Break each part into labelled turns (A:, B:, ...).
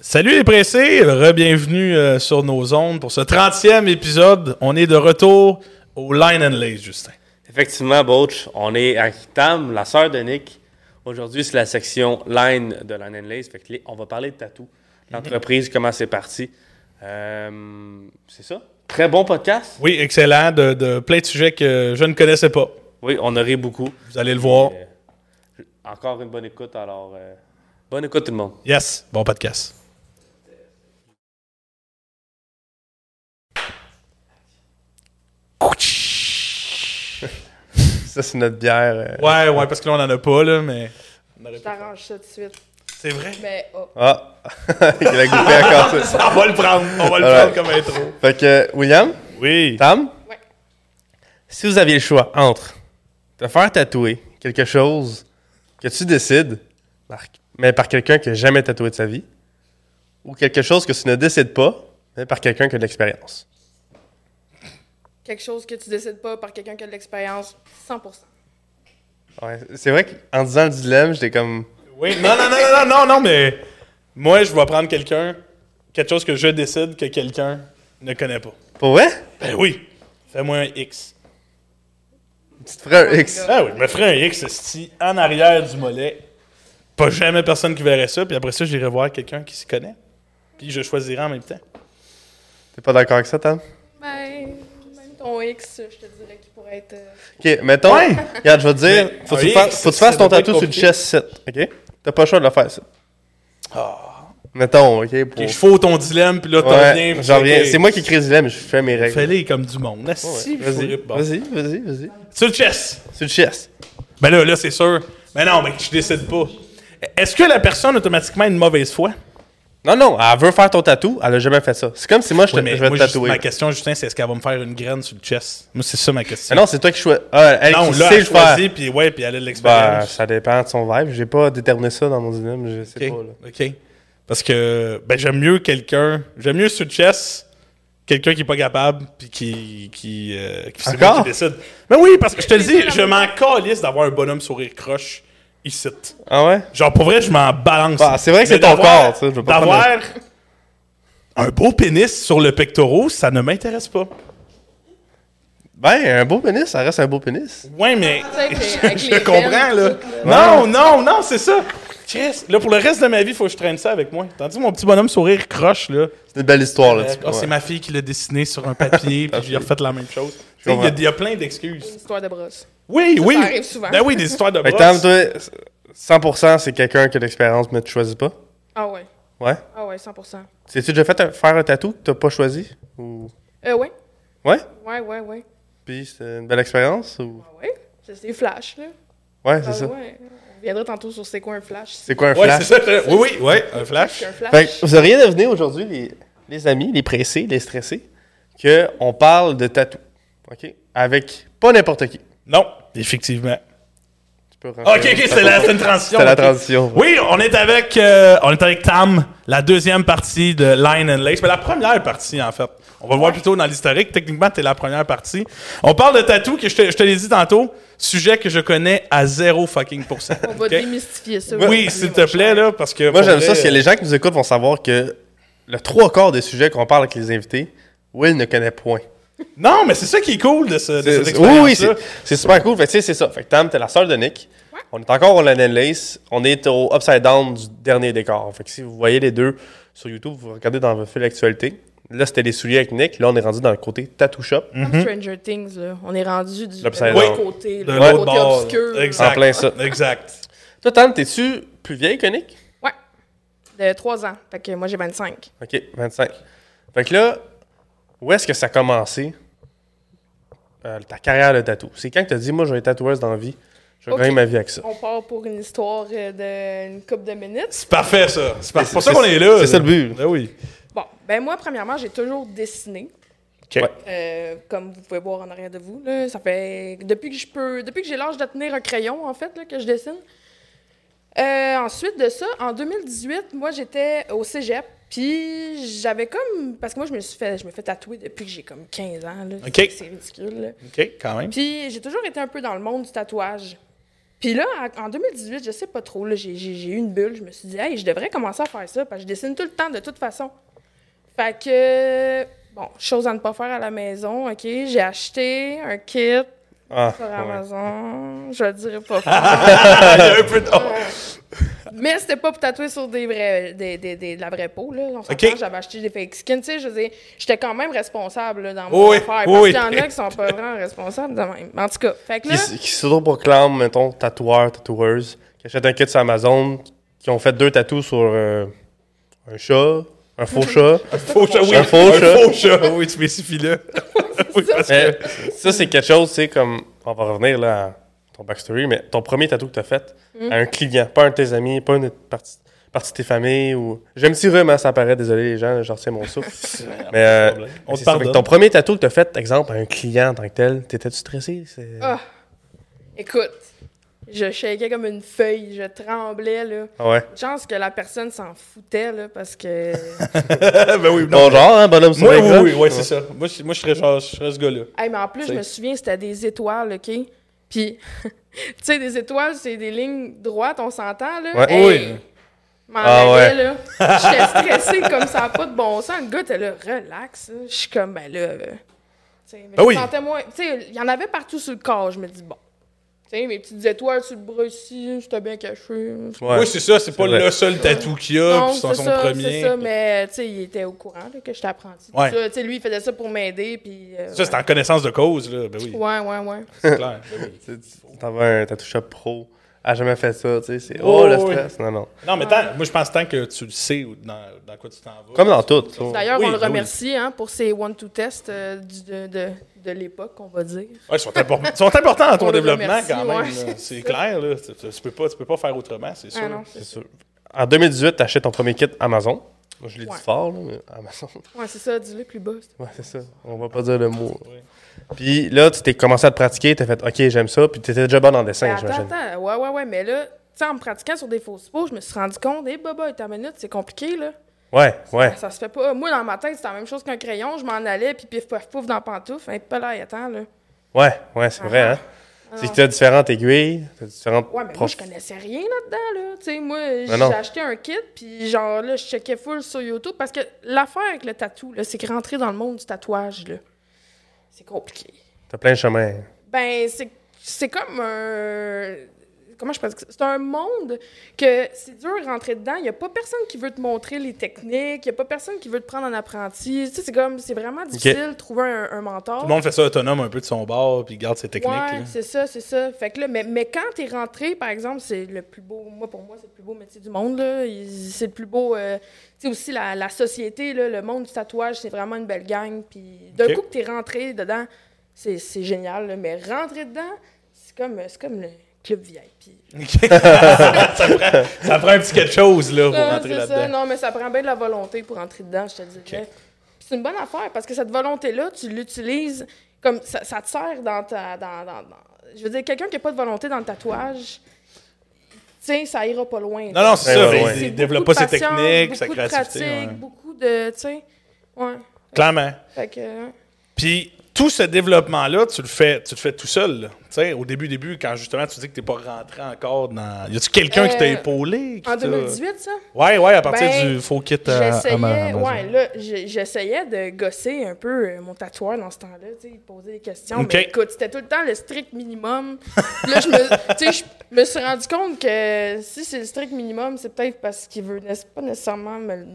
A: Salut les pressés, re-bienvenue euh, sur nos ondes pour ce 30e épisode. On est de retour au Line and Lace, Justin.
B: Effectivement, Boach, on est à Tam, la sœur de Nick. Aujourd'hui, c'est la section Line de Line and Lace. Fait que les- on va parler de Tatou, l'entreprise, comment c'est parti. Euh, c'est ça. Très bon podcast.
A: Oui, excellent, de, de plein de sujets que je ne connaissais pas.
B: Oui, on a ri beaucoup.
A: Vous allez le voir.
B: Euh, encore une bonne écoute, alors euh, bonne écoute tout le monde.
A: Yes, bon podcast.
C: Ça, c'est notre bière. euh.
A: Ouais, ouais, parce que là, on en a pas, là, mais... on aurait
D: Je
A: pu-
D: t'arrange ça tout de suite.
A: C'est vrai?
D: Mais oh,
C: Ah! Il a goûté encore ça.
A: On va le prendre, on va le
C: Ouais.
A: prendre comme intro.
C: Fait que, euh, William,
A: Oui.
C: Tam,
D: Ouais.
C: si vous aviez le choix entre te faire tatouer quelque chose que tu décides, par- mais par quelqu'un qui n'a jamais tatoué de sa vie, ou quelque chose que tu ne décides pas, mais par quelqu'un qui a de l'expérience.
D: quelque chose que tu décides pas par quelqu'un qui a de l'expérience, 100%.
C: Ouais, c'est vrai qu'en disant le dilemme, j'étais comme.
A: Oui, non, non, non, non, non, non, non, mais... Moi, je vais prendre quelqu'un, quelque chose que je décide que quelqu'un ne connaît pas.
C: Pour vrai?
A: Ben oui, fais-moi un X.
C: Tu te ferais un X.
A: Ah oui, je me ferais un X esti, en arrière du mollet. Pas jamais personne qui verrait ça, puis après ça, j'irai voir quelqu'un qui s'y connaît. Puis je choisirai en même temps.
C: T'es pas d'accord avec ça, Tam?
D: Ben, même ton X, je te dirais qu'il pourrait être. euh,
C: Ok, mettons, regarde, je vais te dire,
A: Mais,
C: faut que
A: oui,
C: tu, fasses-
A: c'est-
C: faut que tu
A: ça
C: fasses ton
A: doit être
C: tatou sur le
A: compliqué.
C: chest set, ok? T'as pas le choix de le faire, ça. Ah, Mettons, ok? Pour...
A: Puis je faux ton dilemme, puis là, t'en
C: ouais,
A: reviens.
C: j'en reviens. C'est moi qui crée le dilemme, je fais mes règles.
A: Fais-les comme du monde. Esti,
C: Ouais,
A: je pourrais-
C: Vas-y,
A: bon.
C: vas-y, vas-y, vas-y.
A: Sur le chess.
C: Sur le chest.
A: Ben là, là, c'est sûr. Mais non, mais je décide pas. Est-ce que la personne automatiquement a une mauvaise foi?
C: Non, non, elle veut faire ton tatou, elle a jamais fait ça. C'est comme si moi, je, te-
A: Oui, mais
C: je vais
A: moi,
C: te
A: juste-
C: tatouer.
A: ma question, Justin, c'est est-ce qu'elle va me faire une graine sur le chest? Moi, c'est ça ma question.
C: Mais non, c'est toi qui choisis. Ah, elle
A: non,
C: qui
A: là,
C: sait
A: elle
C: le faire.
A: choisit, puis ouais, puis elle a de l'expérience.
C: Ben, ça dépend de son vibe. J'ai pas déterminé ça dans mon dilemme, je sais pas, là.
A: OK. OK. Parce que ben, j'aime mieux quelqu'un. J'aime mieux sur chess quelqu'un qui est pas capable puis qui. qui, euh, qui- c'est moi
C: Encore?
A: qui décide. Mais oui, parce que je te le dis, je m'en calisse d'avoir un bonhomme sourire croche ici.
C: Ah ouais?
A: Genre, pour vrai, je m'en balance.
C: Bah, c'est vrai que c'est
A: Mais
C: ton
A: d'avoir-
C: corps, tu sais, je veux pas
A: D'avoir un beau pénis sur le pectoral, ça ne m'intéresse pas.
C: Ben, un beau pénis, ça reste un beau pénis.
A: Ouais, mais.
D: Avec les-
A: je
D: Ah, avec
A: je
D: les
A: comprends,
D: veines,
A: là. Non, non, non, c'est ça. Chris, là, pour le reste de ma vie, faut que je traîne ça avec moi. Tandis que mon petit bonhomme sourire croche, là.
C: C'est une belle histoire, là.
A: Euh,
C: tu-
A: Ah,
C: ouais.
A: C'est ma fille qui l'a dessiné sur un papier, puis j'ai refait la même chose. Tu sais, Il y, a- il y a plein d'excuses.
D: une histoire de brosse.
A: Oui, oui.
D: arrive souvent.
A: Ben oui, des histoires de
C: Fait que Tam,
A: brosse.
C: toi, 100% c'est quelqu'un qui a de l'expérience, mais tu choisis pas.
D: Ah ouais,
C: Ouais.
D: ah ouais, 100%.
C: T'es-tu déjà fait un- faire un tatou que t'as pas choisi? Ou...
D: Euh, ouais,
C: Ouais?
D: ouais, ouais, ouais.
C: Puis c'était une belle expérience? Ou...
D: Ah ouais, c'est des flashs, là.
C: Ouais, c'est
D: Ah
C: ça.
D: ouais. On viendra tantôt sur c'est quoi un flash.
C: C'est quoi un
A: Ouais, c'est Ben,
C: flash?
A: ça. je- Oui, oui, ouais, un
D: Qu'est-ce
A: flash.
D: qu'un
C: Fait
D: flash?
C: que vous auriez deviné aujourd'hui, les, les amis, les pressés, les stressés, qu'on parle de tatou. OK? Avec pas n'importe qui.
A: Non, effectivement.
C: Tu peux rentrer-
A: Ok, ok, c'est la, c'est une transition.
C: C'était la
A: ok.
C: transition.
A: Oui, on est avec euh, on est avec Tam, la deuxième partie de Line and Lace, mais la première partie en fait. On va le voir plutôt dans l'historique. Techniquement, t'es la première partie. On parle de tatou que je te, je te l'ai dit tantôt, sujet que je connais à zéro fucking pourcent.
D: On va
A: ok?
D: démystifier ça.
A: Oui,
D: aujourd'hui,
A: s'il
D: mon
A: te plaît
D: cher.
A: là, parce que
C: Moi,
A: pour
C: j'aime
A: vrai,
C: ça, parce que les gens qui nous écoutent vont savoir que le trois quarts des sujets qu'on parle avec les invités, Will ne connaît point.
A: Non, mais c'est ça qui est cool de, ce, de cette
C: C'est- Oui, oui,
A: expérience
C: c'est- c'est super cool. Fait que, tu sais, c'est ça. Fait que Tam, t'es la sœur de Nick.
D: Ouais.
C: On est encore au London Lace. On est au Upside Down du dernier décor. Fait que si vous voyez les deux sur YouTube, vous regardez dans votre fil d'actualité. Là, c'était les souliers avec Nick. Là, on est rendu dans le côté Tattoo Shop.
D: Comme Stranger Things, là. On est rendu du
C: L'upside
D: de l'autre
C: down.
D: côté,
A: Mhm. De
D: là,
A: l'autre
D: le côté
A: bord, là.
D: obscur.
A: Exact.
C: En plein ça.
A: Exact.
C: Toi, Tam, t'es-tu plus vieille que Nick?
D: Ouais, de 3 ans. Fait que moi, j'ai 25.
C: OK, 25. Fait que là, où est-ce que ça a commencé, euh, ta carrière de tatou? C'est quand que t'as dit, moi, je vais être tatoueuse dans la vie. Je vais
D: Ok.
C: gagner ma vie avec ça.
D: On part pour une histoire d'une couple de minutes.
A: C'est parfait ça. C'est par-
C: C'est-
A: pour ça
C: c'est-
A: qu'on est là.
C: c'est
A: là.
C: ça le but.
A: Ben oui.
D: Bon, ben moi, premièrement, j'ai toujours dessiné.
C: OK. Ouais.
D: Euh, comme vous pouvez voir en arrière de vous, là, ça fait depuis que je peux, depuis que j'ai l'âge de tenir un crayon en fait là, que je dessine. Euh, ensuite de ça, en 2018, moi j'étais au cégep, puis j'avais comme parce que moi je me suis fait, je me fais tatouer depuis que j'ai comme 15 ans là.
A: Ok.
D: C'est- C'est ridicule. là.
A: OK, quand même.
D: Puis j'ai toujours été un peu dans le monde du tatouage. Puis là, en- en 2018, je sais pas trop, là, j'ai j'ai- j'ai eu une bulle. Je me suis dit, hey, je devrais commencer à faire ça, parce que je dessine tout le temps, de toute façon. Fait que, bon, chose à ne pas faire à la maison, OK? J'ai acheté un kit
C: Ah,
D: sur
C: ouais.
D: Amazon. Je le dirai pas. fort.
A: Ah, il y a un peu de- oh.
D: Mais c'était pas pour tatouer sur des vrais, des, des, des- de la vraie peau, là. On s'entend,
A: OK.
D: j'avais acheté des fake skins, tu sais, je veux dire, j'étais quand même responsable, là, dans
A: Oh
D: mon
A: oui,
D: affaire.
A: oh
D: parce
A: oui.
D: qu'il y en a qui sont pas vraiment responsables de même. En tout cas, fait que là...
C: Qui, s- qui s'autoproclament, mettons, tatoueurs, tatoueuses, qui achètent un kit sur Amazon, qui ont fait deux tatous sur euh, un chat, un faux chat.
A: Faux chat, oui.
C: Un faux chat.
A: faux chat, oui, tu spécifies là. oui, parce que-
C: Mais ça, c'est quelque chose, c'est comme. On va revenir là à ton backstory, mais ton premier tatou que t'as fait
A: Hmm.
C: à un client, pas un de tes amis, pas une partie, partie de tes familles ou. J'aime si rhum, hein, ça paraît, désolé les gens, j'en retiens mon souffle. mais euh,
A: On te
C: mais c'est ça, fait que
A: pardonne.
C: ton premier tatou que t'as fait, exemple, à un client en tant que tel, t'étais-tu stressé? C'est-
D: Ah. Écoute, je shakeais comme une feuille, je tremblais, là.
C: Ah ouais.
D: Chance que la personne s'en foutait, là, parce que...
C: Euh,
A: ben oui, non.
C: Ton genre, hein, bonhomme sur
A: Moi,
C: les
A: oui,
C: gars?
A: oui, ouais, c'est ça. Moi, je, moi, je serais, genre- je serais ce gars-là.
D: Hey, mais en plus, je
A: C'est-
D: me souviens, c'était des étoiles, OK? Puis, tu sais, des étoiles, c'est des lignes droites, on s'entend, là?
C: Ouais.
A: Oui.
D: M'en
C: Ah
D: allais, là. J'étais stressée comme ça, a pas de bon sens. Le gars était là, relax. hein. Je suis comme, ben là. euh, tu sais, mais
A: Ben
D: je
A: oui.
D: sentais moins. Tu sais, il y en avait partout sur le corps. Je me dis, bon. Tu sais, mes petites étoiles sur le bras ici, j'étais bien caché.
C: Ouais.
A: Oui, c'est ça, c'est pas
C: vrai.
A: le seul tatou qu'il a,
D: Non,
A: puis c'est
D: c'est
A: son
D: ça,
A: premier.
D: c'est ça, mais tu sais, il était au courant là, que j'étais apprenti. tout
A: Ouais.
D: ça. Tu sais, lui, il faisait ça pour m'aider, puis. euh,
A: Ça, c'est en connaissance de cause, là. Ben oui,
D: ouais, ouais, ouais.
A: c'est clair. Ben oui.
C: Tu- tu- T'en vas à un tatou shop pro, a jamais fait ça, tu sais, c'est. Oh, le
A: oui.
C: stress! Non, non.
A: Non, mais tant, moi, je pense tant que tu le sais ou dans, dans quoi tu t'en vas.
C: Comme dans tout. tu vois.
D: D'ailleurs,
A: Oui,
D: on le
A: ben oui.
D: remercie hein, pour ses one-two tests euh, du- de, de, de l'époque, on va dire.
A: Ouais, ils sont, impor- ils sont importants dans
D: On
A: ton
D: les
A: développement,
D: remercie,
A: quand même.
D: ouais,
A: là.
D: c'est
A: c'est
D: ça.
A: clair, là. Tu, tu- tu peux pas, tu peux pas faire autrement, c'est sûr.
D: Ah non,
C: C'est
D: c'est
C: sûr. En 2018, t'achètes ton premier kit Amazon. Moi, Je l'ai
D: Ouais.
C: dit fort, là, mais Amazon.
D: ouais, c'est ça, dis-le plus bas.
C: Ouais, c'est ça. On va pas dire le mot.
A: Ouais.
C: Puis là, tu t'es commencé à te pratiquer, t'as fait OK, j'aime ça, puis t'étais déjà bonne en
D: Mais
C: dessin,
D: Ben, attends,
C: j'imagine.
D: attends, ouais, ouais, ouais, mais là, tu sais, en me pratiquant sur des fausses peaux, je me suis rendu compte, eh, hé, hey, Baba, ta minute, c'est compliqué, là.
C: Ouais, ouais.
D: Ça se fait pas. Moi, dans ma tête, c'était la même chose qu'un crayon, je m'en allais, puis pif, paf, pouf, dans pantouf, hein, pas là, attends, là.
C: Ouais, ouais, c'est vrai, hein. C'est que t'as différentes aiguilles, t'as différentes.
D: Ah. Ouais, mais moi,
C: prof-
D: je connaissais rien là-dedans, là. Tu sais, moi, j'ai
C: non.
D: acheté un kit, puis genre, là, je checkais full sur YouTube, parce que l'affaire avec le tatou, là, c'est que rentrer dans le monde du tatouage, là, c'est compliqué.
C: T'as plein de chemins.
D: Ben, c'est- c'est comme un. Comment je pense que c'est un monde que c'est dur de rentrer dedans. Il n'y a pas personne qui veut te montrer les techniques. Il n'y a pas personne qui veut te prendre en apprenti. Tu sais, c'est comme, c'est vraiment difficile de trouver un, un mentor.
A: Tout le monde fait ça autonome un peu de son bord, puis garde ses techniques.
D: Ouais,
A: là.
D: c'est ça, c'est ça. Fait que là, mais, mais quand t'es rentré, par exemple, c'est le plus beau, moi, pour moi, c'est le plus beau métier du monde, là. Il- C'est le plus beau, euh, tu sais, aussi la, la société, là, le monde du tatouage, c'est vraiment une belle gang. Puis d'un
A: Ok.
D: coup que t'es rentré dedans, c'est c'est génial, là. Mais rentrer dedans, c'est comme, c'est comme le club VIP.
A: Ça prend un petit quelque chose, là, pour
D: Ah,
A: rentrer
D: c'est ça,
A: là-dedans.
D: non, mais ça prend bien de la volonté pour entrer dedans, je te dirais. Puis C'est une bonne affaire parce que cette volonté-là, tu l'utilises comme ça, ça te sert dans ta. Dans, dans- dans- Je veux dire, quelqu'un qui n'a pas de volonté dans le tatouage, tu sais, ça ira pas loin.
A: Non, non, c'est
C: Ouais,
A: ça.
C: ouais,
A: il-
C: ouais.
A: Il
D: C'est
A: développe
D: beaucoup
A: pas
D: de
A: ses
D: patience,
A: techniques, sa
D: beaucoup de
A: créativité.
D: pratique,
A: ouais.
D: Beaucoup de. Tu sais, ouais.
A: Clairement.
D: Fait que.
A: Puis tout ce développement-là, tu le fais, tu le fais tout seul. là. Tu sais, au début, début, quand justement tu dis que t'es pas rentré encore dans. Y a-tu quelqu'un qui t'a
D: Euh,
A: épaulé qui
D: En
A: t'a-
D: 2018, ça?
A: Ouais, ouais, à partir
D: Ben,
A: du faux kit à, euh, à ma-
D: J'essayais,
A: Amazon.
D: ouais, là, j'ai- j'essayais de gosser un peu euh, mon tatoueur dans ce temps-là, tu sais, il posait des questions,
A: Ok.
D: mais écoute, c'était tout le temps le strict minimum. Puis là, je me, tu sais, je me suis rendu compte que si c'est le strict minimum, c'est peut-être parce qu'il veut n'est- pas nécessairement me le-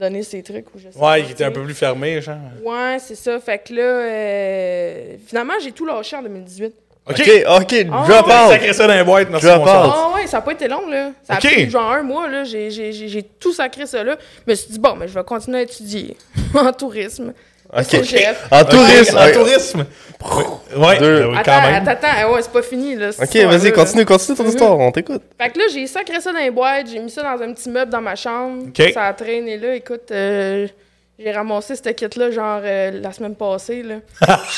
D: donner ses trucs ou je sais pas,
A: Ouais, il
D: tu
A: était un
D: sais.
A: peu plus fermé, genre.
D: Ouais, c'est ça. Fait que là, euh, finalement, j'ai tout lâché en 2018.
A: Ok.
C: OK, OK,
D: Ah,
C: drop
D: ouais.
C: out!
A: Sacré ça dans les boîtes, merci,
C: Drop
A: bonsoir.
C: out.
D: Ah ouais, ça n'a pas été long, là. Ça a
A: Ok.
D: pris genre un mois, là. J'ai, j'ai, j'ai, j'ai tout sacré ça, là. Je me suis dit, bon, mais je vais continuer à étudier en tourisme.
C: OK.
D: Au cégep.
C: En tourisme!
A: En
C: ok.
A: tourisme. Ouais,
C: Deux.
A: ben oui,
D: Attends,
A: quand même.
D: attends, attends, ouais, c'est pas fini, là. cette
C: OK,
D: histoire-là,
C: vas-y,
D: là.
C: continue, continue ton
D: Mhm.
C: histoire, on t'écoute.
D: Fait que là, j'ai sacré ça dans les boîtes, j'ai mis ça dans un petit meuble dans ma chambre.
A: Ok.
D: Ça a traîné là, écoute, euh, j'ai ramassé cette kit-là, genre, euh, la semaine passée, là.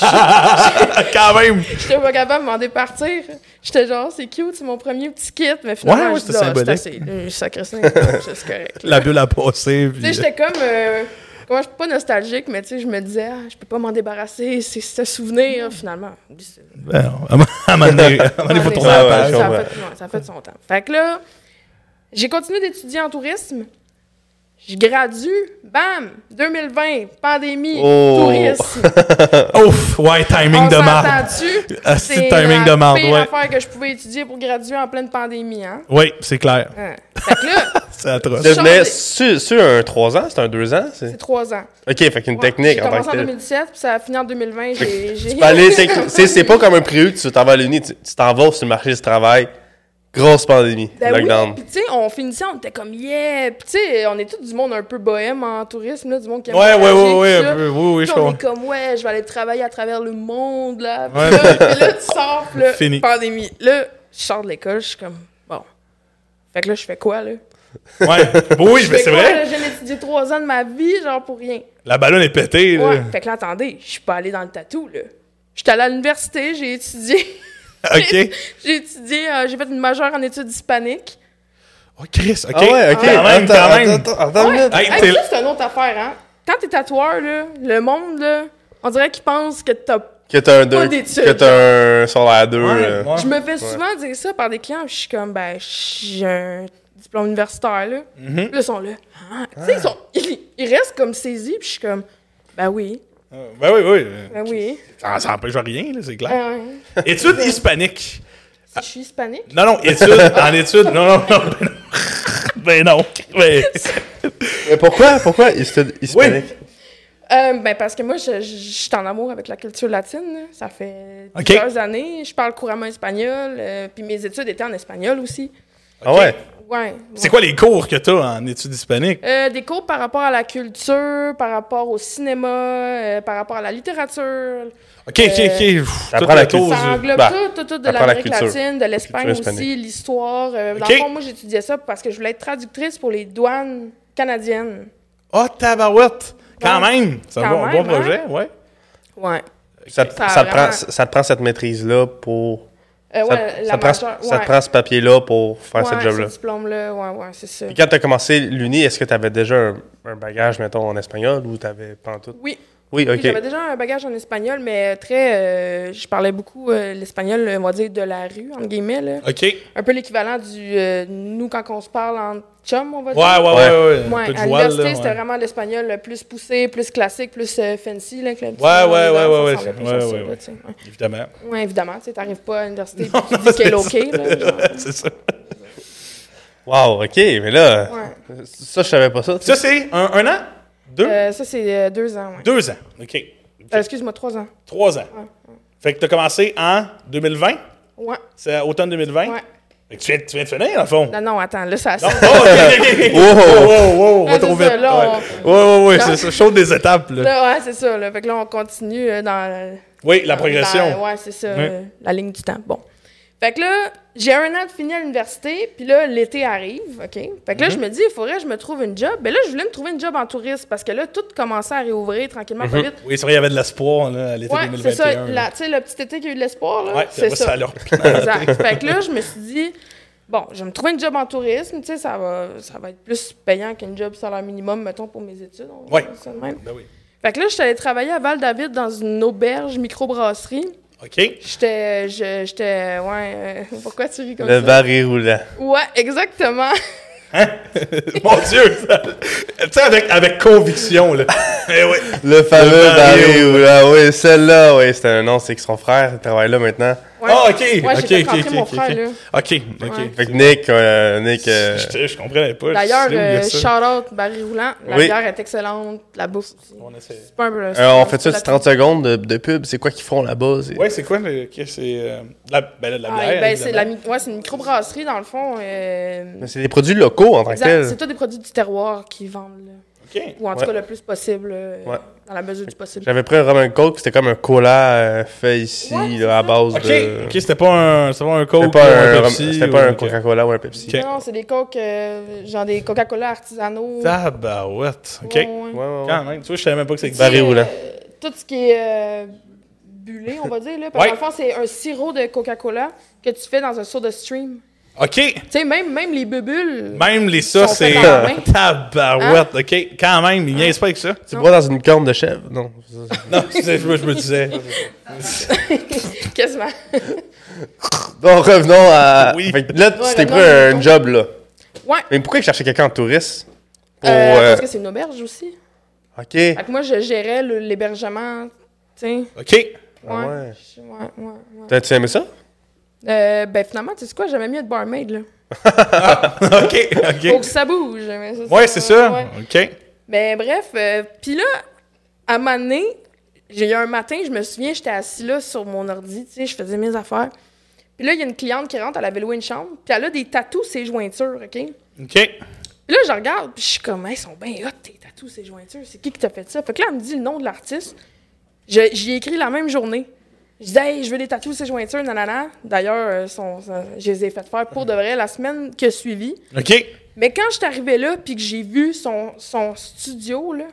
A: quand même.
D: J'étais pas capable de m'en départir. J'étais genre, c'est cute, c'est mon premier petit kit, mais finalement,
A: ouais,
D: je
A: c'est
D: dis, ah,
A: symbolique.
D: c'est assez, là, j'ai sacré ça dans les boîtes, c'est correct.
A: La bulle a passé.
D: Tu sais, j'étais comme. euh, Ouais, je suis pas nostalgique, mais tu sais, je me disais, ah, je peux pas m'en débarrasser, c'est c'est un souvenir, finalement. Oublie ça.
A: Ben, à un moment donné, à un moment donné, faut
D: Ouais,
A: tourner
D: ça,
A: la page.
C: ouais,
D: ça a
C: ouais.
D: fait, ouais, ça a fait son temps. Fait que là, j'ai continué d'étudier en tourisme. Je gradue, bam, 2020, pandémie,
C: Oh.
D: tourisme.
A: Ouf, ouais, timing
D: On
A: de
D: s'entend
A: marde.
D: dessus.
A: Ah, c'est timing de
D: la
A: marde,
D: pire
A: ouais.
D: affaire que je pouvais étudier pour graduer en pleine pandémie, hein.
A: Oui, c'est clair.
D: Hein. Fait que là,
A: C'est atroce.
C: Devenais,
D: Changer.
C: c'est c'est un 3 ans, c'est un 2 ans? c'est-
D: c'est trois ans.
C: Ok, fait qu'une
D: Ouais,
C: technique
D: J'ai
C: en tant
D: commencé
C: que
D: en
C: telle.
D: 2017, puis ça a fini en 2020. J'ai. j'ai-
C: Ben, allez, c'est- c'est c'est pas comme un prévu que tu t'en vas à l'Uni, tu tu t'en vas sur le marché du travail. Grosse pandémie,
D: Ben
C: lockdown.
D: oui, puis tu sais, on finissait, on était comme yeah, puis tu sais, on est tous du monde un peu bohème en tourisme là, du monde qui aime
A: Ouais, ouais,
D: voyager,
A: ouais, ouais,
D: tout ça.
A: un peu, oui, oui,
D: Puis
A: je
D: on est
A: comprends.
D: comme ouais, je vais aller travailler à travers le monde là, puis
A: Ouais.
D: là, puis là, tu sors, puis là,
A: Fini.
D: pandémie. Là, je sors de l'école, je suis comme bon. Fait que là, je fais quoi là
A: Ouais. Oui,
D: Je
A: mais
D: fais
A: c'est
D: quoi,
A: vrai.
D: là? J'ai étudié trois ans de ma vie, genre pour rien.
A: La ballonne est pétée, là.
D: Ouais. Fait que là, attendez, je suis pas allée dans le tatou là. J'étais allée à l'université, j'ai étudié,
A: OK.
D: j'ai étudié, euh, j'ai fait une majeure en études hispaniques.
A: Oh, Chris, OK.
C: Ah ouais, ok.
A: Quand même,
C: attends,
A: quand même.
C: attends, attends, attends une
D: Ouais.
C: minute.
A: Hey,
D: Hey,
A: t'es-
D: ça, c'est une autre affaire, hein. Quand t'es tatoueur, là, le monde, là, on dirait qu'ils pensent que t'as...
C: Que t'as un
D: Pas
C: 2,
D: d'études.
C: que t'as un solaire 2.
A: Ouais,
C: euh,
A: ouais.
D: Je me fais souvent dire ça par des clients. Je suis comme, ben, j'ai un diplôme universitaire, là. Puis
A: Mm-hmm.
D: là, ils sont là. Ah. Tu sais, ils, sont... ils, ils restent comme saisis, puis je suis comme, ben oui,
A: Ben oui, oui.
D: ben oui.
A: Ça, ça empêche rien, là, c'est clair.
D: Ah, ouais.
A: Études hispaniques.
D: Si je suis hispanique.
A: Non, non, études, en études. Non, non, non. Ben non. Ben,
C: Mais pourquoi, pourquoi hispanique?
D: Euh, ben, parce que moi, je, je- je suis en amour avec la culture latine. là. Ça fait
A: Ok.
D: plusieurs années. Je parle couramment espagnol, euh, puis mes études étaient en espagnol aussi.
C: Ah ouais?
D: Ouais. ouais.
A: C'est quoi les cours que t'as en études hispaniques?
D: Euh, des cours par rapport à la culture, par rapport au cinéma, euh, par rapport à la littérature.
A: OK, OK, OK. Pff,
C: T'apprends
A: tout
C: la
A: le tour,
C: culture.
D: Ça
A: ça.
D: englobe
C: bah,
D: tout, tout, tout de
C: apprends la
D: l'Amérique
C: culture.
D: latine, de l'Espagne
C: Culture
D: aussi, l'histoire. euh, Dans
A: Ok.
D: le fond, moi, j'étudiais ça parce que je voulais être traductrice pour les douanes canadiennes.
A: Ah, tabarouette. Quand
D: Ouais.
A: même. C'est un
D: Quand
A: bon,
D: même,
A: bon
D: hein?
A: projet, ouais.
D: Ouais.
C: Ça, te-
D: Ça a
C: ça te prend,
D: vraiment-
C: ça te prend cette maîtrise-là pour.
D: Euh,
C: ça,
D: ouais,
C: te-
D: la
C: ça te prend,
D: majeure-
C: ça te
D: ouais.
C: prend ce papier-là pour faire
D: Ouais,
C: ce job-là.
D: Ce diplôme-là, ouais, ouais, c'est ça.
C: Puis quand t'as commencé l'Uni, est-ce que t'avais déjà un, un bagage, mettons, en espagnol ou t'avais pas en tout?
D: Oui,
C: Oui,
D: oui,
C: ok.
D: j'avais déjà un bagage en espagnol, mais très. euh, je parlais beaucoup euh, l'espagnol, on va dire, de la rue, entre guillemets. Là.
A: OK. Ouais,
D: Un peu l'équivalent du. euh, nous, quand on se parle en chum, on va
A: ouais, ouais.
D: dire.
A: ouais,
D: Ouais,
A: Un peu de
D: à
A: voile,
D: l'université,
A: là,
D: c'était
A: ouais.
D: vraiment l'espagnol le plus poussé, plus classique, plus euh, fancy. Là, avec le petit
A: Ouais,
D: nom,
A: ouais,
D: les
A: ouais,
D: danses,
A: ouais,
D: ça ressemblait
A: ouais,
D: plus à
A: ouais,
D: ça,
A: ouais.
D: là, tu sais, ouais.
A: Évidemment.
D: Ouais, évidemment, tu sais, t'arrives pas à l'université
A: Non,
D: puis tu
A: non,
D: dis
A: c'est
D: qu'elle est
A: ça.
D: OK. Là, genre.
A: C'est ça.
C: Wow, ok, mais là.
D: Ouais.
C: Ça, je savais pas ça.
A: Ça, c'est un, un an? Deux?
D: Euh, ça, c'est euh, deux ans, ouais.
A: Deux ans. OK.
D: Euh, Excuse-moi, trois ans.
A: Trois ans. Fait que t'as commencé en 2020?
D: Ouais,
A: C'est à automne 2020?
D: ouais.
A: Fait que tu viens, tu viens de finir, dans le fond.
D: Non, non, attends, là, ça...
A: Non? Oh, OK, OK, OK. Wow, wow, wow, on va
D: Ah, c'est
A: trop
D: ça,
A: vite.
D: là,
A: Ouais. Ouais, ouais, ouais, c'est ça. Chaude des étapes, là.
D: Là, ouais, c'est ça. Là. Fait que là, on continue euh, dans...
A: Oui, la
D: dans-
A: progression.
D: ouais, c'est ça,
A: Ouais.
D: euh, la ligne du temps. Bon. Fait que là, j'ai un an de fini à l'université, puis là, l'été arrive, OK? Fait que là, je
A: Mhm.
D: me dis, il faudrait que je me trouve une job. Ben là, je voulais me trouver une job en tourisme, parce que là, tout commençait à réouvrir
A: Mhm.
D: tranquillement, pas vite.
A: Oui, c'est vrai, il y avait de l'espoir, là, à l'été
D: Ouais, c'est ça.
A: 2021. là.
D: la- Tu sais, le petit été qui a eu de l'espoir, là,
A: Ouais,
D: c'est
A: ça.
D: ça.
A: va, leur-
D: exact. Fait que là, je me suis dit, bon, je vais me trouver une job en tourisme, tu sais, ça va, ça va être plus payant qu'une job salaire minimum, mettons, pour mes études. on va
A: Ouais.
D: dire ça de même.
A: Ben oui.
D: Fait que là, je suis allée travailler à Val-David dans une auberge microbrasserie.
A: OK.
D: J'étais, euh, je- j'étais, ouais, euh, pourquoi tu ris comme
C: Le
D: ça?
C: baril roulant.
D: Ouais, exactement.
A: Ah, Mon Dieu! ça- Tu sais, avec, avec conviction, là. Eh oui.
C: Le fameux
A: Le baril
C: baril roulant. Oui, celle-là, oui, c'était un nom, c'est que son frère travaille là maintenant.
D: Ouais.
A: Ah, OK.
D: Ouais,
A: OK,
D: j'ai fait
A: OK,
D: rentrer
A: OK,
D: mon
A: OK,
D: frère,
A: OK.
D: là.
A: OK, OK.
D: Ouais.
C: Fait que Nick, euh, Nick. euh,
A: Je, je comprenais pas.
D: D'ailleurs,
A: C'est où, il y a
D: euh,
A: ça?
D: shout-out Barry Roulant. La
C: Oui.
D: bière est excellente, la bouffe aussi.
A: On essaie.
D: C'est pas un- c'est
C: euh,
D: pas-
C: on fait ça,
D: c'est
C: c'est 30 secondes de, de pub. C'est quoi qu'ils font là-bas? c'est-
A: Ouais, c'est quoi le. que c'est. euh, la, ben, là, de la
D: Ah,
A: bière.
D: ben, c'est la
A: évidemment.
D: mi- ouais, c'est une microbrasserie, dans le fond. euh,
C: Mais C'est des produits locaux en tant que
D: exact.
C: tels.
D: C'est tout des produits du terroir qui vendent, là.
A: OK.
D: ou en tout
C: Ouais.
D: cas le plus possible, euh,
C: Ouais.
D: dans la mesure du possible.
C: J'avais pris un rum and coke, c'était comme un cola euh, fait ici, là,
D: Ouais, c'est
C: à
D: ça.
C: base
A: OK,
C: de.
A: OK, c'était pas un. C'était pas un
C: C'était
A: Coke
C: pas
A: ou un,
C: un, rum-
A: Pepsi.
C: c'était
A: ou-
C: pas un
A: OK.
C: Coca-cola ou un Pepsi.
A: Ok.
D: Non, non, c'est des coques, euh, genre des Coca-Cola artisanaux.
A: Tabarouette. OK.
D: Ouais, ouais.
C: Ouais, ouais, ouais.
A: Quand même. Tu vois, je savais même pas que c'est
D: Puis,
C: Baril
D: euh,
C: roulant.
D: Tout ce qui est euh, bullé, on va dire, là, parce
A: Ouais.
D: que dans le fond, c'est un sirop de Coca-Cola que tu fais dans un soda stream.
A: OK.
D: Tu sais, même, même les bubules.
A: Même les ça,
D: Sont Hein? faits
A: c'est.
D: par la main.
A: Tabarouette. OK. Quand même, il niaise pas avec ça.
C: Tu bois dans une corne de chèvre? Non.
A: Non, c'est moi, je me disais.
D: Quasiment.
C: Donc, revenons à.
A: Oui.
C: Fait que là, tu
D: Ouais,
C: t'es
D: revenons,
C: pris un
D: revenons.
C: job, là.
D: Ouais.
C: Mais pourquoi il cherchait quelqu'un en touriste? Pour.
D: Euh,
C: euh,
D: Parce que c'est une auberge aussi.
C: Ok. Ouais.
D: Fait que moi, je gérais le- l'hébergement. Tu sais.
A: OK.
D: Ouais.
C: ouais.
D: Je- ouais, ouais, ouais.
C: T'as- Tu aimé ça?
D: Euh, ben finalement, tu sais quoi, j'aimais mieux être barmaid, là.
A: Ah, OK.
D: Pour
A: OK.
D: que ça bouge. mais ça,
A: Ouais, c'est ça.
D: ouais.
A: OK.
D: Mais bref, euh, puis là, à un moment donné, j'ai eu un matin, je me souviens, j'étais assis là sur mon ordi, tu sais, je faisais mes affaires. Puis là, il y a une cliente qui rentre, elle avait loué une chambre, puis elle a des tatous, ses jointures, OK? Puis
A: OK.
D: là, je regarde, puis je suis comme, hey, ils sont bien hot, tes tatous, ses jointures, c'est qui qui t'a fait ça? Fait que là, elle me dit le nom de l'artiste. Je- J'y ai écrit la même journée. Je dis, hey, je veux des tatous, ses jointures, nanana. D'ailleurs, euh, sont- sont- je les ai fait faire pour de vrai la semaine qui a suivi.
A: OK.
D: Mais quand je suis arrivée là, puis que j'ai vu son, son studio, là,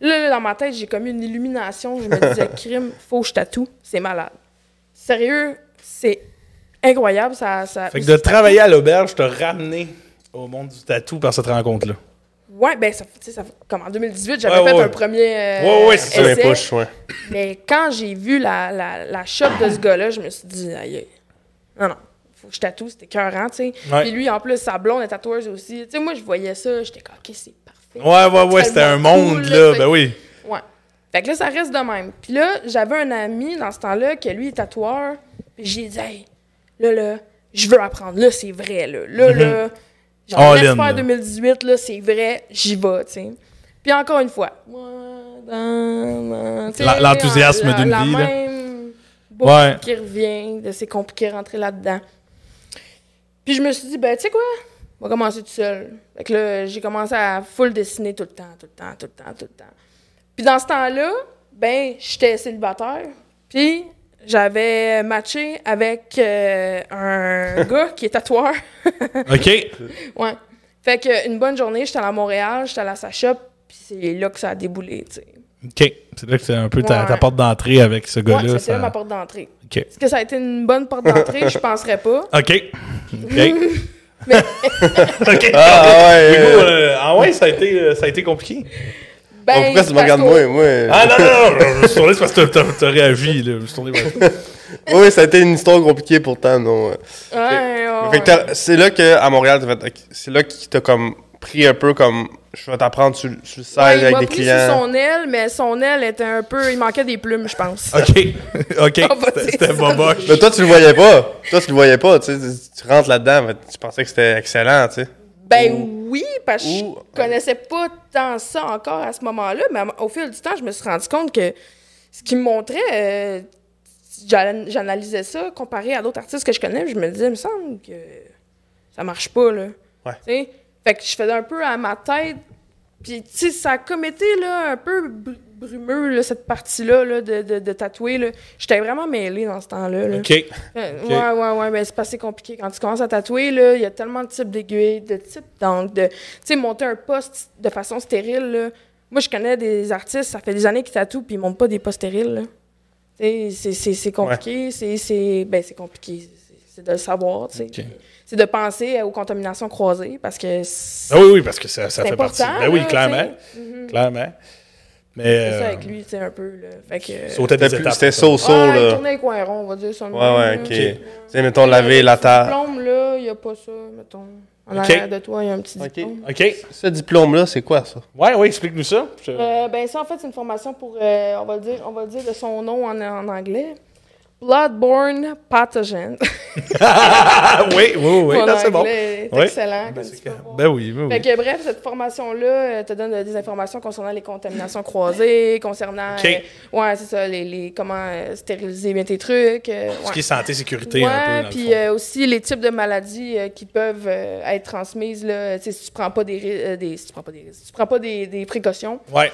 D: là, là, dans ma tête, j'ai comme eu une illumination. Je me disais, crime, faut que je tatoue. C'est malade. Sérieux, c'est incroyable. Ça, ça,
A: Fait que de travailler à l'auberge, te ramener au monde du tatou par cette rencontre-là.
D: Ouais, ben, ça, tu sais, ça, comme en 2018, j'avais
A: Ouais,
D: fait
A: ouais.
D: un premier. euh,
A: Ouais, ouais, c'est
C: Ça
D: essai.
C: m'impoche, ouais.
D: Mais quand j'ai vu la, la, la shop de ce gars-là, je me suis dit, aïe, aïe. non, non, faut que je tatoue, c'était écœurant, tu sais.
A: Ouais.
D: Puis lui, en plus, sa blonde est tatoueuse aussi. Tu sais, moi, je voyais ça, j'étais comme, ok, c'est parfait.
A: Ouais, ouais, ouais, c'était un
D: Tellement
A: monde,
D: cool,
A: là.
D: là,
A: Ben oui.
D: Ouais. Fait que là, ça reste de même. Puis là, j'avais un ami dans ce temps-là que lui est tatoueur. Puis J'ai dit, hey, là, là, je veux apprendre. Là, c'est vrai, là. Là, là, j'en
A: Mhm. All
D: laisse
A: in, là.
D: faire 2018, là, c'est vrai, j'y vais, tu sais. Puis encore une fois, moi, dans- dans- tu sais,
A: La- l'enthousiasme
D: la-
A: d'une
D: la
A: vie, là.
D: même boucle
A: Ouais.
D: qui revient, de c'est compliqué de rentrer là-dedans. Puis je me suis dit, ben, tu sais quoi, on va commencer tout seul. Fait que là, j'ai commencé à full dessiner tout le temps, tout le temps, tout le temps, tout le temps. Puis dans ce temps-là, ben, j'étais célibataire. Puis j'avais matché avec euh, un gars qui est tatoueur.
A: OK.
D: ouais. Fait que une bonne journée, j'étais allée à Montréal, j'étais allée à sa shop, puis c'est là que ça a déboulé, tu sais.
A: OK. C'est là que c'est un peu ta,
D: Ouais.
A: ta porte d'entrée avec ce
D: Ouais,
A: gars-là.
D: c'était
A: ça-
D: là ma porte d'entrée.
A: OK.
D: Est-ce que ça a été une bonne porte d'entrée? Je penserais pas.
A: OK. OK. OK. Du coup,
C: Ah ouais. euh,
A: euh, ah ouais, ça a été, euh, ça a été compliqué.
D: Ben,
C: Pourquoi tu me
D: parce
C: regardes
D: qu'au-
C: moi? moi?
A: Ah non, non, non, je me suis tourné c'est parce que t'as- t'as- t'as réagi, là. Je me suis tourné vers toi.
C: Oui, ça a été une histoire compliquée pourtant, non.
D: Ouais, Ah, ouais,
C: Fait que t'as- c'est là que à Montréal, t'as fait- c'est là qu'il t'a comme pris un peu comme je vais t'apprendre sur, le- sur le side
D: Ouais, il
C: avec
D: m'a
C: des
D: pris sous
C: clients.
D: son aile, mais son aile était un peu. Il manquait des plumes, je pense.
A: OK. OK.
D: Ah, bah,
A: C'était-
D: c'est
A: C'était
D: ça.
A: boboche.
C: Mais toi tu le voyais pas. Toi tu le voyais pas, tu sais, tu tu rentres là-dedans, mais tu pensais que c'était excellent, tu sais.
D: Ben
C: Ou-
D: oui, parce que
C: ou- ben-
D: je connaissais pas tant ça encore à ce moment-là, mais au fil du temps, je me suis rendu compte que ce qui me montrait, euh, j'an- j'analysais ça comparé à d'autres artistes que je connais, puis je me disais, il me semble que ça marche pas, là.
C: Ouais.
D: Tu sais? Fait que je faisais un peu à ma tête, puis tu sais, ça a comme été, là, un peu br- brumeux, là, cette partie-là, là, de, de, de tatouer, là. J'étais vraiment mêlée dans ce temps-là, là.
A: OK.
D: Euh,
A: Ok.
D: Ouais, ouais, ouais, mais c'est pas assez compliqué. Quand tu commences à tatouer, là, il y a tellement de types d'aiguilles, de types d'angles, de, tu sais, monter un poste de façon stérile, là. Moi, je connais des artistes, ça fait des années qu'ils tatouent, puis ils montent pas des postes stériles, là. Tu sais, c'est- c'est c'est compliqué, c'est- c'est... Ben, c'est compliqué. C'est- C'est de le savoir, tu sais.
A: Ok.
D: C'est de penser aux contaminations croisées, parce que c'est
A: Ah oui, oui, parce que ça, ça
D: c'est
A: fait partie.
D: important,
A: Ben oui,
D: là,
A: clairement.
D: tu sais. Mhm.
A: Clairement. Mais.
D: C'est ça
A: euh,
D: avec lui, tu sais, un peu, là. Fait que...
A: sauter des
C: C'était plus-
A: étapes.
C: C'était so-so,
D: ouais,
C: là.
D: tourner les coins ronds, on va dire ça. de
C: Ouais,
D: même,
C: ouais,
D: là.
C: ok. Tu sais, mettons, laver la
D: Le
C: table.
D: diplôme, là, il n'y a pas ça, mettons. En
A: Ok.
D: arrière de toi, il y a un petit
C: Ok.
D: diplôme.
A: OK.
C: Ce diplôme-là, c'est quoi ça?
A: Ouais, ouais, explique-nous ça. Je-
D: Euh, ben ça, en fait, c'est une formation pour, euh, on, va le dire, on va le dire de son nom en, en anglais. Bloodborne Pathogen.
A: Ah, oui, oui, oui,
D: Mon
A: non, c'est bon.
D: anglais est
A: Ouais.
D: excellent.
A: Ben,
D: comme
A: c'est
D: tu
A: que-
D: peux voir.
A: ben oui, ben
D: Fait
A: oui.
D: que, bref, cette formation-là euh, te donne euh, des informations concernant les contaminations croisées, concernant.
A: Ok.
D: euh, ouais, c'est ça, les, les- comment euh, stériliser bien tes trucs. euh,
A: Ce
D: ouais.
A: qui est santé, sécurité, un peu.
D: Ouais,
A: dans le
D: puis
A: fond.
D: euh, aussi les types de maladies euh, qui peuvent euh, être transmises là, tu sais, si tu prends pas des, ri- euh, des si tu prends pas des risques, si tu prends pas des, des précautions.
A: Ouais.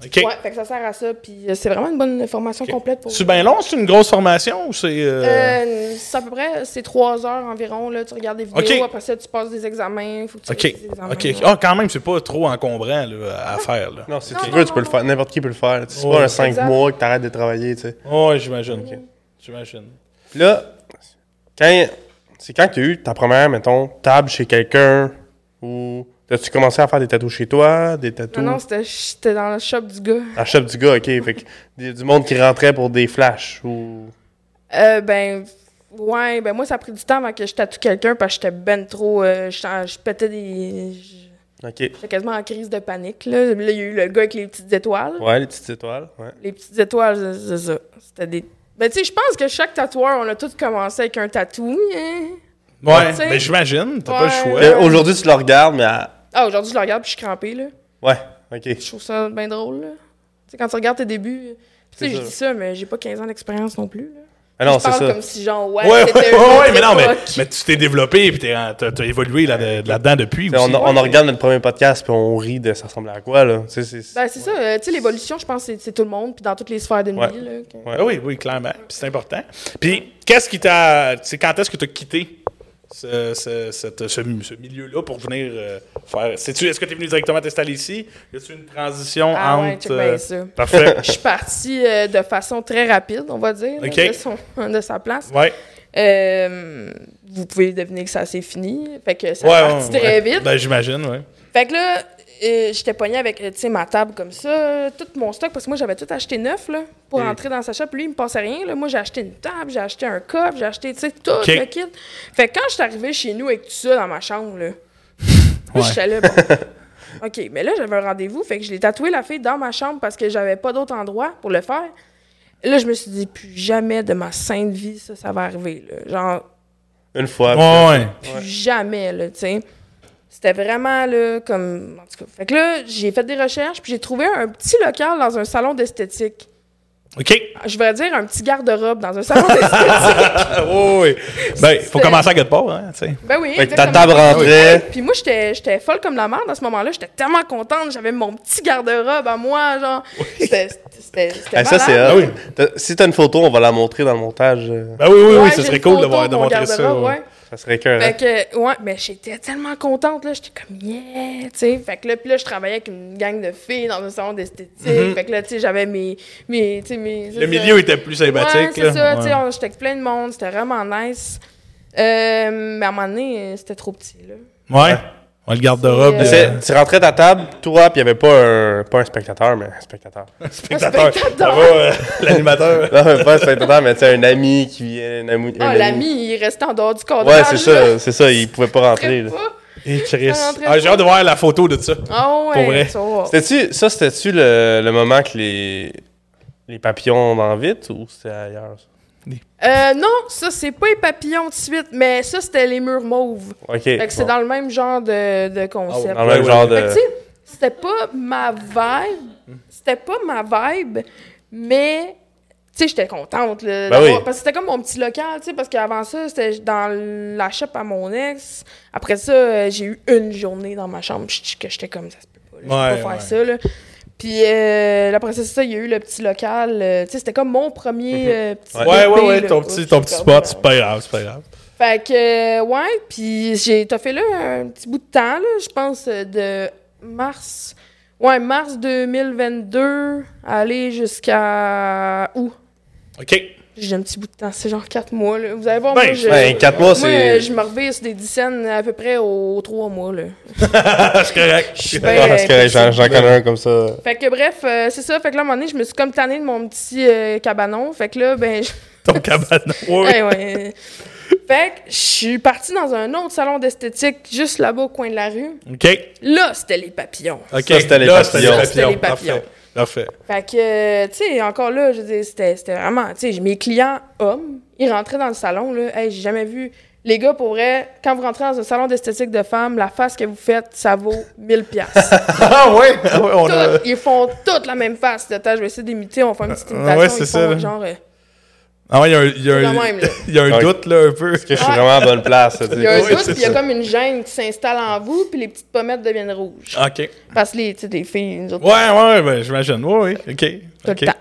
A: OK.
D: Ouais, fait que ça sert à ça puis euh, c'est vraiment une bonne formation
A: Ok.
D: complète pour
A: C'est bien long, c'est une grosse formation ou c'est. euh,
D: Euh, c'est à peu près c'est trois heures environ là, tu regardes des vidéos,
A: Ok.
D: après ça tu passes des examens, faut que tu
A: OK.
D: révises des examens.
A: OK. Ah, quand même, c'est pas trop encombrant là, à faire. Là.
C: Non, si
D: Non,
C: tu
D: non,
C: veux, tu peux
D: non,
C: le faire. N'importe qui peut le faire. tu sais, C'est
A: Ouais.
C: pas un 5
D: Exact.
C: mois que t'arrêtes de travailler, tu sais.
A: Ouais, j'imagine. J'imagine.
C: Puis là, quand c'est quand tu as eu ta première, mettons, table chez quelqu'un ou as-tu commencé à faire des tatous chez toi, des
D: Non, non,
C: tatous
D: c'était- j'étais dans le shop du gars.
C: à shop du gars, ok. Fait que des- du monde qui rentrait pour des flashs ou.
D: Euh, ben, ouais, ben moi, ça a pris du temps avant que je tatoue quelqu'un parce que j'étais ben trop. euh, j'étais en- je pétais des.
C: Ok.
D: J'étais quasiment en crise de panique, là. Là, il y a eu le gars avec les petites étoiles.
C: Ouais, les petites étoiles. Ouais.
D: Les petites étoiles, c'est- c'est ça. C'était des. Ben, tu sais, je pense que chaque tatoueur, on a tous commencé avec un tatou. hein.
A: Ouais,
D: Tu sais.
A: mais j'imagine, t'as pas le choix.
D: Ouais.
C: Là, Euh, Aujourd'hui, tu le regardes, mais. à-
D: Ah, aujourd'hui, je le regarde puis je suis crampée, là.
C: Ouais, ok.
D: Je trouve ça bien drôle, là. Tu sais, quand tu regardes tes débuts. Tu
C: C'est
D: sais, je
C: ça.
D: dis ça, mais j'ai pas 15 ans d'expérience non plus, là.
C: Ah non,
D: je
C: c'est
D: parle
C: ça.
D: comme si, genre, ouais,
A: Ouais, ouais,
D: c'était
A: ouais,
D: une
A: ouais,
D: autre
A: mais non, mais,
D: époque.
A: mais tu t'es développé et t'es- t'as t'as évolué là- de- là-dedans depuis.
C: T'sais, On,
A: aussi.
C: on regarde notre premier podcast puis on rit de ça ressemblait à quoi là. T'sais, c'est-
D: Ben, c'est ça. euh, tu sais, l'évolution, je pense, c'est c'est tout le monde, puis dans toutes les sphères de
C: Ouais.
D: vie. Là, que-
A: Ah oui, oui, clairement. Puis c'est important. Puis qu'est-ce qui t'a. C'est quand est-ce que t'as quitté ce, ce- cette- ce- ce milieu-là pour venir euh, faire. Sais-tu, est-ce que t'es venu directement t'installer ici? Y a-tu une transition
D: Ah ouais,
A: entre.
D: check
A: euh,
D: bien ça.
A: Parfait.
D: Je suis partie euh, de façon très rapide, on va dire, là,
A: Ok.
D: de, son- de sa place.
A: ouais.
D: Euh, vous pouvez deviner que ça s'est fini. Fait que ça
A: ouais,
D: a
A: ouais,
D: parti
A: ouais.
D: très vite.
A: Ben, j'imagine, ouais.
D: Fait que là, euh, j'étais pognée avec, euh, tu sais, ma table comme ça, tout mon stock, parce que moi, j'avais tout acheté neuf, là,
A: Mm.
D: pour entrer dans sa shop. Lui, il me passait rien, là. Moi, j'ai acheté une table, j'ai acheté un cop, j'ai acheté, tu sais, tout
A: Ok.
D: le kit. Fait que quand je suis arrivée chez nous avec tout ça dans ma chambre, là, moi,
A: Ouais.
D: j'étais là, bon. OK, mais là, j'avais un rendez-vous, fait que je l'ai tatoué la fille dans ma chambre parce que j'avais pas d'autre endroit pour le faire. Là, je me suis dit, plus jamais de ma sainte vie, ça, ça va arriver, là. Genre,
C: Une fois.
A: Ouais, ouais.
D: plus jamais, là, tu sais. C'était vraiment, là, comme... En tout cas, fait que là, j'ai fait des recherches, puis j'ai trouvé un petit local dans un salon d'esthétique.
A: OK.
D: Je vais dire un petit garde-robe dans un salon d'esthétique.
A: Ah, oui, oui. Ben, faut
D: C'est-
A: commencer à quelque part, hein, tu sais.
D: ben oui,
C: Fait que ta
D: exactement.
C: table rentrait.
D: Puis moi, j'étais j'étais folle comme la merde à ce moment-là. J'étais tellement contente. J'avais mon petit garde-robe à moi, genre. C'était c'était- c'était
C: Ah, ça,
D: malade.
C: c'est
A: Ah
C: hot. T'as- Si t'as une photo, on va la montrer dans le montage. euh,
A: Ben oui, oui,
D: Ouais,
A: oui, ce
D: j'ai
A: serait
D: une
A: cool de,
D: photo
A: voir, de
D: mon
A: montrer ça.
D: garde-robe,
A: ouais.
D: ouais.
C: Ça serait cœur.
D: Fait que, ouais, mais j'étais tellement contente, là. J'étais comme, yeah, tu sais. Fait que là, puis là, je travaillais avec une gang de filles dans un salon d'esthétique. Fait que là, tu sais, j'avais mes. mes, tu sais, mes
A: Le milieu était plus sympathique.
D: Ouais, c'est ça,
A: là.
D: tu
A: Ouais.
D: sais. on- J'étais avec plein de monde, c'était vraiment nice. Euh, mais à un moment donné, euh, c'était trop petit, là.
A: Ouais. On le garde-robe.
D: C'est,
A: euh,
C: Tu rentrais à ta table, toi, puis il n'y avait pas un, pas un spectateur, mais un spectateur.
A: spectateur.
D: spectateur.
A: Ça va, euh, l'animateur.
C: non, pas un spectateur, mais tu sais, un ami qui vient. Un ami, un
D: Ah,
C: ami.
D: l'ami, il restait en dehors du cadrage.
C: Ouais, c'est
D: là.
C: ça, c'est ça, il pouvait pas rentrer.
D: Très
C: là.
D: pas.
A: Et Chris.
D: Ça rentrait
A: Ah, j'ai
D: pas.
A: hâte de voir la photo de ça.
D: Ah ouais,
A: Pour vrai.
D: ça va.
C: C'était-tu, ça, c'était-tu le, le moment que les, les papillons vont vite ou c'était ailleurs? ça?
D: Euh, non, ça, c'est pas les papillons de suite, mais ça, c'était les murs mauves.
C: Ok.
D: Fait que c'est
C: bon.
D: dans le même genre de, de concept.
C: Dans le même
A: Ah, Ouais,
C: genre
A: ouais.
C: de.
D: Fait que, tu sais, c'était pas ma vibe. C'était pas ma vibe, mais. Tu sais, j'étais contente,
C: Ben
D: là, d'avoir-
C: oui.
D: Parce que c'était comme mon petit local, tu sais, parce qu'avant ça, c'était dans la shop à mon ex. Après ça, euh, j'ai eu une journée dans ma chambre ch- que j'étais comme, ça se peut pas, là, je peux
A: Ouais,
D: pas
A: ouais.
D: faire ça, là. Puis euh, après ça, c'est ça, il y a eu le petit local. euh, tu sais, c'était comme mon premier euh, petit
A: Mhm. Ouais, ouais,
D: bébé,
A: ouais,
D: là.
A: ton
D: Ouais,
A: petit,
D: j'étais
A: ton petit
D: comme,
A: spot,
D: euh,
A: c'est pas grave, c'est pas grave.
D: fait que, euh, ouais, puis j'ai fait là un petit bout de temps, là, je pense, euh, de mars, ouais, mars 2022, aller jusqu'à août.
A: OK.
D: J'ai un petit bout de temps, c'est genre quatre mois, là. Vous allez voir,
A: Ben,
D: moi, je,
C: Ben, quatre mois,
D: Euh, moi,
C: c'est.
D: euh, je me reviens sur des dix scènes à peu près aux trois mois, là.
A: c'est correct.
D: Je suis
C: Ah,
D: bien,
C: parce
D: euh,
C: que j'en j'en connais un comme ça.
D: Fait que bref, euh, c'est ça, fait que là, à un moment donné, je me suis comme tannée de mon petit euh, cabanon, fait que là, ben, je-
A: Ton cabanon. Ouais, ouais.
D: Ouais, ouais. fait que je suis partie dans un autre salon d'esthétique, juste là-bas au coin de la rue.
A: OK.
D: Là, c'était les papillons.
A: OK.
C: Ça, c'était les
A: Là,
C: papillons.
D: Ça, c'était les papillons.
A: Parfait. Parfait.
D: Fait que, euh, tu sais, encore là, je veux dire, c'était c'était vraiment, tu sais, j'ai- mes clients hommes, ils rentraient dans le salon, là, hey, j'ai jamais vu. Les gars, pour vrai, quand vous rentrez dans un salon d'esthétique de femmes, la face que vous faites, ça vaut 1000 pièces.
A: Ah ouais, ah ouais, on a...
D: Ils font toutes la même face. Attends, je vais essayer d'imiter, on fait une petite
A: Ah,
D: imitation.
A: ouais, c'est
D: ils
A: ça,
D: font
A: là.
D: genre, euh,
A: Ah ouais, il y a un, il y a
D: C'est
A: un-
D: le même, là.
A: il y a un
C: Ouais.
A: doute, là, un peu.
C: que je suis
D: Ouais.
C: vraiment à bonne place.
D: il y a un
A: Ouais,
D: doute,
A: c'est
D: puis il y a
A: ça.
D: comme une gêne qui s'installe en vous, puis les petites pommettes deviennent rouges.
A: OK.
D: Parce que les, tu sais, les filles, nous autres,
A: Ouais, ouais, ouais, ben, j'imagine. Ouais, ouais, OK.
D: tout
A: OK.
D: le temps.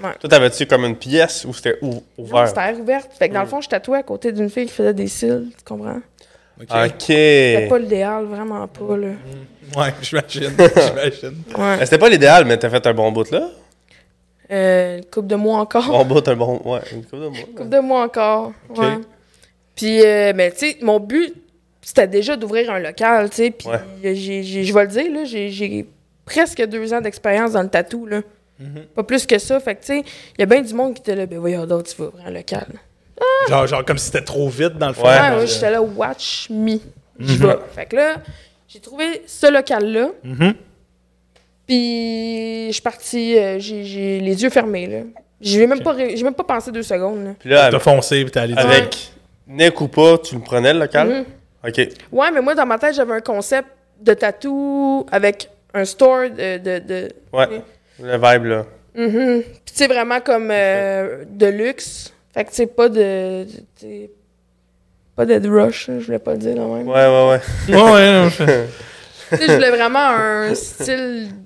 D: Ouais.
C: Toi, t'avais-tu comme une pièce ou c'était ou-
D: Non,
C: ouvert?
D: c'était à air ouverte. Fait que
A: Mm.
D: dans le fond, je tatouais à côté d'une fille qui faisait des cils, tu comprends?
A: OK.
C: Ok.
D: C'était
C: Mais
D: pas l'idéal, vraiment pas, là.
A: Ouais, j'imagine. j'imagine.
D: Ouais.
C: Eh, C'était pas l'idéal, mais t'as fait un bon bout là.
D: Euh, une coupe de mois encore.
C: Bon bout, un bon. Ouais, une couple de mois.
D: Coupe de mois encore. Ouais. Puis, euh, mais tu sais, mon but, c'était déjà d'ouvrir un local, tu sais. Puis,
C: Ouais.
D: euh, j'ai- j'ai- je vais le dire, là, j'ai- j'ai presque deux ans d'expérience dans le tatou, là.
C: Mm-hmm.
D: Pas plus que ça. Fait que, tu sais, il y a bien du monde qui était là, ben voyons donc, tu vas ouvrir un local.
A: Genre, genre comme si c'était trop vite dans le fond.
C: Ouais. Mm-hmm.
D: Ouais, ouais, j'étais là, watch me. Je vais. Fait que là, j'ai trouvé ce local-là.
A: Mhm.
D: Puis, je suis partie, euh, j'ai j'ai les yeux fermés, là. J'ai même, pas ré- j'ai même pas pensé deux secondes, là.
C: Puis là,
A: T'as
C: avec,
A: foncé pis t'es allé dire.
C: avec Nick ou pas, tu me prenais le local?
D: Mhm.
C: OK.
D: Ouais, mais moi, dans ma tête, j'avais un concept de tatou avec un store de. de, de-
C: Ouais. Le vibe, là.
D: Mhm. Puis, tu sais, vraiment comme euh, de luxe. Fait que, tu sais, pas de. tu sais, Pas de rush, là, je voulais pas le dire, non, même.
C: Ouais, ouais, ouais.
A: Ouais, ouais, non, je-
D: Tu sais, je voulais vraiment un style. ben,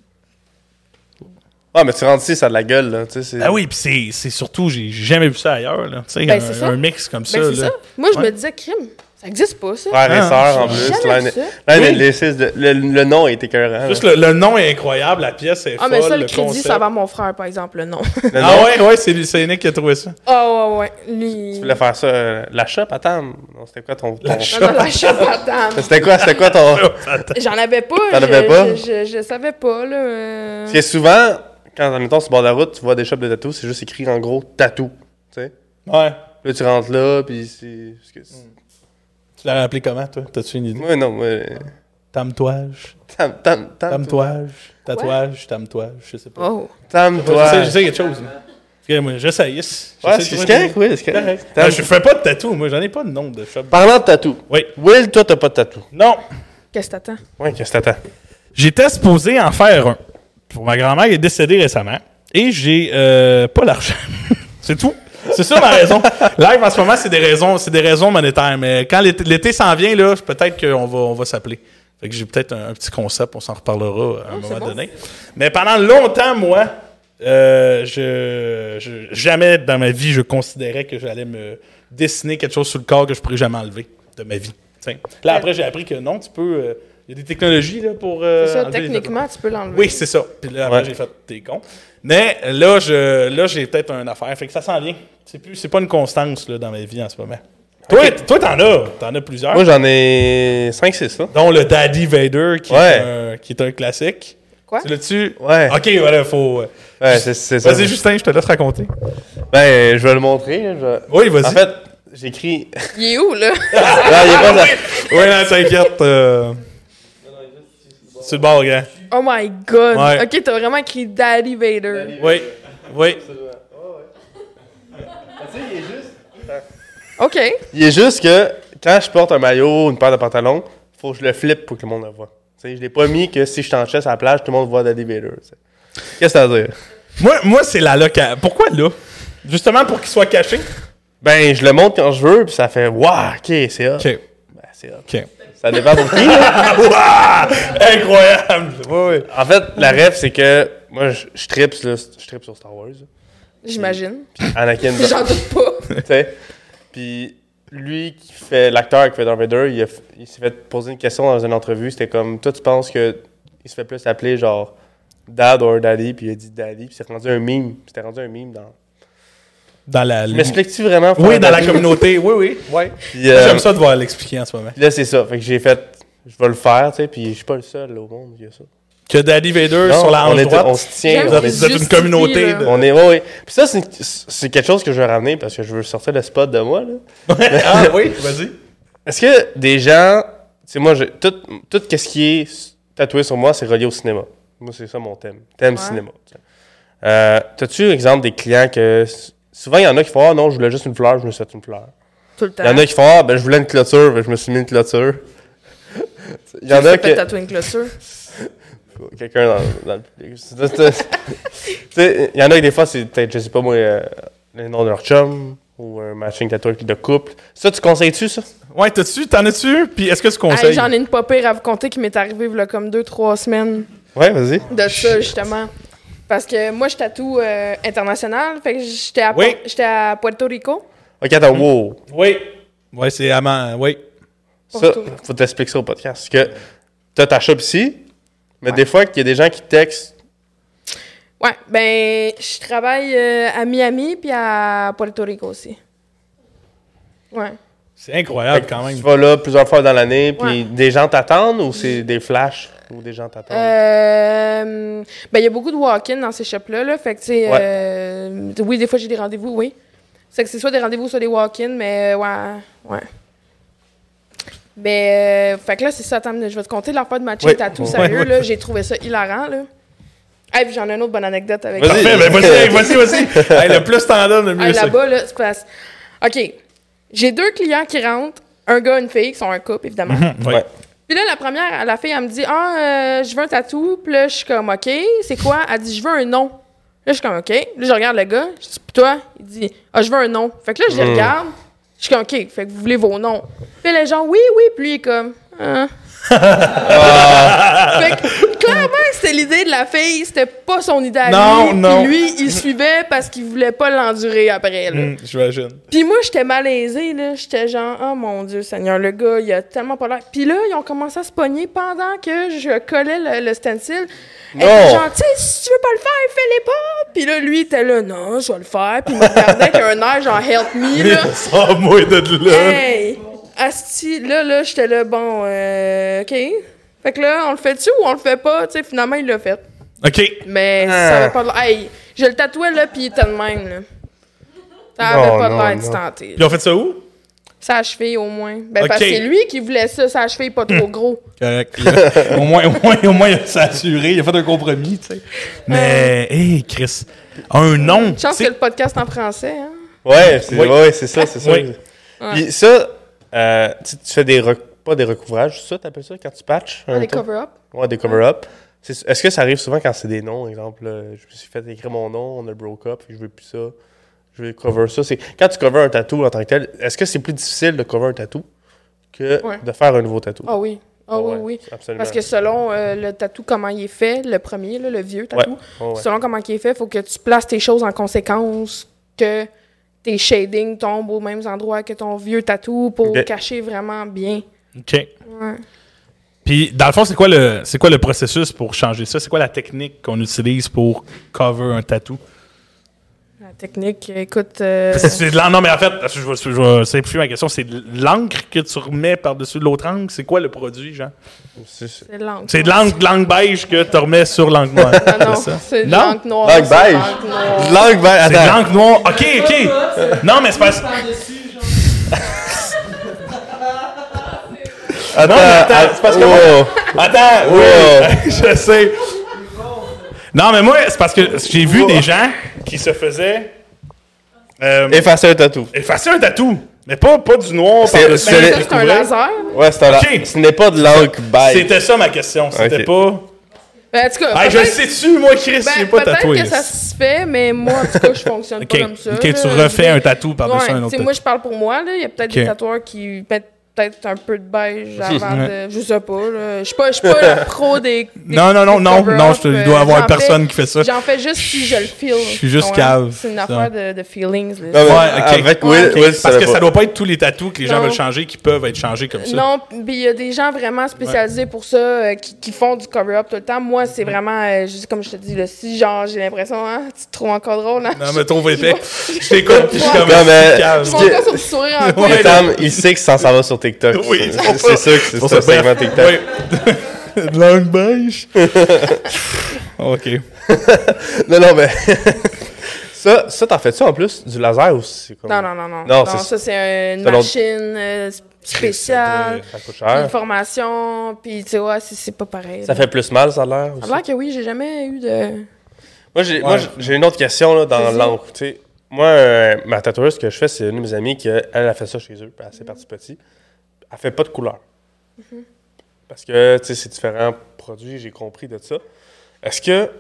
C: Ouais, mais tu rentres ici, ça a de la gueule, là. Tu sais, c'est...
A: Ah oui, pis c'est, c'est surtout, j'ai jamais vu ça ailleurs, là. Tu sais,
D: Ben, c'est
A: un,
D: ça.
A: un mix comme ça,
D: Ben, c'est
A: là.
D: ça. Moi, je
A: Ouais.
D: me disais, crime, ça existe pas, ça.
C: Frère
A: Ah,
C: et sœur, en
A: j'ai
C: plus.
D: jamais vu
C: Line-
D: ça.
C: Line
A: Oui.
C: and Laces, de- le, le nom est écœurant.
A: Juste
C: là.
A: le, le nom est incroyable, la pièce est
D: Ah,
A: folle,
D: mais ça, le,
A: le
D: crédit,
A: concept.
D: ça va à mon frère, par exemple, le nom.
C: Le nom,
A: Ah ouais, ouais, c'est, lui- c'est Nick qui a trouvé ça.
D: Ah, ouais, ouais. Lui.
C: Tu voulais faire ça, euh, la shop, attends. Non, c'était quoi ton...
A: La
C: ton-
A: shop.
D: Non, non, la chatte à dame.
C: C'était quoi, c'était quoi ton...
D: J'en avais pas.
C: T'en
D: je-
C: avais pas?
D: Je, je, je savais pas, là. euh.
C: Parce que souvent, quand, mettons, sur le bord de la route, tu vois des shops de tatou, c'est juste écrit, en gros, tatou. Tu sais?
A: Ouais.
C: Là, tu rentres là, puis c'est... parce que
A: Mm.
C: c'est-
A: Tu l'as appelé comment, toi? T'as-tu une idée?
C: Ouais, non, ouais...
A: Tam-touage,
C: Tam, tam, tam,
A: tam-touage, tatouage, tam-touage, je sais pas.
D: Oh.
C: tam,
A: Je sais-
C: toi.
A: Je sais quelque chose, là. Ok, moi, J'essayisse.
C: Ouais,
A: J'essaie
C: c'est
A: de trouver
C: c'est correct, oui, c'est
A: des-
C: correct.
A: Ben,
C: Tam-
A: Je fais pas de tatou, moi, j'en ai pas de nom de shop.
C: Parlant de tatou.
A: Oui.
C: Will, toi, t'as pas de tatou.
A: Non,
D: Qu'est-ce que t'attends?
C: Ouais, qu'est-ce que t'attends?
A: J'étais supposé en faire un. Pour ma grand-mère qui est décédée récemment. Et j'ai euh, pas l'argent. c'est tout. C'est ça ma raison. Live en ce moment, c'est des raisons, c'est des raisons monétaires. Mais quand l'été l'été s'en vient, là, peut-être qu'on va, on va s'appeler. Fait que j'ai peut-être un, un petit concept, on s'en reparlera à un
D: Oh, c'est
A: moment
D: bon.
A: donné. Mais pendant longtemps, moi, euh, je, je- jamais dans ma vie, je considérais que j'allais me dessiner quelque chose sur le corps que je pourrais jamais enlever de ma vie. Tiens.
D: Euh,
A: Là, après, j'ai appris que non, tu peux. euh, Il y a des technologies là, pour. euh,
D: C'est ça,
A: enlever les
D: techniquement, tu peux l'enlever.
A: oui, c'est ça. Puis là, après,
C: Ouais.
A: j'ai fait t'es con. Mais là, je, là, j'ai peut-être une affaire. Fait que ça s'en vient. C'est plus, c'est pas une constance là, dans ma vie en ce moment. Toi, t- toi, t'en as, t'en as plusieurs.
C: Moi, j'en ai 5, 6, ça.
A: dont le Daddy Vader, qui, est,
C: Ouais.
A: un, qui est un classique.
D: Quoi?
A: Tu l'as-tu?
C: Ouais.
A: Ok, voilà, faut. euh,
C: Ouais, c'est c'est ça.
A: Vas-y, Justin, je te laisse raconter.
C: Ben, je vais le montrer. là, je-
A: Oui, vas-y.
C: En fait, j'écris.
D: Il est où, là?
C: Ah, il est pas ça.
A: oui, non, t'inquiète. euh, C'est le bord, gars.
D: Oh my god!
A: Ouais.
D: Ok, t'as vraiment écrit Daddy Vader.
A: Oui, oui.
D: Ok.
C: Il est juste que quand je porte un maillot, une paire de pantalons, faut que je le flippe pour que le monde le voit. Tu sais, je l'ai pas mis que si je suis en chest à la plage, tout le monde voit Daddy Vader. tu sais. Qu'est-ce que ça veut dire?
A: Moi, moi c'est la loca. Pourquoi là? Justement pour qu'il soit caché.
C: Ben, je le monte quand je veux, puis ça fait Waouh, ok, c'est hot.
A: Ok,
C: Ben, c'est hot.
A: ok.
C: Ça dépend pour qui. là.
A: Incroyable! Oui, oui.
C: En fait, la ref, c'est que moi, je, je trips, là, je trips sur Star Wars. là.
D: J'imagine.
C: Anakin.
D: J'en doute pas.
C: tu sais. Puis lui qui fait l'acteur qui fait Darth Vader, il, a f- il s'est fait poser une question dans une entrevue. C'était comme toi, tu penses que il se fait plus appeler genre Dad or Daddy, puis il a dit Daddy, puis c'est rendu un mime. Puis c'était rendu un mime dans.
A: Dans la.
C: M'expliques-tu vraiment
A: Oui,
C: faire
A: dans la
C: Daddy?
A: communauté. Oui, oui.
C: Puis, euh,
A: J'aime ça de voir l'expliquer en ce moment.
C: puis là, c'est ça. Fait que j'ai fait, je vais le faire, tu sais. Puis je suis pas le seul là, au monde qui a ça.
A: Que Daddy Vader
C: Non,
A: sur la
C: on,
A: hanche
C: est-
A: droite.
C: on se tient.
A: Vous
C: On
A: êtes,
C: est,
A: vous êtes une
D: Justifie,
A: communauté
D: là.
A: de.
C: on est- ouais, ouais. Puis ça, c'est une- c'est quelque chose que je vais ramener parce que je veux sortir le spot de moi là.
A: ah oui, vas-y.
C: Est-ce que des gens. Tu sais, moi, je- tout, tout ce qui est s- tatoué sur moi, c'est relié au cinéma. Moi, c'est ça mon thème. Thème
D: Ouais.
C: cinéma. tu sais. Euh, T'as-tu, exemple, des clients que. s- Souvent, il y en a qui font Ah non, je voulais juste une fleur, je me suis fait une fleur.
D: Tout le temps.
C: Il y en a qui font Ah ben, je voulais une clôture, ben, je me suis mis une clôture. Il y en a
D: qui fait
C: que.
D: tatouer une clôture.
C: Quelqu'un dans, dans le public. C'est- c'est- c'est- tu sais, Il y en a qui, des fois, c'est peut-être, je sais pas moi, euh, le nom de leur chum ou un matching tatouage de couple. Ça, tu conseilles-tu ça?
A: Ouais, t'as-tu, t'en as-tu? Puis est-ce que tu
D: Hey,
A: conseilles?
D: J'en ai une pas pire à vous conter qui m'est arrivée il y a comme deux, trois semaines
C: Ouais, vas-y.
D: de ça, justement. Parce que moi, je tatoue euh, international. Fait que j'étais à,
A: Oui.
D: Pu- j'étais à Puerto Rico.
C: Ok,
A: Hmm.
C: attends, wow.
A: Oui. Oui, c'est amant. Oui.
C: Ça,
D: Porto.
C: faut t'expliquer ça au podcast. Parce que t'as ta shop ici, mais des fois, qu'il y a des gens qui textent.
D: Ouais, ben, je travaille euh, à Miami puis à Puerto Rico aussi. Ouais.
A: C'est incroyable Ah, quand même.
C: Tu vas là plusieurs fois dans l'année, puis
D: Ouais. Hmm.
C: des gens t'attendent ou c'est des flashs ou des gens t'attendent?
D: Euh, ben, il y a beaucoup de walk-in dans ces shops-là. Là, fait que, tu sais,
C: Ouais.
D: euh, oui, des fois, j'ai des rendez-vous, oui. C'est que c'est soit des rendez-vous, soit des walk-in, mais euh, ouais, ouais. Mais, euh, fait que là, c'est ça. Attends, je vais te compter l'affaire de ma chaîne
C: Oui.
D: tatou,
C: Ouais,
D: sérieux,
A: ouais.
D: là. J'ai trouvé ça hilarant, là. Ah, puis j'en ai une autre bonne anecdote avec
C: Vas-y.
A: Parfait, ben vas-y, vas-y, vas-y. Hey, le plus t'en donnes, le
D: Ah,
A: mieux c'est.
D: là-bas, là, c'est parce... OK. J'ai deux clients qui rentrent, un gars, une fille, qui sont un couple, évidemment.
A: Mhm, ouais.
C: Ouais.
D: Puis là, la première, la fille, elle me dit Ah, euh, je veux un tatou. Puis là, je suis comme OK, c'est quoi Elle dit Je veux un nom. Là, je suis comme OK. Là, je regarde le gars. Je dis Puis toi Il dit Ah, je veux un nom. Fait que là, je
A: Hmm.
D: le regarde. Je suis comme OK, fait que vous voulez vos noms. Puis les gens Oui, oui. Puis lui, il est comme Hein? Fait que, clairement, c'était l'idée de la fille, c'était pas son idée à
A: Non,
D: lui.
A: non.
D: Puis lui, il suivait parce qu'il voulait pas l'endurer après. Là.
A: Hum, J'imagine.
D: Puis moi, j'étais malaisée, là. J'étais genre, oh mon Dieu, Seigneur, le gars, il a tellement pas l'air. Puis là, ils ont commencé à se pogner pendant que je collais le, le stencil. Et
C: Non.
D: genre, tu sais, si tu veux pas le faire, fais-les pas. Puis là, lui, il était là, non, je vais le faire. Puis il me regardait avec un air, genre, help me, là.
A: Sans moi de là.
D: Hey! Asti, là, là, j'étais là, bon, euh, OK. Fait que là, on le fait-tu ou on le fait pas? Tu sais, finalement, il l'a fait.
A: Ok.
D: Mais
C: Ah.
D: ça avait pas de l'air. Hey, je le tatouais, là, puis il était de même, là. Ça
C: Non,
D: avait pas de
C: non,
D: l'air de
C: non.
D: tenter. là.
A: Puis on fait ça où?
D: Sa cheville, au moins. Ben, parce
A: Ok.
D: que c'est lui qui voulait ça, sa cheville pas trop gros.
A: Correct. Il a- au, moins, au, moins, au moins, il s'est assuré. Il a fait un compromis, tu sais. Mais, hé, Chris, un nom.
D: Chance
A: tu sais.
D: que le podcast en français, hein?
C: Ouais, c'est
A: Oui.
C: ouais, c'est ça, c'est ça.
A: Oui.
C: Puis ça, euh, tu, tu fais des rec- pas des recouvrages, ça t'appelles ça quand tu patches
D: Ah,
C: un
D: des
C: truc?
D: cover-up.
C: Ouais, des cover-up. C'est- Est-ce que ça arrive souvent quand c'est des noms, exemple, euh, je me suis fait écrire mon nom, on a broke up, puis je veux plus ça, je vais cover ça. C'est quand tu covers un tatou en tant que tel, est-ce que c'est plus difficile de cover un tatou que
D: Ouais.
C: de faire un nouveau tatou
A: Oh,
D: Ah oui. Ah oui,
C: Ouais,
D: oui.
C: Absolument.
D: Parce que selon euh, le tatou, comment il est fait, le premier, là, le vieux
C: ouais.
D: tatou,
C: Oh, ouais, ouais.
D: selon comment il est fait, faut que tu places tes choses en conséquence, que tes shadings tombent aux mêmes endroits que ton vieux tatou pour
C: Ok.
D: cacher vraiment bien.
A: OK.
D: Ouais.
A: Puis, dans le fond, c'est quoi le, c'est quoi le processus pour changer ça? C'est quoi la technique qu'on utilise pour cover un tatou?
D: La technique, écoute. euh,
A: Parce que c'est de l'en- non, mais en fait, parce que je vais, je vais simplifier ma question. C'est de l'encre que tu remets par-dessus de l'autre encre. C'est quoi le produit, Jean?
C: C'est- c'est-
D: C'est de l'encre.
A: C'est de l'encre, de l'encre beige que tu remets sur l'encre noire.
D: Ah non,
A: ça?
D: c'est de
A: Non?
D: l'encre noire.
C: L'encre
D: c'est de
C: beige.
D: l'encre noire.
C: Langue, ben,
A: C'est de
C: attends.
A: l'encre noire. OK, OK. Non, mais c'est parce
C: Attends,
A: Non, mais attends,
C: att-
A: c'est parce que-
C: oh.
A: Attends, oui, je sais. Non, mais moi, c'est parce que j'ai vu des gens qui se faisaient euh,
C: Effacer un tatou.
A: effacer un tatou, mais pas, pas du noir
C: C'est-
A: par-dessus.
C: C'est-
D: Mais Ben, ça, c'est un
A: couvert.
D: laser.
C: Ouais, c'est un
A: Ok.
C: Ce n'est pas de l'encre beige.
A: C'était ça ma question, c'était
C: Ok.
A: pas...
D: Ben, en tout cas,
A: Hey, je le
D: peut-être-
A: sais-tu, moi, Chris,
D: ben,
A: j'ai pas
D: peut-être
A: tatoué.
D: que ça se fait, mais moi, en tout cas, je fonctionne
A: Ok,
D: pas comme ça.
A: ok,
D: là.
A: tu refais un tatou
D: Ouais,
A: par-dessus un
D: tu
A: autre
D: sais, moi, je parle pour moi. là. Il y a peut-être
A: Ok.
D: des tatoueurs qui mettent peut-être un peu de beige avant
A: Ouais.
D: de... Je sais pas. là. Je suis pas, je suis pas le pro des, des-
A: Non, non, non,
D: des
A: non,
D: cover-up,
A: non, je te-
D: euh,
A: dois avoir
D: j'en
A: personne
D: fais-
A: qui fait ça.
D: J'en fais juste si je le feel.
A: Je suis juste
D: Ouais,
A: cave,
D: C'est une
A: ça.
D: affaire de, de feelings. là.
C: Non, mais
A: Ah Ouais, ok.
C: Avec Will,
D: Ouais.
C: Will,
A: Parce que
C: va.
A: ça doit pas être tous les tatous que les gens
D: Non.
A: veulent changer qui peuvent être changés comme ça.
D: Non, puis il y a des gens vraiment spécialisés pour ça euh, qui, qui font du cover-up tout le temps. Moi, c'est vraiment, euh, je- comme je te dis, là, si genre j'ai l'impression, hein, tu te trouves encore drôle, hein?
A: Non, mais trop
D: Je-
A: épais.
D: je-
A: Je t'écoute, puis je suis comme...
C: Non, mais-
A: calme.
D: Je suis encore sur le sourire en coin.
A: Ouais,
D: là.
C: Tom, il sait que ça s'en va sur TikTok.
A: Oui,
C: C'est-
A: c'est pour ça.
C: c'est sûr que c'est
A: Pour
C: ça,
A: ça,
C: segment
A: bref.
C: TikTok.
A: Oui. De Langue beige. OK.
C: Non, non, mais. ça, ça t'en fais-tu en plus du laser ou c'est comme.
D: Non, non, non, non.
C: Non,
D: Non,
C: c'est-
D: ça, c'est
C: c'est
D: une
C: l'autre-
D: machine euh, spéciale,
C: Ça coûte
D: puis une
C: cher.
D: formation, puis tu sais, ouais, c'est- c'est pas pareil.
C: Ça
D: là.
C: fait plus mal, ça a l'air.
D: Ça
C: aussi.
D: a l'air que oui, j'ai jamais eu de.
C: Moi, j'ai moi,
A: Ouais.
C: j'ai une autre question là, dans
D: Vas-y.
C: l'encre. tu sais. Moi, euh, ma tatoueuse, ce que je fais, c'est une de mes amies qui, elle, elle a fait ça chez eux, puis elle s'est partie petit. Elle fait pas de couleur.
D: Mm-hmm.
C: Parce que, tu sais, c'est différents produits, j'ai compris de ça. Est-ce que.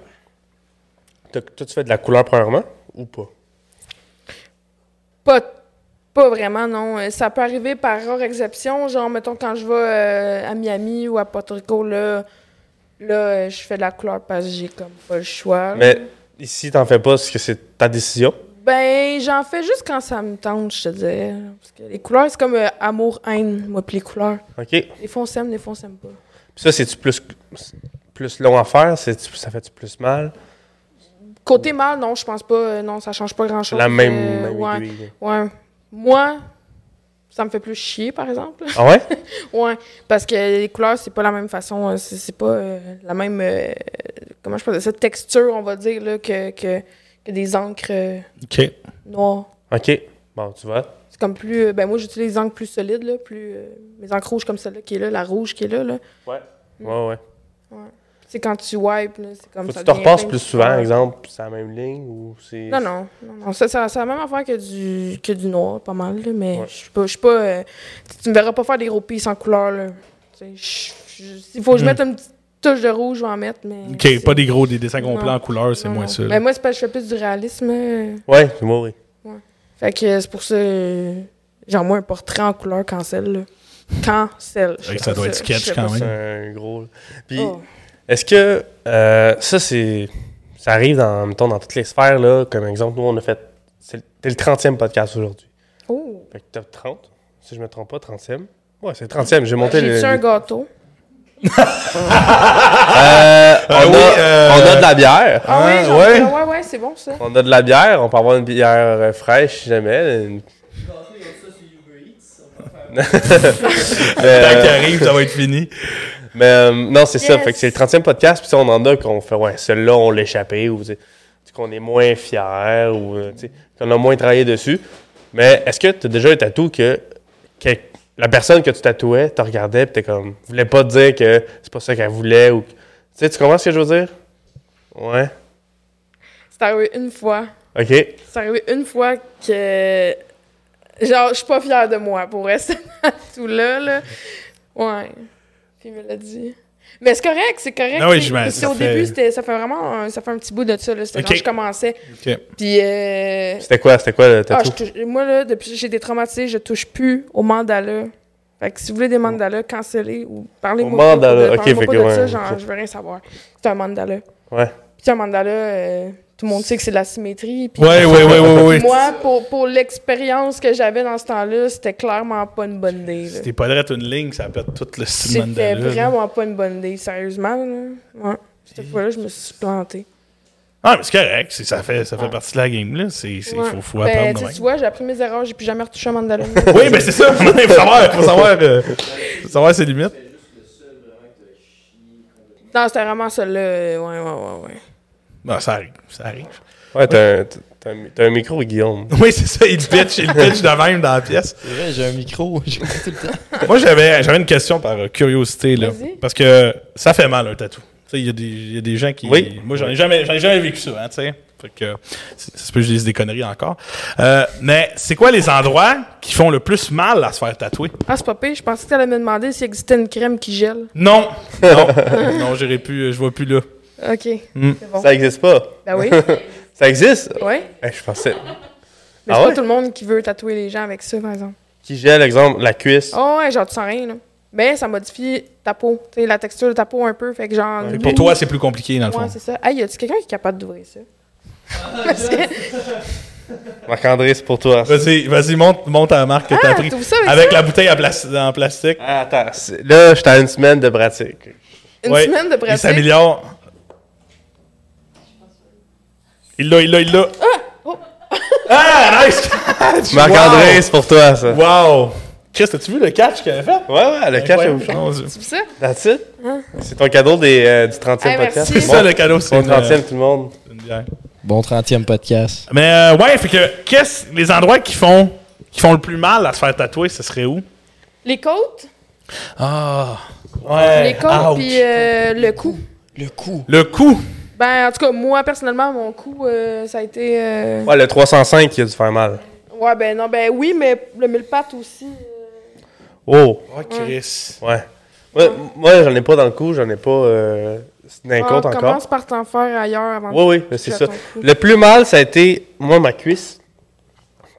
C: t'as- Toi, tu fais de la couleur premièrement ou pas?
D: Pas, pas vraiment, non. Euh, Ça peut arriver par rare exception. Genre, mettons, quand je vais euh, à Miami ou à Puerto Rico, là, là euh, je fais de la couleur parce que j'ai comme pas le choix.
C: Mais ici, t'en fais pas, parce que c'est ta décision.
D: Ben, j'en fais juste quand ça me tente, je te dis. Parce que les couleurs, c'est comme euh, amour-haine, moi, puis les couleurs.
C: OK? Puis
D: Des fois, on s'aime, des fois, on s'aime pas.
C: ça, c'est-tu plus, plus long à faire? C'est-tu- Ça fait-tu plus mal?
D: Côté mal, non, je pense pas. euh, non, ça change pas grand-chose.
C: La même,
D: Euh,
C: même
D: ouais,
C: aiguille.
D: ouais. Moi, Ça me fait plus chier, par exemple.
C: Ah ouais?
D: ouais, parce que les couleurs, c'est pas la même façon. euh, C'est c'est pas euh, la même. euh, comment je peux dire ça? Texture, on va dire, là, que, que, que des encres euh,
A: OK.
D: noires.
C: OK. Bon, tu vois.
D: C'est comme plus. euh, ben, moi, j'utilise des encres plus solides, là, plus. euh, mes encres rouges comme celle-là qui est là, la rouge qui est là, là. Mm.
C: Ouais, ouais.
D: C'est quand tu wipes, là, c'est comme
C: Faut que
D: ça.
C: tu te
D: devient
C: repasses
D: plein
C: plus
D: de
C: souvent,
D: couleurs.
C: par exemple, c'est la même ligne ou c'est.
D: Non, non, non, non. Ça, ça- c'est la même affaire que du, que du noir, pas mal, là, mais
C: Ouais.
D: je suis pas. je suis pas euh, tu- tu me verras pas faire des gros pis sans couleur. là. Tu sais, je- je- S'il faut que je
A: Mm.
D: mette une petite touche de rouge, je vais en mettre, mais. c'est-
A: OK, pas des gros, des dessins complets
D: Non.
A: en couleur, c'est
D: non,
A: moins
D: non.
A: ça. là.
D: Ben, moi, c'est parce que je fais plus du réalisme. euh,
C: Ouais, c'est moi, oui.
D: Fait que euh, c'est pour ça. euh, Genre, moi, un portrait en couleur cancel, là. Cancel. je
A: Fait que
D: fais
A: ça
D: pas
A: doit être
D: je
A: sketch
D: fais pas
A: quand
D: ça.
A: même.
C: C'est un gros. Puis,
D: Oh.
C: est-ce que. euh, ça, c'est. Ça arrive dans, mettons, dans toutes les sphères, là. Comme exemple, nous, on a fait. c'est le- T'es le 30e podcast aujourd'hui.
D: Oh.
C: Fait que top 30, si je me trompe pas, 30e. Ouais, c'est le 30e. J'ai monté le.
D: J'ai-tu un
C: le-
D: gâteau?
C: Euh, on,
A: Euh,
C: a,
A: oui, euh,
C: on a de la bière.
D: Ah,
A: Ah,
D: oui, j'en-
A: ouais.
D: ouais, ouais, c'est bon, ça.
C: On a de la bière. On peut avoir une bière euh, fraîche si jamais. une- Mais,
A: Tant qu'il
C: euh,
A: arrive, ça va être fini.
C: mais, euh, non, c'est ça.
D: Yes.
C: Fait que c'est le 30e podcast. Puis ça, on en a qu'on fait, ouais, celui-là, on l'a échappé. Ou tu sais, qu'on est moins fier. Ou euh, tu sais, qu'on a moins travaillé dessus. Mais est-ce que tu as déjà un tatou que, que la personne que tu tatouais te regardait. Puis t'es comme. voulait pas te dire que c'est pas ça qu'elle voulait. Ou, tu sais, tu comprends ce que je veux dire? Ouais.
D: C'est arrivé une fois.
C: OK.
D: C'est arrivé une fois que. Genre, je suis pas fière de moi pour rester tout là, là. Ouais. Puis il me l'a dit. Mais c'est correct, c'est correct.
A: Ah oui,
D: tu sais.
A: j'imagine,
D: Puis
A: ça
D: au
A: fait-
D: début, c'était- ça fait vraiment un, ça fait un petit bout de ça, là. C'était
A: Ok.
D: quand je commençais.
A: OK.
D: Puis. euh,
C: C'était quoi, c'était quoi le
D: ah,
C: tatou?
D: je touche- moi, là, depuis que j'ai été traumatisée, je touche plus au mandala. Fait que si vous voulez des mandalas, cancellez ou parlez-moi
C: Au
D: pas de-
C: mandala, ok,
D: parlez-moi
C: fait
D: pas
C: que
D: de
C: ouais,
D: ça, genre,
C: ok.
D: je veux rien savoir. C'est un mandala.
C: Ouais.
D: Puis un mandala, euh, tout le monde sait que c'est de la symétrie. Puis
A: Ouais, ouais, ouais, ouais, ouais.
D: moi, pour, pour l'expérience que j'avais dans ce temps-là, c'était clairement pas une bonne idée. là.
A: Si t'es pas droit une ligne, ça pète tout le style
D: C'était
A: mandala. là.
D: vraiment pas une bonne idée, sérieusement. Là. Ouais. Cette fois-là, je me suis plantée.
A: Ah, mais c'est correct. c'est- Ça fait, ça fait
D: Ouais.
A: partie de la game, là. C'est, c'est,
D: Ah. Ouais.
A: faut, faut
D: Ben,
A: apprendre.
D: tu
A: de
D: sais,
A: même.
D: tu vois, j'ai appris mes erreurs, j'ai plus jamais retouché un mandala.
A: Oui, mais c'est ça. faut savoir, faut savoir, euh, faut savoir ses limites.
D: non, c'était vraiment celle-là. euh, Ouais, ouais, ouais, ouais.
A: Non, Ah, ça arrive, ça arrive.
C: Ouais, t'as un, t'as un- t'as un micro, Guillaume.
A: Oui, c'est ça. Il pitch, il pitch de même dans la pièce.
E: C'est vrai, j'ai un micro. j'ai tout le temps.
A: Moi, j'avais, j'avais une question par euh, curiosité, là.
D: Vas-y.
A: Parce que ça fait mal, un tatou. Tu sais, il y, a des- il y a des gens qui.
C: Oui.
A: Moi, j'en ai jamais, j'en ai jamais vécu ça, hein, tu sais. Fait que. c'est- Ça se peut que je dise des conneries encore. Euh, mais c'est quoi les endroits qui font le plus mal à se faire tatouer?
D: Ah, c'est pas pire, je pensais que t'allais me demander s'il existait une crème qui gèle.
A: Non! Non! non, j'irai plus, euh, je vois plus là.
D: Ok.
A: Hmm.
D: C'est bon.
C: Ça existe pas.
D: Ben oui,
C: Ça existe?
D: ouais.
C: Eh, je pensais.
D: Mais
C: Ah
D: c'est
C: ouais?
D: pas tout le monde qui veut tatouer les gens avec ça, par exemple.
C: Qui gèle, exemple, la cuisse.
D: Oh, ouais, genre, tu sens rien, là. Ben, ça modifie ta peau. Tu sais, la texture de ta peau un peu, fait que genre.
A: Fait que
D: nous-
A: Pour toi, c'est plus compliqué, dans le
D: Ouais,
A: fond.
D: c'est ça. Hey, y a-tu quelqu'un qui est capable d'ouvrir ça? Parce que-
C: Marc-André, c'est pour toi.
A: Vas-y, vas-y, monte, monte à la marque que t'as
D: ah,
A: pris.
D: t'ouvres ça avec,
A: Avec la bouteille à plas- en plastique.
C: Ah, attends, c'est- là, j'étais à une semaine de pratique.
D: ça? Une
A: Ouais.
D: semaine de
A: Il
D: pratique.
A: s'améliore. Il l'a, il l'a, il l'a. Ah! nice catch!
C: Marc-André, c'est pour toi, ça.
A: Wow! Wow! Chris, as-tu vu le catch qu'il avait fait?
C: Ouais, ouais, le cache au
A: Incroyable. Mon Dieu.
D: Tu ouvres ça?
C: That's it. C'est ton cadeau des, euh, du 30e
D: Eh, Hein? merci.
C: podcast.
D: C'est
A: C'est ça
C: Bon,
A: le cadeau, c'est
C: bon
A: une, euh,
C: 30e, tout le monde.
A: une bière.
E: Bon 30e podcast.
A: Mais euh, ouais, fait que qu'est-ce les endroits qui font qui font le plus mal à se faire tatouer, ce serait où?
D: Les côtes,
A: Ah! Ouais!
D: les côtes,
A: ouch.
D: puis euh, le cou.
E: Le coup.
A: Le coup!
D: Ben, en tout cas, moi, personnellement, mon cou, euh, ça a été. euh,
C: Ouais, le 305 qui a dû faire mal.
D: Ouais, ben non, ben oui, mais le mille pattes aussi. euh,
C: Oh,
A: Oh, Chris.
C: ouais. Moi, moi, j'en ai pas dans le cou, j'en ai pas. Euh, c'est d'un
D: ah,
C: compte encore.
D: Commence par t'en faire ailleurs avant
C: Oui, oui,
D: de
C: c'est
D: toucher
C: ça.
D: à ton cou.
C: Le plus mal, ça a été, moi, ma cuisse.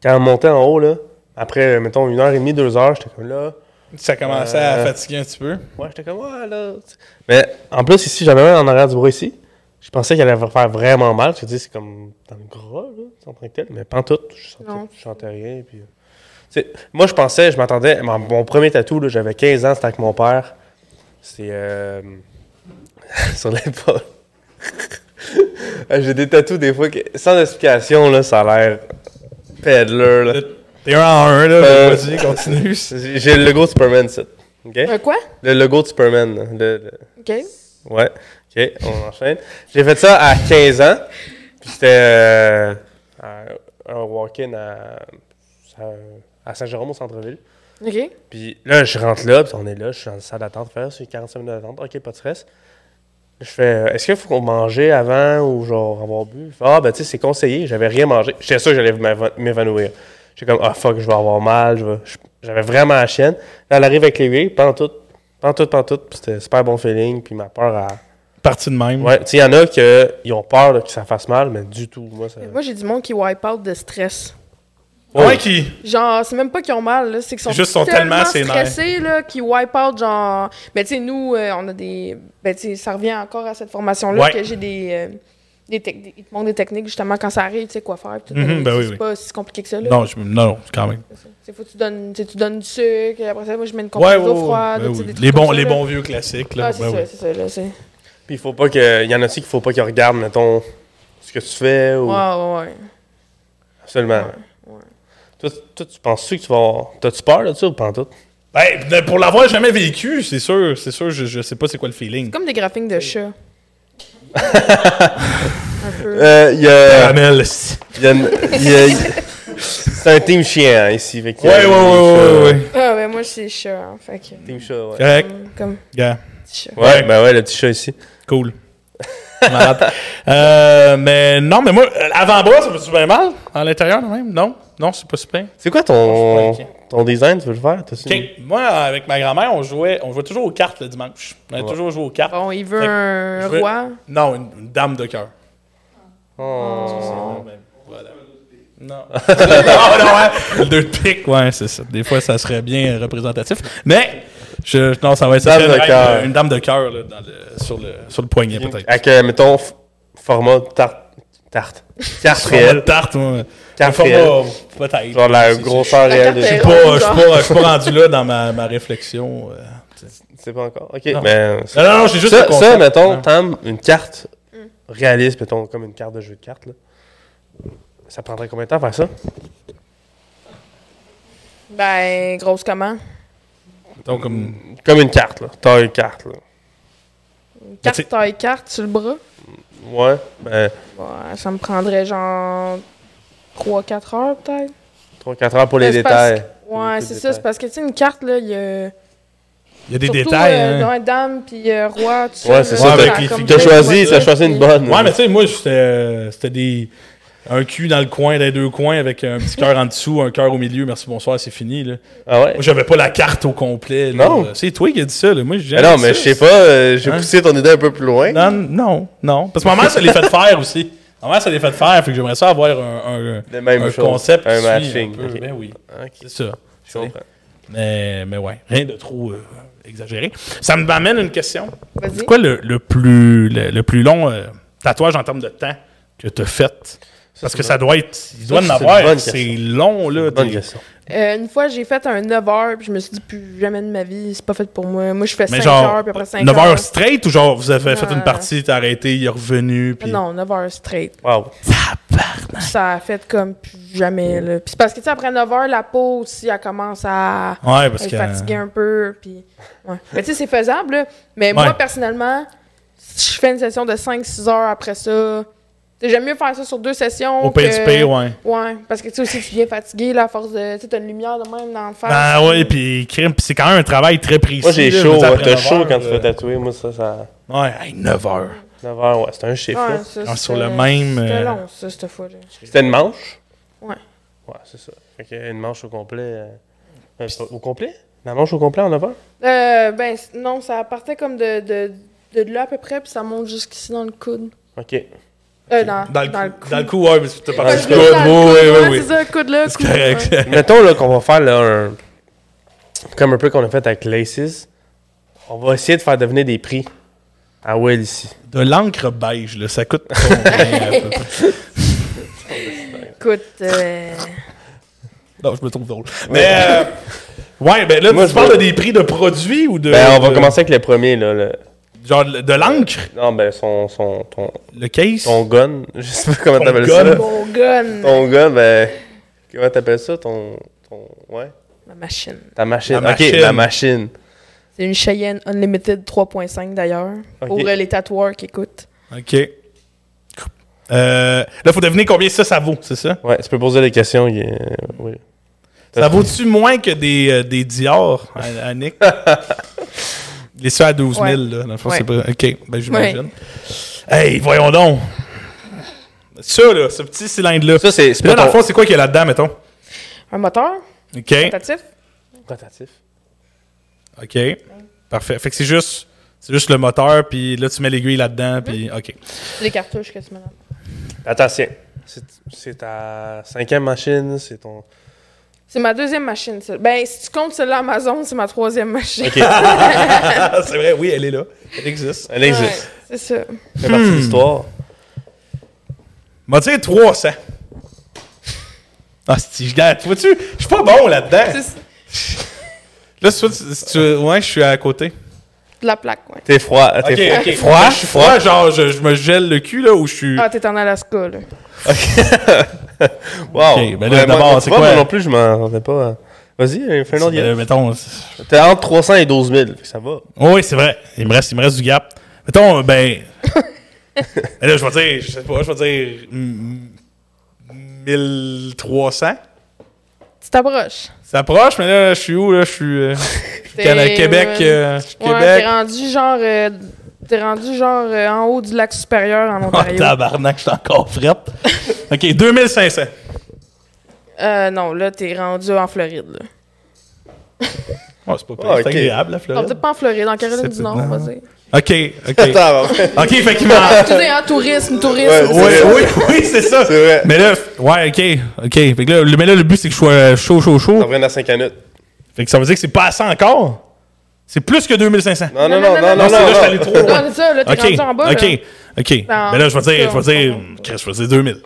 C: Quand on montait en haut, là, après, mettons, une heure et demie, deux heures, j'étais comme là.
A: Ça commençait à
C: Euh.
A: fatiguer un petit peu.
C: Ouais, j'étais comme, ouais, là. tu sais. Mais en plus, ici, j'en avais un en arrière du bras ici. Je pensais qu'elle allait faire vraiment mal. Je me dis, c'est comme dans le gras, là, en tant que tel. Mais pas en tout. Je sentais,
D: Non.
C: je sentais rien. Puis, euh, tu sais, moi, je pensais, je m'attendais. Mon, mon premier tatou, là, j'avais 15 ans, c'était avec mon père. C'est euh, sur l'épaule. J'ai des tatous des fois que, sans explication, là, ça a l'air peddler. Là.
A: T'es un en un, là.
C: Euh,
A: Vas-y, continue.
C: J'ai j'ai le logo de Superman, ça. OK?
D: Un Euh, quoi?
C: Le logo de Superman. là. Le- le-
D: OK.
C: Ouais. OK, on enchaîne. J'ai fait ça à 15 ans. Puis c'était euh, à- un walk-in à, à- à Saint-Jérôme, au centre-ville.
D: OK.
C: Puis là, je rentre là, puis on est là, je suis dans la salle d'attente, faire c'est 45 minutes d'attente, ok, pas de stress. Je fais, euh, est-ce qu'il faut qu'on mangeait avant ou genre avoir bu? Il fait, ah, ben tu sais, c'est conseillé, j'avais rien mangé. J'étais sûr que j'allais m'éva- m'évanouir. J'étais comme, ah fuck, je vais avoir mal, je vais- je- j'avais vraiment la chienne. Là, elle arrive avec l'aiguille, pantoute, pantoute, pantoute, puis c'était super bon feeling, puis ma peur à.
A: Parti de même.
C: Ouais, tu sais, il y en a qui ont peur là, que ça fasse mal, mais du tout, moi, ça.
D: Moi, j'ai du monde qui wipe out de stress.
A: Ouais, qui.
D: Genre, c'est même pas qu'ils ont mal, là, c'est qu'ils sont,
A: Juste sont tellement sénères.
D: stressés là, qu'ils wipe out, genre... Ben, tu sais, nous, euh, on a des... Ben, tu sais, ça revient encore à cette formation-là
A: Ouais.
D: que j'ai des... euh, des tec- des- Ils te montrent des techniques, justement, quand ça arrive, tu sais quoi faire. puis tout.
A: Mhm, ben
D: C'est
A: oui, oui.
D: pas si compliqué que ça, là.
A: Non, je- non, non, quand même.
D: C'est faut que tu donnes, tu sais, tu donnes du sucre, et après ça, moi, je mets une
A: Ouais,
D: compresse
A: ouais,
D: d'eau
A: ouais,
D: froide.
A: ben
D: tu sais,
A: oui.
D: des trucs
A: Les bons,
D: comme ça,
A: les
D: là.
A: bons vieux classiques, là.
D: Ah, c'est
A: ben
D: ça,
A: oui.
D: c'est ça, là, c'est... Ouais,
C: Puis il faut pas que. Il y en a aussi qu'il faut pas qu'ils regardent, mettons, ce que tu fais
A: Oh.
C: ou.
D: ouais, ouais.
C: Absolument.
D: Ouais, ouais.
C: Toi, toi, tu penses-tu que tu vas. avoir- T'as-tu peur de ça ou pas en tout?
A: Ben, de- pour l'avoir jamais vécu, c'est sûr, c'est sûr, je, je sais pas c'est quoi le feeling.
D: Comme des graphiques de chat. Un peu.
C: Euh, y a.
A: Caramel, si.
C: y a une- y a- y- C'est un team chien hein, ici. Fait que, euh,
A: Ouais, ouais, ouais, ouais, ouais.
D: Ah, ben moi, c'est chat, hein, fait que... hum,
C: Team chat, ouais.
A: Correct.
D: Comme
A: Yeah.
D: petit chat.
C: Ouais, ben ouais, le petit chat ici.
A: Cool. Malade. Euh, mais non, mais moi, euh, avant-bras, ça me fait bien mal à l'intérieur, même. Non, non, c'est pas super.
C: C'est quoi
A: Oh,
C: ton.
A: je suis pas
C: Ton design, tu veux le faire? T'as-tu une-
A: Moi, avec ma grand-mère, on jouait, on jouait toujours aux cartes le dimanche. On a
C: Ouais.
A: toujours joué aux cartes.
D: Bon, il veut
A: Fait que je
D: un
A: veux-
D: roi.
A: Non, une, une dame de cœur.
C: Oh.
A: Ouais, ben, voilà. Non. non, hein. non, ouais. Deux de pique, ouais, c'est ça. Des fois, ça serait bien représentatif. Mais, je, non, ça va être ça
C: Dame
A: serait
C: de
A: une-
C: cœur.
A: Une dame de cœur là, dans le- sur, le, sur le poignet, peut-être.
C: Avec, euh, mettons, f- format tarte. Tarte. Carte
A: Format de
C: réelle.
A: tarte, moi.
C: Carte
A: Format,
C: réelle.
A: peut-être.
C: Genre
A: C'est-
C: la
A: c'est-
C: grosseur
D: La
C: réelle de
D: carte
A: Je
D: est-
A: suis pas, je suis pas, je suis pas rendu là dans ma, ma réflexion. euh.
C: Tu sais pas encore. Ok,
A: Non.
C: mais.
A: Non, non, non, j'ai juste.
C: Ça,
A: le concept.
C: ça, mettons,
A: Non.
C: Tam, une carte
D: Mm.
C: réaliste, mettons, comme une carte de jeu de cartes, là. Ça prendrait combien de temps à faire ça?
D: Ben, grosse comment?
A: Mettons comme.
C: Comme une carte, là. T'as une carte, là.
A: tu
D: Une
A: sais-
D: Carte taille carte sur le bras?
C: Ouais, ben,
D: Ouais, ça me prendrait genre 3-4 heures peut-être.
C: 3-4 heures pour les
D: Ben, c'est parce
C: détails.
D: que- Ouais,
C: Pour les
D: c'est ça.
C: détails.
D: C'est parce que, tu sais, une carte, là, il y a.
A: Il y a des
D: surtout,
A: détails.
D: euh,
A: hein.
D: ouais, dame puis euh, roi. tout
C: Ouais, c'est
D: là,
C: ça.
A: Ouais,
C: t'as-
A: avec les
D: comme
A: filles.
C: T'as
D: plein de
C: choisi, t'as
D: modèles,
C: choisi une
D: puis-
C: bonne.
A: Ouais, mais tu sais, moi, j'étais, euh, c'était des. Un cul dans le coin des deux coins avec un petit cœur en dessous, un cœur au milieu. Merci, bonsoir, c'est fini. Là.
C: Ah ouais?
A: Moi, j'avais pas la carte au complet. là.
C: Non.
A: C'est toi qui as dit ça. Là. Moi, j'ai
C: Ben non, mais je sais pas, euh, j'ai
A: Hein?
C: poussé ton idée un peu plus loin.
A: Non, non, non. Parce que ma mère, ça les fait faire aussi. Ma mère, ça les fait faire. Fait que j'aimerais ça avoir un, un,
C: La même
A: un
C: chose,
A: concept.
C: un
A: qui suit
C: matching,
A: peu.
C: ok.
A: Ben oui,
C: Ok,
A: c'est ça.
C: je comprends.
A: Mais, mais ouais, rien de trop euh, exagéré. Ça me m'amène une question.
D: Vas-y.
A: C'est quoi le, le plus, le, le plus long euh, tatouage en termes de temps que tu as fait? Parce
C: c'est
A: que
C: une
A: ça doit être. Il doit
C: Ça,
A: en
C: c'est une
A: avoir.
C: bonne
A: C'est
C: question.
A: long, là.
C: Bonne
A: t'es-
C: question.
D: Euh, une fois, j'ai fait un 9 heures, puis je me suis dit, plus jamais de ma vie, c'est pas fait pour moi. Moi, je fais
A: Mais
D: 5
A: genre,
D: heures, puis après 5
A: 9
D: heures.
A: heures straight ou genre vous avez fait
D: Non.
A: une partie, t'es arrêté, il est revenu, puis.
D: Non, 9 heures straight.
C: Wow.
D: Ça a fait comme plus jamais, là. Puis c'est parce que, tu sais, après 9 heures, la peau aussi, elle commence à.
A: Ouais, parce que.
D: être fatigué un peu. Puis, ouais. Mais tu sais, c'est faisable. là. Mais
A: Ouais.
D: moi, personnellement, si je fais une session de 5-6 heures après ça, tu sais, j'aime mieux faire ça sur deux sessions.
A: Au PSP,
D: que-
A: ouais.
D: Ouais, parce que tu sais aussi, tu viens fatigué, là, à force de. Tu sais, t'as une lumière de même dans le face.
A: Ah ouais, puis crime, puis c'est quand même un travail très précis.
C: Moi, j'ai
A: là, je
C: chaud.
A: veux dire,
C: ouais,
A: après
C: T'as
A: 9
C: chaud
A: heures,
C: quand tu
A: euh,
C: fais tatouer. Moi, ça, ça.
A: Ouais, hey, 9 heures.
C: 9 heures, ouais, c'est un chiffre, là.
D: Ouais, ça,
A: Ah, sur
D: c'était-
A: le même,
D: C'était
A: euh,
D: long, ça, cette fois-là.
C: C'était une manche?
D: Ouais.
C: Ouais, c'est ça. Fait que une manche au complet. euh, euh, pas- au complet? La manche au complet en 9 heures?
D: Euh, ben, c- non, ça partait comme de, de, de là à peu près, puis ça monte jusqu'ici dans le coude.
C: Ok.
D: Euh, dans,
A: Dans le,
D: dans le
A: cou-
D: coude.
A: dans le coup, ouais, mais t'as
D: Dans
A: parlé
D: le
A: du
D: coude,
A: coude.
D: dans le
A: Oui,
D: coude, ouais,
A: oui,
D: C'est
A: oui.
D: ça, coude-là,
A: C'est
D: coude, ouais.
A: correct.
C: Mettons là, qu'on va faire là, un. Comme un peu qu'on a fait avec Laces. On va essayer de faire devenir des prix à Will ici.
A: De l'encre beige, là, ça coûte combien, à peu près?
D: Écoute, euh,
A: Non, je me trouve drôle. Mais, euh, ouais, ben là,
C: Moi,
A: tu
C: je
A: parles
C: veux-
A: de des prix de produits ou de.
C: Ben, on va
A: de-
C: commencer avec le premier, là. le-
A: Genre de de l'encre,
C: Non, ben, son, son, ton,
A: le case.
C: ton gun. Je sais pas comment
A: Ton
C: t'appelles
A: gun?
C: ça. là.
D: mon gun.
C: Ton gun, ben. Comment t'appelles ça, ton... ton... Ouais.
D: Ma machine.
C: Ta machine.
A: La
C: ok,
A: machine.
C: la machine.
D: C'est une Cheyenne Unlimited 3.5 d'ailleurs.
C: Ok.
D: Pour euh, les tatoueurs qui écoutent.
A: OK. Euh, là, faut deviner combien ça, ça vaut, c'est ça?
C: Ouais, tu peux poser des questions. il est- euh, oui.
A: Ça vaut-tu moins que des, euh, des Dior, euh, à, à Nick? Les ceux à 12 000,
D: Ouais.
A: là. Dans le fond,
D: Ouais.
A: c'est pas... OK, ben j'imagine. Hey, voyons donc! Ça, là, ce petit cylindre-là.
C: Ça, c'est c'est
A: Là,
C: pas
A: dans le
C: ton...
A: fond, c'est quoi qu'il y a là-dedans, mettons?
D: Un moteur
A: OK,
D: rotatif?
C: rotatif.
A: OK. Parfait. Fait que c'est juste... C'est juste le moteur, puis là, tu mets l'aiguille là-dedans, puis... OK.
D: Les cartouches que tu mets là.
C: Attention. C'est- C'est ta cinquième machine, c'est ton...
D: C'est ma deuxième machine. ça. Ben, si tu comptes celle-là Amazon, c'est ma troisième machine.
C: OK,
A: Ah, c'est vrai, oui, elle est là. Elle existe.
C: elle existe.
D: Ouais, c'est ça.
C: Ça fait
A: Hmm.
C: partie de l'histoire.
A: M'a dit 300. Ah, si je gagne. Tu vois-tu, je suis pas bon là-dedans.
D: C'est
A: Là, si tu, si tu- ouais, je suis à côté.
D: de la plaque, ouais.
C: T'es froid. euh, T'es froid.
A: ok. Je suis froid, genre, je, je me gèle le cul, là, ou je suis.
D: Ah, t'es en Alaska, là.
C: Wow.
A: Ok, ben là,
C: Ouais, moi,
A: d'abord,
C: tu
A: c'est
C: vois,
A: quoi?
C: Moi non plus, je m'en rendais pas. hein. Vas-y, euh, fais un
A: Euh,
C: autre gars.
A: mettons.
C: T'es entre 300 et 12 000. fait que Ça va.
A: Oh, oui, c'est vrai. Il me, reste, il me reste du gap. Mettons, euh, ben. Mais là, je vais dire, je sais pas, je vais dire. mm, 1300.
D: Tu t'approches.
A: Ça approche, mais là, je suis où, là? Je suis. euh,
D: T'es-
A: Cana- Québec. euh, je suis
D: Ouais,
A: Québec.
D: t'es rendu genre... euh, T'es rendu genre euh, en haut du lac supérieur en
A: Oh,
D: Ontario.
A: tabarnak, je suis encore frette. OK, 2500.
D: euh, non, là, t'es rendu en Floride. Là.
A: Oh, c'est pas pire,
C: Ah,
A: c'est
C: ok.
A: agréable, la
D: Non, peut-être
A: Floride.
D: pas en Floride, en Caroline
A: C'est
D: du Nord, on va
A: dedans.
D: dire.
A: OK, OK.
C: Attends, ouais.
A: OK, fait qu'il m'a...
D: Excusez, hein, tourisme, tourisme.
C: Ouais,
A: Oui, oui, oui, c'est ça.
C: C'est vrai.
A: Mais là, ouais, OK, OK. Fait que là, le- mais là, le but, c'est que je sois euh, chaud, chaud,
C: T'en
A: chaud.
C: viens à 5 minutes.
A: Fait que ça veut dire que c'est pas assez encore. C'est plus que 2500.
C: Ah, Non, non, non, non, non, non.
A: c'est là, je suis allé
C: non.
A: trop loin.
D: Non, c'est ça, là, t'es
A: OK,
D: rendu en bas.
A: OK,
D: Là.
A: OK.
D: Dans-
A: Mais là, je vais dire, je vais dire,
D: dans-
A: Chris, je vais dire 2000.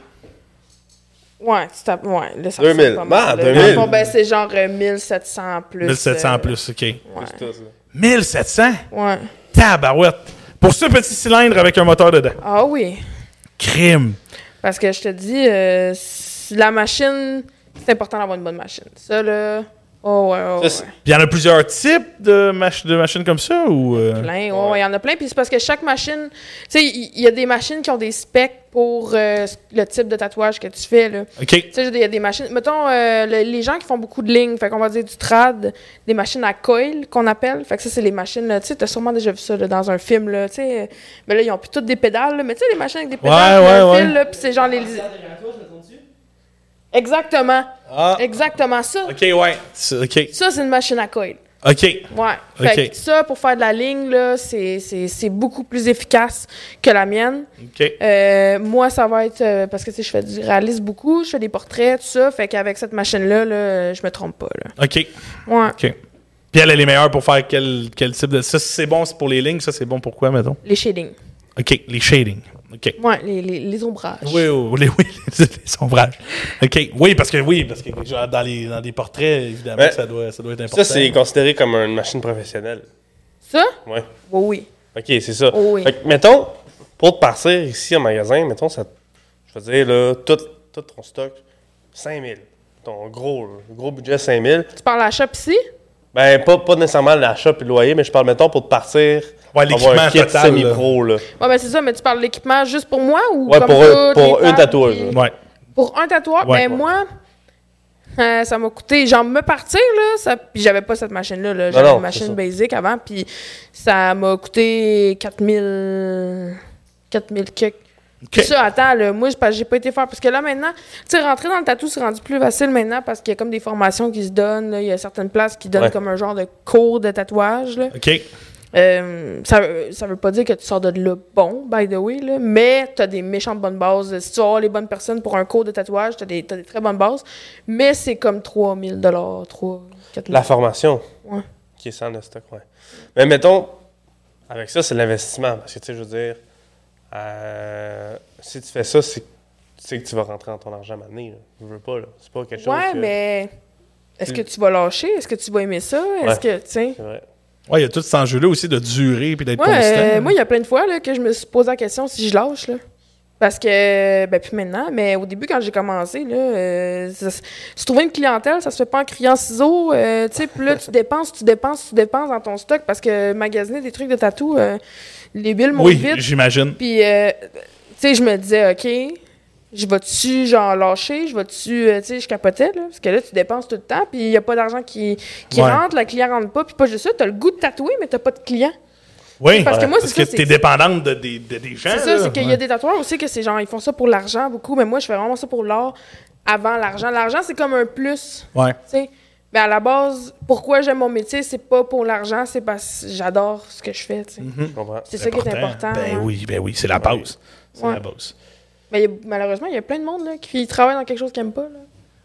D: Ouais, tu tapes. Ouais, là, ça
C: 2000.
D: ressemble pas mal,
C: Ah,
D: là.
C: 2000.
D: Dans le fond, ben, c'est genre euh, 1700 plus.
A: 1700
D: euh,
A: plus, OK.
D: Ouais.
C: Tous, là.
A: 1700?
D: ouais.
A: Tabarouette. Pour ce petit cylindre avec un moteur dedans.
D: Ah oui.
A: Crime.
D: Parce que je te dis, euh, si la machine, c'est important d'avoir une bonne machine. Ça, là. Oh, ouais, oh,
C: Ça, c'est-
D: ouais.
A: Puis il y en a plusieurs types de, mach- de machines comme ça ou. euh,
D: Plein. oh, Ouais, ouais, il y en a plein. Puis c'est parce que chaque machine. Tu sais, il il y, a des machines qui ont des specs pour euh, le type de tatouage que tu fais, là.
A: Ok.
D: Tu sais, je veux dire, il y a des machines. Mettons, euh, le- les gens qui font beaucoup de lignes, fait qu'on va dire du trad, des machines à coil qu'on appelle. Fait que ça, c'est les machines. là, Tu sais, t'as sûrement déjà vu ça là, dans un film, là. Tu sais, euh, mais là, ils ont plus toutes des pédales, là, Mais tu sais, les machines avec des pédales,
A: Ouais,
D: puis
A: ouais,
D: un fil,
A: ouais.
D: là, puis c'est genre les. Exactement.
A: Ah.
D: Exactement ça.
A: Ok, ouais. C'est- Ok.
D: Ça, c'est une machine à coil.
A: Ok.
D: Ouais. Fait
A: Ok.
D: que ça, pour faire de la ligne, là, c'est- c'est c'est beaucoup plus efficace que la mienne.
A: Ok.
D: Euh, moi, ça va être euh, parce que tu sais, je fais du réalisme beaucoup, je fais des portraits, tout ça. Fait qu'avec cette machine-là, là, euh, je me trompe pas. Là.
A: Ok.
D: Ouais.
A: Ok. Puis elle, elle est meilleure pour faire quel, quel type de. Ça, c'est bon c'est pour les lignes, ça, c'est bon pour quoi, mettons?
D: Les shadings.
A: Ok. Les shading. Ok.
D: Ouais, les, les, les ombrages.
A: Oui, oui, les, oui, les, les ombrages. OK. Oui, parce que oui, parce que genre, dans, les, dans des portraits, évidemment,
C: Ouais.
A: ça, doit, ça doit être important.
C: Ça, c'est considéré comme une machine professionnelle.
D: Ça?
C: Ouais.
D: Oui, oui.
C: OK, c'est ça.
D: Oh oui.
C: Fait que, mettons, pour te partir ici en magasin, mettons, ça, je veux dire, là, tout, tout ton stock, 5 000. Ton gros, là, gros budget, 5 000.
D: Tu parles à la shop ici?
C: Ben, pas, pas nécessairement l'achat puis le loyer, mais je parle, mettons, pour te partir.
A: Ouais,
C: avoir
A: l'équipement
C: un kit
A: total,
C: semi-pro, là.
D: Ouais, ben c'est ça, mais tu parles de l'équipement juste pour moi ou
C: Ouais,
D: comme
C: pour,
D: ça,
C: un- pour
D: les
C: une
D: tables,
C: tatouage.
D: puis-
A: Ouais.
D: Pour un tatouage,
A: Ouais.
D: ben moi, euh, ça m'a coûté, genre, me partir, là, ça, puis j'avais pas cette machine-là, là. j'avais
C: non,
D: une
C: c'est ça.
D: machine basic avant, puis ça m'a coûté 4000... 4000 kicks. Puis ça, attends, là, moi, c'est parce que j'ai pas été faire. Parce que là, maintenant, tu sais, rentrer dans le tatou, c'est rendu plus facile maintenant parce qu'il y a comme des formations qui se donnent. là. Il y a certaines places qui donnent
C: Ouais.
D: comme un genre de cours de tatouage. Là.
A: OK.
D: Euh, ça, ça veut pas dire que tu sors de là bon, by the way, là, mais t'as des méchantes bonnes bases. Si tu vas avoir les bonnes personnes pour un cours de tatouage, t'as des, t'as des très bonnes bases, mais c'est comme 3000 3 4000
C: La formation.
D: Ouais.
C: Qui est sans le stock, ouais. Mais mettons, avec ça, c'est de l'investissement. Parce que, tu sais, je veux dire, euh, si tu fais ça, c'est tu sais que tu vas rentrer dans ton argent à un moment donné, là. Je veux pas, là. C'est pas quelque chose.
D: Ouais,
C: que- Hmm.
D: mais est-ce que tu vas lâcher? Est-ce que tu vas aimer ça? Est-ce que, tu sais.
C: C'est vrai.
A: Ouais, il y a tout cet enjeu-là aussi de durer puis d'être
D: Ouais,
A: constant.
D: euh, moi, il y a plein de fois là, que je me suis posé la question si je lâche. Là. Parce que, ben, puis maintenant, mais au début, quand j'ai commencé, là, euh, ça se- se trouver une clientèle, ça se fait pas en criant ciseaux. euh, tu sais, puis là, tu dépenses, tu dépenses, tu dépenses dans ton stock parce que magasiner des trucs de tatou, euh, les billes montent
A: Oui,
D: vite.
A: j'imagine.
D: Puis, euh, tu sais, je me disais, OK, je vais-tu, genre, lâcher? Je vais-tu, euh, tu sais, je capotais, là. Parce que là, tu dépenses tout le temps, puis il n'y a pas d'argent qui, qui
A: Ouais.
D: rentre, le client rentre pas, puis pas juste ça, t'as le goût de tatouer, mais t'as pas de client.
A: Oui,
D: Parce que moi,
A: parce
D: c'est
A: que
D: ça,
A: t'es
D: c'est-
A: dépendante de, des- de des gens.
D: C'est ça,
A: là.
D: c'est qu'il y a des tatoueurs aussi que c'est genre, ils font ça pour l'argent beaucoup, mais moi, je fais vraiment ça pour l'art avant l'argent. L'argent, c'est comme un plus,
A: Ouais.
D: tu sais. Mais à la base, pourquoi j'aime mon métier, c'est pas pour l'argent, c'est parce que j'adore ce que je fais, tu sais.
C: Je comprends.
D: C'est ça qui est important.
A: Mhm. Ben
D: hein.
A: oui, ben oui, c'est la base. C'est
D: Ouais.
A: la base.
D: Mais il y a- malheureusement, il y a plein de monde là, qui travaille dans quelque chose qu'ils n'aiment pas. Là.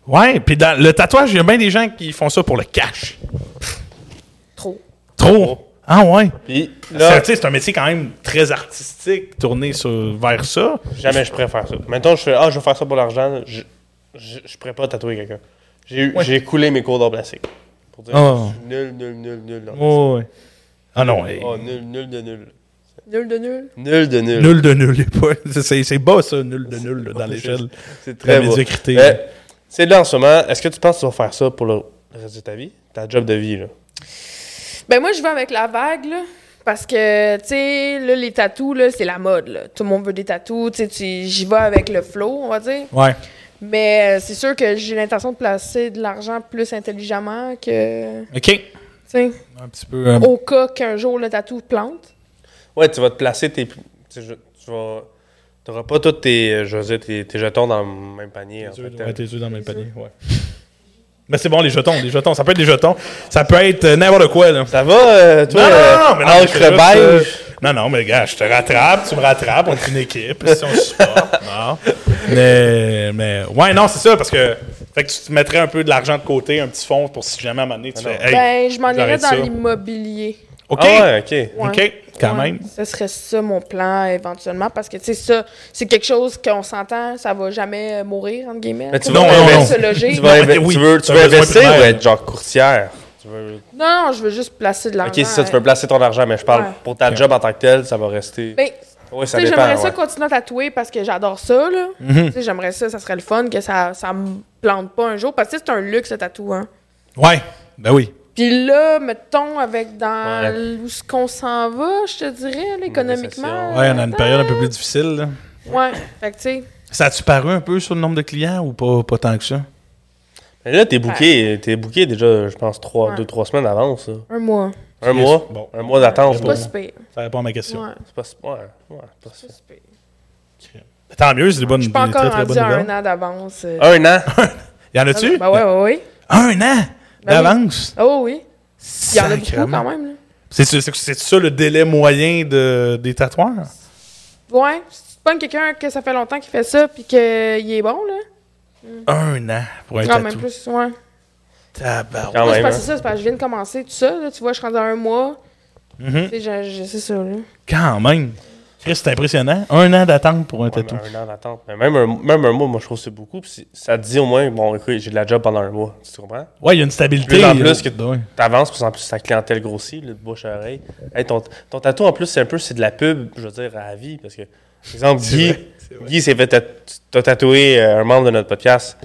A: Ouais, puis dans le tatouage, il y a bien des gens qui font ça pour le cash.
D: Trop.
A: Trop. Ah ouais.
C: Puis
A: C'est-
C: là,
A: tu sais, c'est un métier quand même très artistique, tourné sur- vers ça.
C: jamais je pourrais faire ça. Maintenant, je fais Ah, je vais faire ça pour l'argent. Je, je, je pourrais pas tatouer quelqu'un. J'ai eu- j'ai coulé mes cours d'art plastique. Pour dire
A: Oh.
C: je suis nul, nul, nul, nul. dans-
A: Ouais, ouais. Ah non, hey,
C: Oh, nul, nul de nul.
D: Nul de nul.
C: Nul de nul.
A: nul de nul. il est pas- C'est c'est bas ça, nul de nul là, dans l'échelle.
C: C'est très Eh.
A: La
C: beau.
A: médiocrité.
C: Mais, C'est là en ce moment. Est-ce que tu penses que tu vas faire ça pour le reste de ta vie? Ta job de vie, là.
D: Ben moi, je vais avec la vague, là. Parce que, tu sais, là, les tatous, là, c'est la mode, là. Tout le monde veut des tatous, tu sais, tu- j'y vais avec le flow, on va dire.
A: Ouais.
D: Mais euh, c'est sûr que j'ai l'intention de placer de l'argent plus intelligemment que, tu
A: OK.
D: sais,
A: Un petit peu.
C: Oh.
A: euh,
D: au cas qu'un jour le tatou plante.
C: Ouais, tu vas te placer tes. Tu sais, je- tu vas. T'auras pas tous tes, euh, je veux dire, tes, tes jetons dans le même panier. En fait,
A: Ouais, tes yeux dans le même panier, ouais. Mais c'est bon, les jetons, les jetons. Ça peut être des jetons. Ça peut être euh, n'importe quoi, là.
C: Ça va, euh, toi?
A: Non,
C: euh,
A: non, non, mais non,
C: encre
A: c'est juste, euh,
C: beige?
A: Non, non, mais gars, je te rattrape, tu me rattrapes, on est une équipe, si on se supporte, non. Mais, mais, ouais, non, c'est ça, parce que, fait que tu te mettrais un peu de l'argent de côté, un petit fonds pour si jamais à un moment donné, tu fais, hey,
D: ben, je m'en irais
A: j'arrête ça.
D: dans l'immobilier.
A: OK,
C: Ah ouais, ok.
D: Ouais.
A: OK, quand
D: Ouais,
A: même.
D: Ce serait ça mon plan éventuellement parce que tu sais ça, c'est quelque chose qu'on s'entend, ça va jamais euh, mourir entre guillemets.
C: Mais tu
D: Faut
A: vas-
D: toujours
A: non, non.
D: se loger.
C: Tu,
A: Non,
C: vas
A: mais
C: inve-
A: oui,
C: tu veux,
A: c'est
C: tu
A: un
C: veux
A: besoin
C: investir
A: primaire.
C: ou être genre courtière? Tu veux-
D: Non, non, je veux juste placer de l'argent. euh,
C: Ok, c'est ça, tu veux placer ton argent, mais je parle
D: Ouais.
C: pour ta
A: Ok.
C: job en tant que telle, ça va rester.
D: Ben,
C: oui,
D: tu
C: ça
D: sais,
C: dépend.
D: j'aimerais ça
C: ouais. Mhm.
D: continuer à tatouer parce que j'adore ça, là. Tu sais, j'aimerais ça, ça serait le fun que ça, ça me plante pas un jour parce que c'est un luxe, le tatou, hein.
A: Ouais, ben oui.
D: Puis là, mettons, avec dans
C: Ouais.
D: l- où ce qu'on s'en va, je te dirais, là, économiquement.
C: récession.
A: Ouais, on a une
D: euh,
A: période un peu plus difficile, là.
D: Ouais, fait que tu sais,
A: Ça a-tu paru un peu sur le nombre de clients ou pas, pas tant que ça?
C: Mais là, t'es booké, t'es booké déjà, je pense,
D: Ouais.
C: 2-3 semaines avant ça.
D: un mois.
C: Un
A: Yes.
C: mois?
A: Bon.
C: Un mois d'attente.
D: C'est
C: pour-
D: pas si pire.
A: Ça répond à ma question.
D: Ouais,
C: C'est pas si- Ouais, ouais, pas si-
D: c'est pas si pire.
A: Tant mieux, c'est des bonnes,
D: Je
A: des
D: suis pas
A: très, très
D: encore rendu
A: bonnes
D: à un
A: nouvelles.
D: an d'avance. euh.
C: Un an?
A: Y en a-tu?
D: Ben ouais, ouais, ouais.
A: Un an
D: Ben oui.
A: d'avance?
D: Ah oui, oui. Il y en a beaucoup
A: Sacrement.
D: quand même, là.
A: C'est c'est- c'est ça le délai moyen de, des tatoueurs?
D: Ouais, si tu pognes quelqu'un que ça fait longtemps qu'il fait ça puis qu'il est bon, là.
A: Un an pour un
D: Ah, Mm. même
A: tatou.
D: plus, ouais.
A: Tabarouette.
C: Quand
D: Moi, c'est
C: même.
D: parce que
C: hein.
D: ça, c'est parce que je viens de commencer tout ça. Là, tu vois, je suis rendu à un mois.
A: Mhm.
D: Tu sais, je- je- C'est ça, là.
A: Quand même. Chris, c'est impressionnant. Un an d'attente pour un
C: Ouais,
A: tatou.
C: mais un an d'attente. Mais même un, même un mois, moi, je trouve que c'est beaucoup. Puis si- ça te dit au moins, bon, écoute, j'ai de la job pendant un mois. Tu comprends?
A: Ouais, il y a une stabilité. Ben
C: Plus en plus que-
A: Ouais.
C: T'avances, puis en plus, ta clientèle grossit, là, de bouche à oreille. Hey, ton, ton tatou, en plus, c'est un peu, c'est de la pub, je veux dire, à la vie. Parce que, par exemple,
A: C'est
C: Guy,
A: vrai, c'est vrai.
C: Guy s'est fait tat- t'as tatouer euh, un membre de notre podcast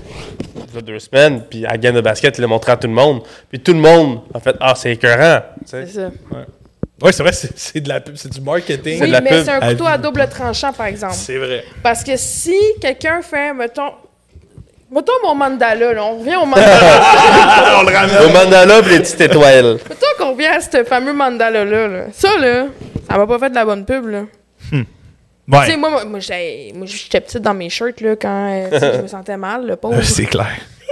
C: il y a deux semaines, puis à la game de basket, il l'a montré à tout le monde. Puis tout le monde a fait Ah, c'est écœurant. Tu sais,
D: C'est ça.
A: Ouais, c'est vrai, c'est c'est de la pub, c'est du marketing.
C: C'est
D: Oui,
C: de la
D: mais
C: pub
D: c'est un
A: à
D: couteau
A: vie.
D: à double tranchant, par exemple.
A: C'est vrai.
D: Parce que si quelqu'un fait, mettons. Mettons mon mandala, là. On revient au mandala.
A: Ah, on le
C: Au
A: ramène.
C: mandala, puis les petites étoiles.
D: mettons qu'on revient à ce fameux mandala-là, là. Ça, là, ça m'a pas fait de la bonne pub, là. Tu sais,
A: Ouais.
D: moi, moi, moi, j'ai- moi, j'étais petite dans mes shirts, là, quand euh, tu sais, je me sentais mal, le pauvre.
A: Euh, C'est clair.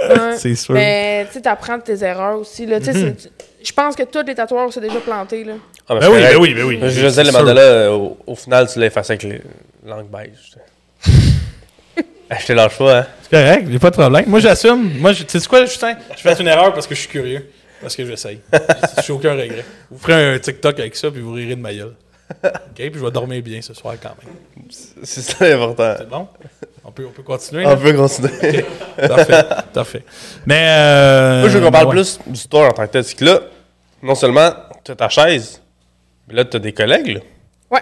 D: Ouais.
A: C'est sûr. Mhm.
D: Mais, tu sais, t'apprends de tes erreurs aussi, là. Tu sais, c'est- je pense que tous les tatoueurs sont déjà plantés, là.
C: Ah,
A: Ben
C: c'est
A: oui,
C: correct.
A: ben oui, ben oui.
C: Je disais, le
A: C'est sûr.
C: mandala, euh, au, au final, tu l'as effacé avec les langues beige. tu sais. Ah, Je te lâche pas, hein.
A: C'est correct, j'ai pas de problème. Moi, j'assume. Moi, je- tu sais quoi, Justin? Je fais une erreur parce que je suis curieux. Parce que j'essaye. Je suis aucun regret. Vous ferez un TikTok avec ça, puis vous rirez de ma gueule. OK? Puis je vais dormir bien ce soir quand même.
C: C'est Ah, ça l'important.
A: C'est bon? On peut, on peut continuer? là?
C: On peut continuer.
A: Parfait, parfait. Mais. Euh,
C: Moi, je veux qu'on parle
A: ouais.
C: plus du store en tant que tel. C'est que là, non seulement t'as ta chaise, mais là, t'as des collègues, là.
D: Ouais.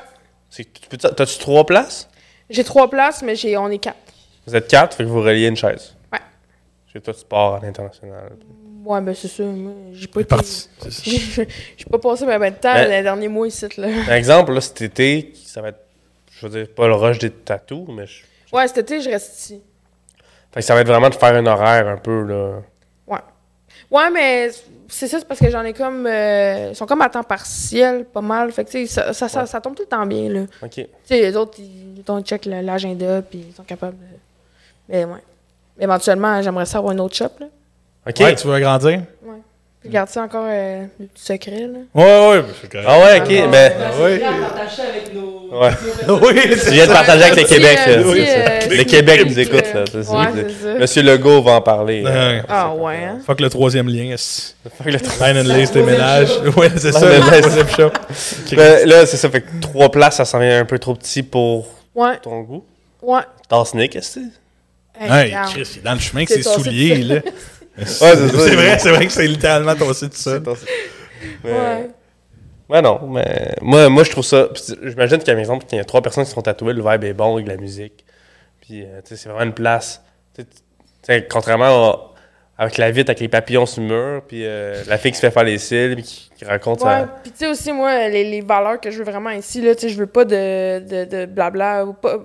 C: C'est que tu peux- T'as-tu trois places?
D: J'ai trois places, mais j'ai, on est quatre.
C: Vous êtes quatre, fait que vous reliez une chaise.
D: Ouais.
C: J'ai tout sport à l'international.
D: Ouais, ben c'est ça. Moi, j'ai
A: C'est
D: pas été-
A: parti. Euh. C'est ça.
D: J'ai j'ai pas passé ma bonne temps
C: Ben-
D: les derniers mois ici, là.
C: Par exemple, là, cet été, ça va être, je veux dire, pas le rush des tatous, mais je-
D: Ouais, cet été, je reste ici.
C: fait que ça va être vraiment de faire un horaire un peu, là.
D: Ouais, mais c'est ça, c'est parce que j'en ai comme. euh, ils sont comme à temps partiel, pas mal. Fait que, tu sais, ça, ça, ça,
C: Ouais.
D: ça tombe tout le temps bien, là. Tu
C: OK.
D: sais, les autres, ils, ils check le- l'agenda, puis ils sont capables. de- Mais ouais. Éventuellement, j'aimerais ça avoir une autre shop, là.
C: OK.
A: Ouais, tu veux agrandir?
D: Puis Garde ça encore euh, le petit secret, là.
A: Ouais, ouais, ben, c'est correct.
C: Ah ouais, OK, mais...
A: oui.
F: avec nos.
C: Ouais.
A: Oui,
C: Tu
A: c'est
C: viens de partager avec le
D: Petit,
C: Québec, là.
D: euh, petit,
A: Oui,
D: euh,
A: c'est-
C: Le
D: petit-
C: Québec nous
D: petit,
C: écoute,
D: euh,
C: là. Ça, c'est-
D: Ouais, c'est ça.
C: Monsieur Legault va en parler.
A: Ouais.
D: Ah ouais, hein?
A: Euh, Fuck le troisième lien. est-ce.
C: Fait que le
A: Line and Lace déménage. Ouais, ben, c'est ça.
C: Line and
A: le
C: Lace.
A: troisième show.
C: Mais Ben, là, c'est ça, fait que trois places, ça s'en vient un peu trop petit pour
D: Ouais,
C: ton goût.
D: ouais.
C: T'en sneak, est-ce que
D: Hey,
A: Hey,
D: regarde.
A: Chris, il est dans le chemin que
D: C'est
A: ses
D: ton site.
A: souliers, là.
C: c'est ça.
A: C'est vrai, c'est vrai que c'est littéralement ton site, ça.
C: c'est? ton- Mais-
D: Ouais.
C: Ouais, non, mais moi, moi je trouve ça. puis c'est- J'imagine qu'à exemple, qu'il y a trois personnes qui sont tatouées, le vibe est bon avec la musique. Puis, euh, tu sais, c'est vraiment une place. Tu sais, tu- tu sais, contrairement à- avec la vitre, avec les papillons sur le mur, puis euh, la fille qui se fait faire les cils, puis qui, qui raconte
D: Ouais,
C: sa.
D: puis tu sais aussi, moi, les, les valeurs que je veux vraiment ici, là, tu sais, je veux pas de, de, de blabla ou pas. Tu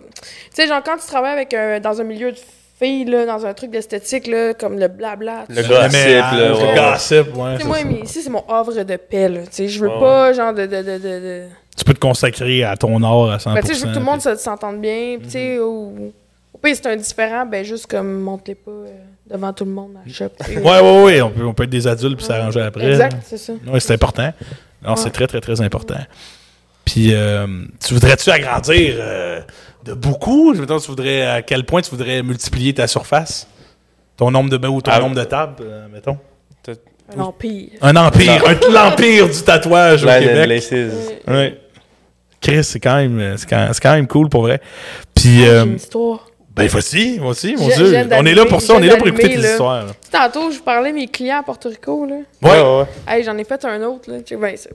D: sais, genre, quand tu travailles avec un, dans un milieu de filles, là, dans un truc d'esthétique, là, comme le blabla. tu
C: Le
D: sais.
C: gossip,
A: ménage,
C: là, ouais,
A: Le
C: ouais.
A: ah, gossip, ouais.
D: Tu sais,
A: c'est
D: moi,
A: ça.
D: mais ici, c'est mon havre de paix, là. Tu sais, je veux
C: Ouais,
D: pas, genre, de. de, de, de, de-
A: Tu peux te consacrer à ton art à 100%.
D: Ben, tu sais, je veux que tout le monde se- s'entende bien, puis tu sais,
A: Mhm.
D: au, au pire, c'est un différent, ben, juste comme, monte-les pas euh, devant tout le monde à la shop. tu sais.
A: Ouais, ouais, ouais. On peut, on peut être des adultes puis s'arranger après. hein.
D: Exact, c'est ça.
A: Oui, c'est important. Non,
D: Ouais.
A: c'est très, très, très important. Puis, euh, tu voudrais-tu agrandir euh, de beaucoup? Je veux dire, tu voudrais, à quel point tu voudrais multiplier ta surface? Ton nombre de bains ou ton
C: Ah.
A: nombre de tables, euh, mettons?
D: Un empire.
A: Un empire, Ben, un- l'empire du tatouage au
C: Line and
A: Québec.
C: Laces.
A: Ouais. Chris, c'est quand, même- euh, c'est quand, c'est quand même cool pour vrai. Puis,
D: J'ai
A: euh,
D: une histoire.
A: ben, voici, moi aussi, mon
D: J'ai-
A: Dieu.
D: Ah, j'aime
A: On est là pour ça, on est là pour
D: d'allumer,
A: écouter des
D: là.
A: histoires. là.
D: Tu sais, Tantôt, je vous parlais de mes clients à Porto Rico, là.
A: Ouais.
C: ouais.
D: Hey, j'en ai fait un autre, là. Check bien ça.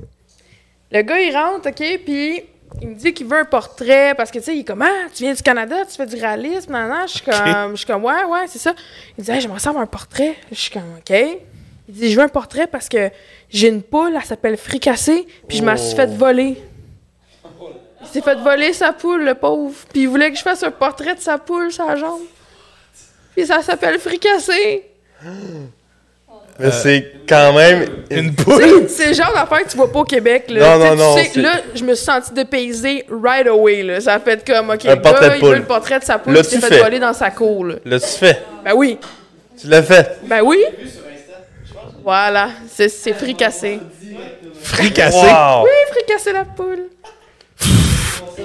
D: Le gars, il rentre, OK, puis il me dit qu'il veut un portrait parce que, tu sais, il est comme Ah, tu viens du Canada, tu fais du réalisme, nan, nan. Je suis comme, je suis comme Ouais, ouais, c'est ça. Il dit Hey, j'aimerais ça avoir un portrait. Je suis comme OK. Il dit Je veux un portrait parce que j'ai une poule, elle s'appelle Fricassée, puis je m'en suis fait voler. Il s'est fait voler sa poule, le pauvre. Puis il voulait que je fasse un portrait de sa poule, sa jambe. Puis ça s'appelle Fricassée.
C: Mais c'est quand même.
A: Euh, Une
D: Tu
A: poule!
D: sais, C'est le genre d'affaire que tu vois pas au Québec. Là.
C: Non,
D: Tu sais,
C: non,
D: tu
C: non,
D: sais,
C: c'est-
D: là, je me suis sentie dépaysée right away. Là. Ça a fait comme, OK,
C: Un
D: le
C: portrait de
D: gars, il veut
C: poule.
D: le portrait de sa poule
C: L'as-tu
D: qui s'est fait
C: fait?
D: voler dans sa cour. là.
C: L'as-tu fait?
D: Ben oui,
C: Tu l'as fait?
D: ben oui. Voilà, c'est- c'est fricassé.
A: Fricassé!
C: Wow!
D: Oui, fricasser la poule.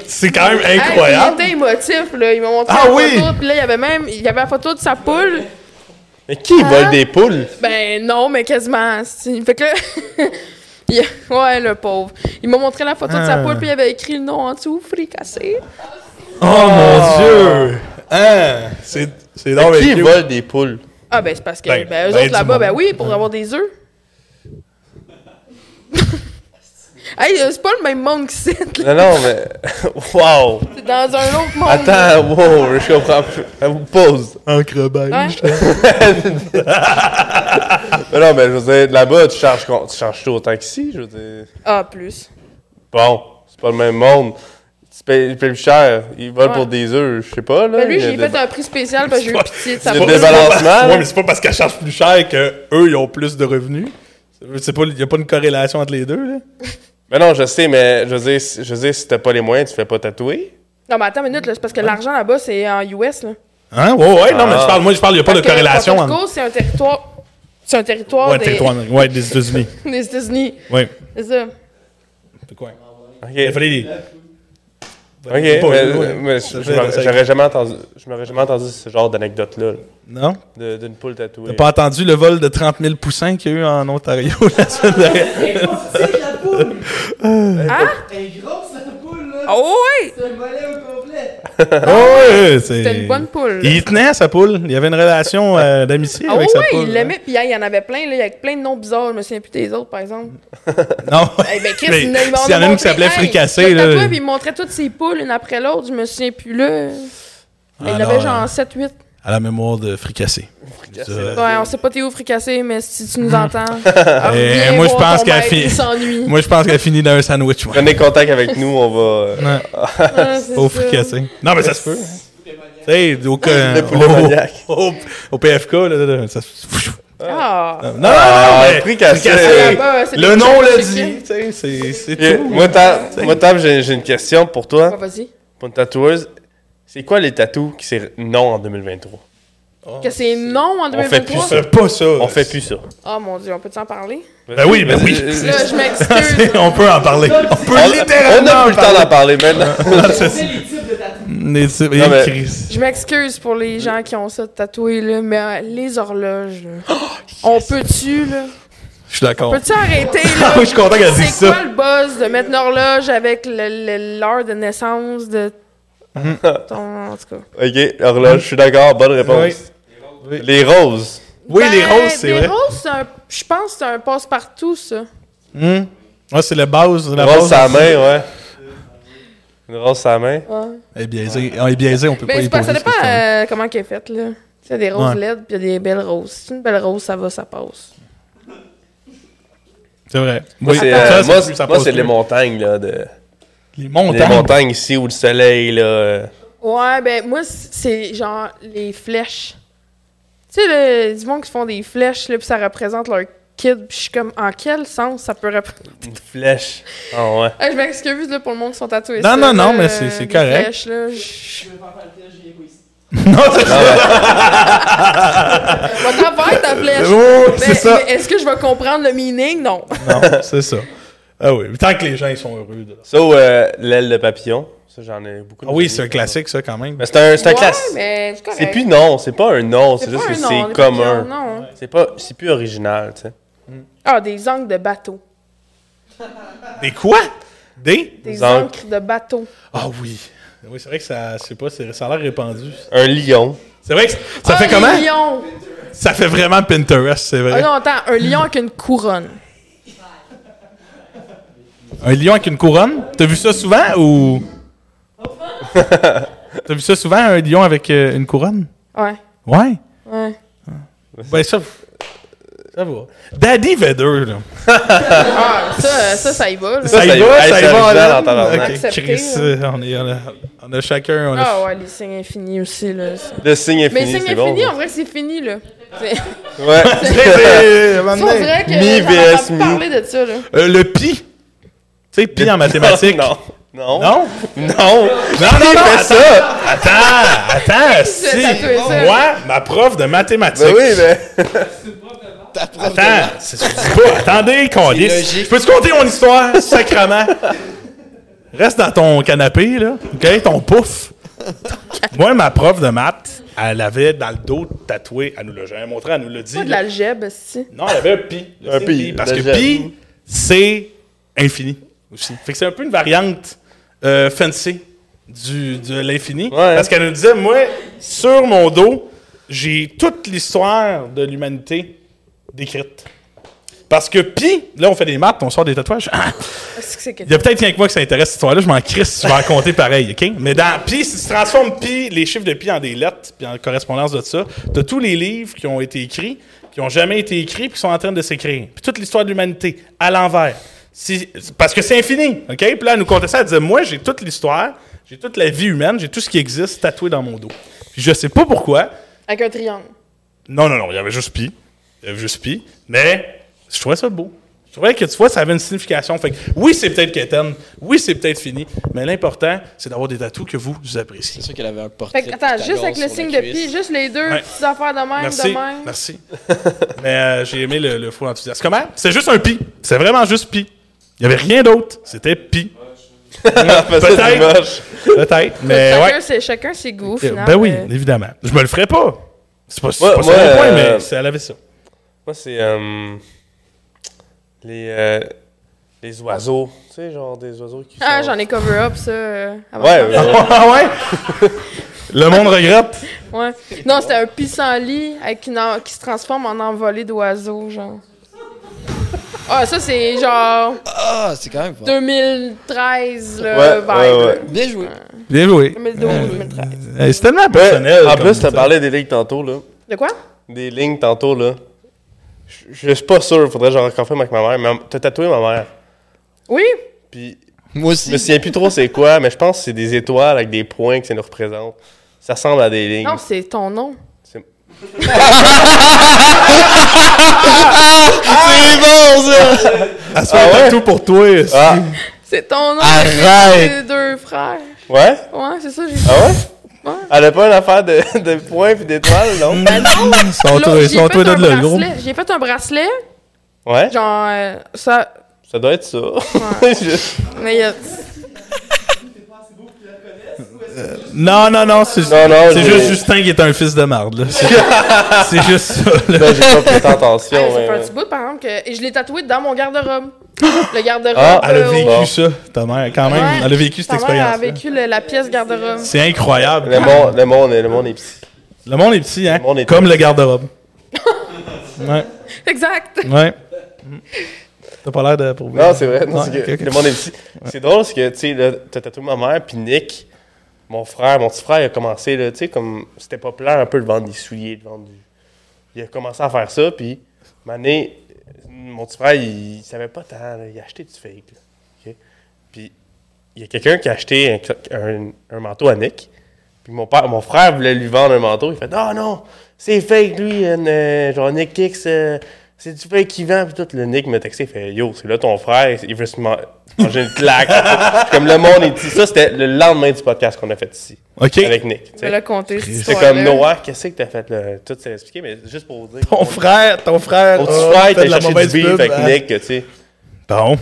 A: C'est quand même
D: Hey,
A: incroyable!
D: il était émotif, là. Ils m'ont montré
A: Ah
D: la
A: oui!
D: photo, puis là, il y avait même il y avait la photo de sa poule.
C: Mais qui
D: Hein?
C: vole des poules?
D: Ben non, mais quasiment. si. Fait que là... il- Ouais, le pauvre. Ils m'ont montré la photo de sa
A: Ah.
D: poule, puis il avait écrit le nom en dessous, fricassé.
A: Oh, mon Dieu! Hein? C'est c'est donc
C: Qui
A: bien cute.
C: vole des poules?
D: Ah, ben c'est parce que
A: Ben,
D: ben, eux
A: ben,
D: autres
A: du
D: là-bas,
A: monde.
D: ben oui, pour avoir des œufs. hey, euh, c'est pas le même monde qu'ici. là.
C: Non, non, mais. Wow!
D: C'est dans un autre monde. là.
C: Attends, wow, je comprends plus. Elle vous pose.
A: Encre beige.
D: Hein?
C: Mais non, mais je veux dire, là-bas, tu charges, con- tu charges tout autant qu'ici, je veux dire.
D: Ah, plus.
C: Bon, c'est pas le même monde. Tu payes, tu payes plus cher, ils volent
D: Ouais.
C: pour des œufs, je sais pas, là.
D: Ben lui,
C: il y a
D: j'ai
C: des-
D: fait un prix spécial parce que j'ai eu pitié de sa
C: Le
D: peau.
C: débalancement.
A: Ouais,
C: là.
A: mais c'est pas parce qu'elle charge plus cher qu'eux, ils ont plus de revenus. C'est pas, y a pas une corrélation entre les deux, là.
C: Mais non, je sais, mais je veux dire, si- je veux dire, si t'as pas les moyens, tu fais pas tatouer.
D: Non, mais attends une minute, là, c'est parce que l'argent là-bas, c'est en US. Là.
A: Hein? Ouais, ouais, non, mais
C: Ah.
A: je parle, moi, je parle, y a pas de
D: Parce que
A: corrélation
D: Porto
A: entre.
D: Rico, c'est un territoire. C'est un territoire,
A: Ouais,
D: des...
A: territoire, ouais, des États-Unis.
D: des États-Unis.
A: Ouais.
D: C'est ça.
A: C'est quoi?
C: Ok.
A: Il fallait les.
C: Ok, mais, mais je- je m'aurais- j'aurais jamais entendu, je m'aurais jamais entendu ce genre d'anecdote-là, là,
A: Non?
C: de- d'une poule tatouée.
A: T'as pas entendu le vol de 30 000 poussins qu'il y a eu en Ontario la semaine dernière?
F: Elle est grosse, la poule!
D: Hein?
A: Euh.
F: Elle est grosse, la poule, là!
D: Oh oui!
F: C'est le volet au complet.
A: Ah, ouais, c'est-
D: C'était une bonne poule.
A: Il y tenait sa poule. Il y avait une relation euh, d'amitié
D: Ah oui,
A: avec sa poule. hein.
D: il l'aimait. Puis, hey, il y en avait plein, là, avec plein de noms bizarres. Je me souviens plus des autres, par exemple.
A: Non.
D: Eh ben, Chris,
A: Mais
D: il m'a- il m'a
A: s'il y en a une qui
D: montré-
A: s'appelait
D: hey,
A: Fricassé,
D: je le
A: là.
D: tatouais, puis il me montrait toutes ses poules, une après l'autre. Je me souviens plus, là. Il y
A: Ah
D: en
A: non,
D: avait genre
A: euh,
D: 7-8.
A: À la mémoire de fricassé. Ça,
D: Ouais, on sait pas t'es où fricassé, mais si tu nous entends.
A: Hmm. Eh,
D: reviens
A: moi, je
D: voir
A: pense
D: ton
A: qu'elle
D: maître,
A: fi-
D: Il s'ennuie.
A: Moi, je pense qu'elle finit dans un sandwich, moi.
C: Prenez contact avec nous, on va. euh,
A: Ouais,
D: Ah, c'est
A: au
D: ça.
A: fricassé. Non, mais ça se peut. hein. Tu sais, au, cas-
C: Le poulet
A: au-
C: maniaque.
A: au- au PFK, là, là, là, ça se-
D: Ah!
A: Non, non, non,
C: Ah,
A: mais-
C: fricassé.
A: fricassé.
D: Là-bas, c'est
A: Euh, Le
D: des
A: nom
D: chips
A: l'a
D: chicken.
A: dit. Hein? tu sais, C'est c'est
C: Et
A: tout.
C: Moi, Tam, moi, Tam, j'ai j'ai une question pour
D: Ah,
C: toi,
D: vas-y.
C: pour une tatoueuse. C'est quoi les tatous qui c'est non en 2023?
A: Oh,
D: Que c'est non en
C: On fait plus
D: 2023?
C: ça.
A: C'est pas ça.
C: On fait plus ça.
D: Ah mon dieu, on peut-tu en parler?
A: Ben oui, ben oui.
D: Là, je m'excuse.
A: C'est- On peut en parler. On peut
C: On on
A: littéralement
C: a plus
A: en
C: le temps d'en
A: parler.
C: parler maintenant.
F: On sait les types de tatouages.
A: Mais c'est-
C: Non, mais-
A: Chris.
D: Je m'excuse pour les gens qui ont ça tatoué, là, mais euh, les horloges, là.
A: Oh,
D: On peut-tu, là?
A: Je suis d'accord.
D: Peux-tu arrêter,
A: Ah
D: là?
A: oui, je suis content qu'elle dise
D: C'est quoi
A: ça.
D: le buzz de mettre une horloge avec le- le- l'heure de naissance de
A: Mm-hmm.
D: ton. En tout cas.
C: Ok, horloge, je suis d'accord, bonne
A: Oui.
C: réponse.
A: Oui.
C: Les roses.
A: Oui, les
D: Ben,
A: roses, c'est
D: Les
A: vrai.
D: roses, c'est un- je pense que c'est un passe-partout, ça.
A: Hum. Ouais, c'est la base.
C: Une
A: La
C: rose
A: base
C: à la main, ouais. Une rose à la main.
D: Ouais.
A: Elle est biaisée. On est biaisé, on peut pas
D: Ben,
A: y
D: c'est pas-
A: poser.
D: ça
A: cette
D: dépend
A: question-là.
D: euh, comment qu'elle est faite, là. Tu sais, des roses
A: Ouais.
D: LED, puis il y a des belles roses. Si c'est une belle rose, ça va, ça passe. euh,
A: C'est vrai.
C: Moi,
A: Oui, Ah,
C: c'est
A: ça,
C: euh,
A: ça,
C: moi,
A: ça
C: c'est-
A: passe
C: moi, c'est
A: mieux.
C: les montagnes, là. De,
A: Les
C: les
A: montagnes.
C: montagnes ici ou le soleil, là. euh.
D: Ouais, ben, moi, c'est genre les flèches. Tu sais, le, du monde qui font des flèches, là, puis ça représente leur kid, puis je suis comme, en quel sens ça peut représenter.
C: Une flèche. Ah ouais.
D: Ah, je m'excuse, là, pour le monde qui sont tatoués.
A: Non,
D: ça,
A: non, non,
D: là,
A: mais c'est- c'est
D: des
A: correct.
D: flèches, là, je-
F: Je vais pas faire le test, j'ai égoïste.
A: Non, c'est ça.
D: Va t'en faire, ta flèche.
A: Oh,
D: Mais-
A: c'est ça.
D: mais est-ce que je vais comprendre le meaning? Non.
A: Non, c'est ça. Ah oui, tant que les gens ils sont heureux. de-
C: Ça, ou, euh, l'aile de papillon. Ça, j'en ai beaucoup.
A: Ah oui, c'est un classique, ça, quand même.
C: Mais c'est un, c'est un
D: Ouais,
C: classique.
D: mais c'est correct.
C: C'est plus non, c'est pas un non, c'est
D: C'est
C: juste
D: pas
C: que
D: un nom, on est
C: c'est
D: pas bien,
C: commun.
D: non.
C: C'est pas, c'est plus original, tu sais.
D: Ah, des ancres de bateau.
A: Des quoi? Des?
D: Des
C: Des ancres.
D: ancres de bateau.
A: Ah oui. Oui, c'est vrai que ça, je sais pas, c'est- ça a l'air répandu.
C: Un lion.
A: C'est vrai que ça
D: Ah,
A: fait
D: les
A: comment?
D: lions.
A: Ça fait vraiment Pinterest, c'est
D: Ah
A: vrai.
D: non, attends, un lion avec une couronne.
A: un lion avec une couronne? T'as vu ça souvent ou. T'as vu ça souvent, un lion avec euh, une couronne?
D: Ouais,
A: Ouais.
D: ouais.
A: Ben ça. Ça va. Daddy Vader, là.
D: Ah, ça, ça, ça y va. là.
A: Ça,
C: ça
A: y
C: y
A: va,
C: va,
A: ça
C: hey,
A: y
C: ça
A: va.
C: original
A: Alan.
C: en tabarnak.
A: Ok,
D: Accepté,
A: Chris,
D: là.
A: euh, on, est, on, a, on a chacun. On a
D: Ah ouais, les signes infinis aussi, là.
C: Le signe
D: Mais
C: infini,
D: les signes
C: c'est bon.
D: infinis, on dirait que c'est fini, là. C'est-
C: ça. Ouais.
A: On
D: On dirait que
C: Mi
D: j'en
C: vs
D: entends
C: mi.
D: parler de ça, là.
A: Euh, le pi. Tu sais, pi en mathématiques.
C: Non. Non.
A: Non?
C: Non.
A: Non, non, non.
C: Fais ça.
A: Attends, attends, si.
D: tatoué ça?
A: Moi, ma prof de mathématiques.
C: Ben oui, mais.
A: Attends, c'est ce que je dis pas. Attendez, qu'on Je peux te conter mon histoire, sacrement? Reste dans ton canapé, là. OK? Ton pouf. Moi, ma prof de maths, elle avait dans le dos tatoué. Elle nous l'a jamais montré, elle nous l'a dit.
D: Pas de
A: là.
D: l'algèbre, si.
A: Non, elle avait un pi. Le
C: Un
A: signe
C: pi,
A: Parce que
C: déjà.
A: pi, c'est infini aussi. Fait que c'est un peu une variante euh, fancy du, de l'infini.
C: Ouais.
A: Parce qu'elle nous disait, moi, sur mon dos, j'ai toute l'histoire de l'humanité décrite. Parce que pi, là, on fait des maths, on sort des tatouages.
D: Est-ce que c'est que.
A: Il y a peut-être quelqu'un que moi qui s'intéresse à cette histoire-là, je m'en crisse, si je vais raconter pareil, OK? Mais dans Pi, si tu transformes Pi, les chiffres de Pi en des lettres, puis en correspondance de ça, t'as tous les livres qui ont été écrits, qui ont jamais été écrits, puis qui sont en train de s'écrire. Puis toute l'histoire de l'humanité, à l'envers. Si- parce que c'est infini, OK? Puis là, elle nous contait ça, elle disait, moi, j'ai toute l'histoire, j'ai toute la vie humaine, j'ai tout ce qui existe tatoué dans mon dos. Puis je sais pas pourquoi,
D: Avec un triangle.
A: non, non, non, il y avait juste Pi. Il y avait juste Pi. Mais je trouvais ça beau. Je trouvais que, tu vois, ça avait une signification. Fait que, oui, c'est peut-être quétaine. Oui, c'est peut-être fini. Mais l'important, c'est d'avoir des tatous que vous appréciez.
E: C'est sûr qu'elle avait un portrait.
D: Fait que, attends,
E: de
D: juste avec
E: Pythagore
D: le
E: sur
D: signe de
E: cuisse.
D: pi, juste les deux
A: Ouais.
D: petites affaires de même,
A: Merci.
D: de même.
A: Merci. Mais euh, j'ai aimé le, le fou enthousiaste. Comment? C'est juste un Pi. C'est vraiment juste Pi. Il n'y avait rien d'autre. C'était Pi.
C: Fais ça, c'est
A: Peut-être.
C: moche.
A: Peut-être. Mais
D: chacun,
A: ouais.
D: ses, chacun ses goûts, au final.
A: Ben oui,
D: Euh,
A: évidemment. Je me le ferais pas. C'est pas, c'est
C: Moi-
A: pas
C: moi,
A: ça mon point,
C: euh,
A: mais c'est- elle avait ça.
C: Moi, c'est. euh, les. euh,
B: Les oiseaux.
C: Oiseaux. Tu sais, genre des oiseaux qui.
D: Ah,
C: sont-
D: j'en ai cover up, ça. euh, avant
C: Ouais,
D: de-
C: ouais.
A: Ah ouais? Le monde regrette.
D: ouais. Non, c'était un pissenlit avec une en- qui se transforme en envolée d'oiseaux, genre. Ah, ça, c'est genre
E: Ah, c'est quand même fort.
D: 2013, là,
C: Ouais,
D: vibe.
C: ouais,
D: là.
C: ouais.
E: Bien joué.
A: Bien joué.
D: 2012, 2013.
A: Eh, C'est tellement
C: Ouais,
A: personnel.
C: en
A: comme
C: plus, t'as
A: ça.
C: parlé des lignes tantôt, là.
D: De quoi?
C: Des lignes tantôt, là. Je je suis pas sûr, faudrait que j'en reconfirme avec ma mère. Mais t'as tatoué ma mère.
D: Oui?
C: Puis,
E: Moi
C: je me
E: aussi.
C: souviens plus trop c'est quoi, mais je pense que c'est des étoiles avec des points que ça nous représente. Ça ressemble à des lignes.
D: Non, c'est ton nom.
C: C'est-
E: C'est bon, ça!
A: À ce moment-là,
C: ouais?
A: Ah, tout pour toi.
C: Ah,
D: C'est ton nom.
E: Arrête!
D: C'est deux frères.
C: ouais?
D: Ouais, c'est ça, j'ai
C: Ah ouais?
D: Ouais.
C: Elle a pas une affaire de, de points puis d'étoiles, non?
A: Ils sont
D: Là,
A: tous-
D: j'ai
A: ils sont
D: fait
A: tous
D: un
A: de là, le gros.
D: bracelet. J'ai fait un bracelet,
C: Ouais?
D: genre, euh, ça...
C: Ça doit être ça. Je-
D: Mais euh, il y a-
A: Non, non, non, c'est
C: Non, non,
A: c'est
C: j'ai-
A: juste Justin qui est un fils de marde. là. C'est- C'est juste ça. là.
C: Ben, j'ai pas prêté
D: Hey,
C: attention.
D: ça fait un
C: mais-
D: petit bout, par exemple, que... et je l'ai tatoué dans mon garde-robe. le garde-robe.
C: Ah,
A: Elle a
D: euh,
A: vécu
C: Bon.
A: ça, ta mère, quand même.
D: Ouais.
A: Elle a vécu cette
D: Ta mère a
A: expérience.
D: vécu le- la pièce garde-robe.
A: C'est incroyable.
C: Le monde, le monde, est- le monde est petit.
A: Le monde est petit, hein?
C: Le monde est
A: Comme le garde-robe. ouais,
D: Exact.
A: ouais. Mm. T'as pas l'air de prouver.
C: Non, c'est vrai. non, c'est
A: hein. Ouais,
C: que
A: ok, ok.
C: Le monde est petit. C'est drôle parce que, tu sais, là, t'as tatoué ma mère, puis Nick, mon frère, mon petit frère, il a commencé, là, tu sais, comme c'était populaire un peu de vendre des souliers, de vendre du. Il a commencé à faire ça, puis, mané, mon petit frère, il, il savait pas tant, là, il a acheté du fake. là, ok? Puis, il y a quelqu'un qui a acheté un, un- un manteau à Nick, puis mon, père, mon frère voulait lui vendre un manteau, il fait Non, non, c'est fake, lui, un, euh, genre Nick X. euh, c'est du fake qui vend, puis tout. Le Nick m'a texté, il fait Yo, c'est là ton frère, il veut se man- manger une claque. comme le monde est dit. Ça, c'était le lendemain du podcast qu'on a fait ici,
A: OK.
C: avec Nick. tu
D: Je vais
C: sais.
D: le compter, cette
C: C'est
D: histoire-là.
C: comme Noah, qu'est-ce que t'as fait là Tout s'est expliqué, mais juste pour vous dire.
A: Ton frère, ton frère.
C: Au petit
A: a
C: frère,
A: fait de
C: t'as
A: la
C: cherché
A: mauvaise
C: du beef
A: pub,
C: avec
A: hein.
C: Nick, tu sais.
A: Bon.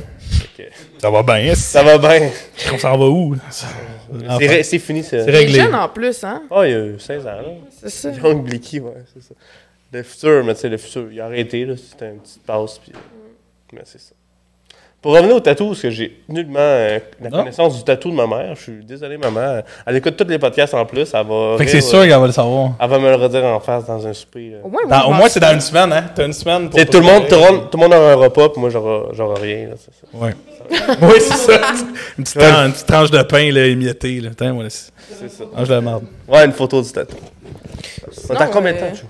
A: Ça va bien.
C: Ça va bien.
A: On s'en va où? Enfin,
C: C'est ré- C'est fini, ça.
A: C'est
D: Il est
A: réglé.
D: jeune en plus, hein?
C: Oh, il y a eu 16 ans, là.
D: C'est ça.
C: Young Blicky, ouais, c'est ça. Le futur, mais tu sais, le futur. Il a arrêté, là, c'était une petite passe, puis.
D: Mm.
C: Mais c'est ça. Pour revenir au tatou, parce que j'ai nullement euh, la
A: Non.
C: connaissance du tatou de ma mère, je suis désolé, maman. Elle écoute tous les podcasts en plus, elle va.
A: Fait que
C: rire,
A: c'est sûr
C: euh,
A: qu'elle va le savoir.
C: Elle va me le redire en face dans un souper. là.
D: Au moins,
A: Dans-
D: moi,
A: au
D: je
A: moins,
D: m'en
A: c'est dans une semaine, hein? T'as une semaine pour.
C: Tu sais, tout, le monde, tout, le monde- tout le monde aura un repas, puis moi, j'aurai j'aurai rien, là, c'est ça.
A: Ouais. oui, c'est ça. Une petite, tran- une petite tranche de pain, là, émiettée, là. Putain, voilà. c'est-
C: C'est ça.
A: Mange de la marde.
C: Ouais, une photo du tatou. On est à
D: Sinon,
C: combien de
D: euh,
C: temps, Chou?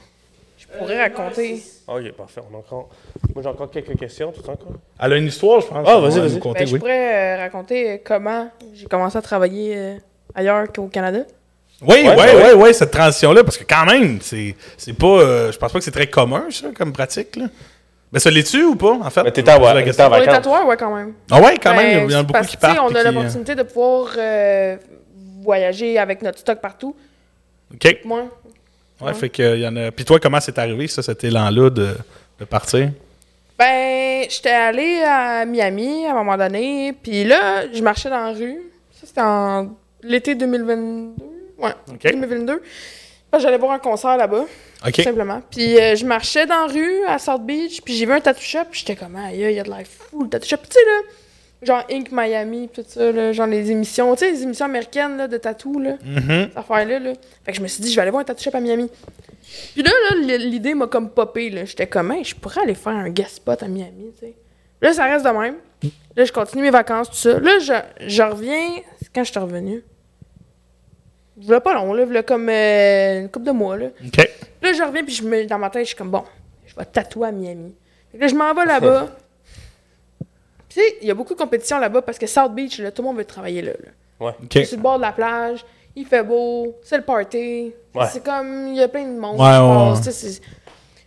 D: pourrais raconter.
C: Ok, parfait. On a encore... Moi, j'ai encore quelques questions, tout encore.
A: Elle a une histoire, je pense.
C: Ah,
A: Elle
C: vas-y,
A: va
C: vas-y.
A: nous conter,
D: Ben, je
A: oui.
D: pourrais euh, raconter euh, comment j'ai commencé à travailler euh, ailleurs qu'au Canada.
A: Oui, oui,
C: Ouais,
A: oui,
C: ouais.
A: oui, cette transition-là, parce que quand même, c'est c'est pas. euh, je pense pas que c'est très commun, ça, comme pratique. Là. Ben, ça l'est-tu ou pas, en fait?
C: Mais t'étais à,
A: C'est la
C: t'étais
A: question.
C: en
D: Pour les
C: vacances.
D: tatoueurs, ouais, quand même.
A: Ah, ouais, quand
D: Ben,
A: même, il y en a
D: c'est
A: beaucoup
D: parce
A: qui
D: que, tu sais,
A: partent.
D: On
A: puis
D: a
A: qui, euh,
D: l'opportunité de pouvoir euh, voyager avec notre stock partout.
A: OK.
D: Moi,
A: Ouais, fait que, il y en a. Puis toi, comment c'est arrivé, ça, cet élan-là de, de partir?
D: Ben, j'étais allée à Miami à un moment donné, puis là, je marchais dans la rue. Ça, c'était en l'été 2022. Ouais,
A: OK.
D: 2022. Ben, J'allais voir un concert là-bas, tout
A: OK.
D: simplement. Puis euh, je marchais dans la rue à South Beach, puis j'ai vu un tattoo shop, puis j'étais comme, aïe, il y a de l'air fou, le tattoo shop. Puis tu sais, là, genre Inc. Miami, puis tout ça, là, genre les émissions, tu sais, les émissions américaines là, de tatou, là
A: Mhm.
D: cette affaire-là. Là. Fait que je me suis dit, je vais aller voir un tattoo shop à Miami. Puis là, là, l- l'idée m'a comme popé. là. J'étais comme, Hey, je pourrais aller faire un guest spot à Miami. tu sais. Là, ça reste de même. Là, je continue mes vacances, tout ça. Là, je, je reviens. C'est quand je suis revenue? V'là pas long, là. V'là comme euh, une couple de mois, là.
A: OK.
D: Là, je reviens, puis je me, dans ma tête, je suis comme, bon, je vais tatouer à Miami. Fait que là, je m'en vais là-bas. Puis, tu sais, il y a beaucoup de compétition là-bas parce que South Beach, là, tout le monde veut travailler là. là.
A: OK.
D: Je suis sur le bord de la plage, il fait beau, c'est le party.
C: Ouais.
D: C'est comme, il y a plein de monde
A: Ouais,
D: qui
A: ouais,
D: passe,
A: ouais.
D: tu sais, c'est-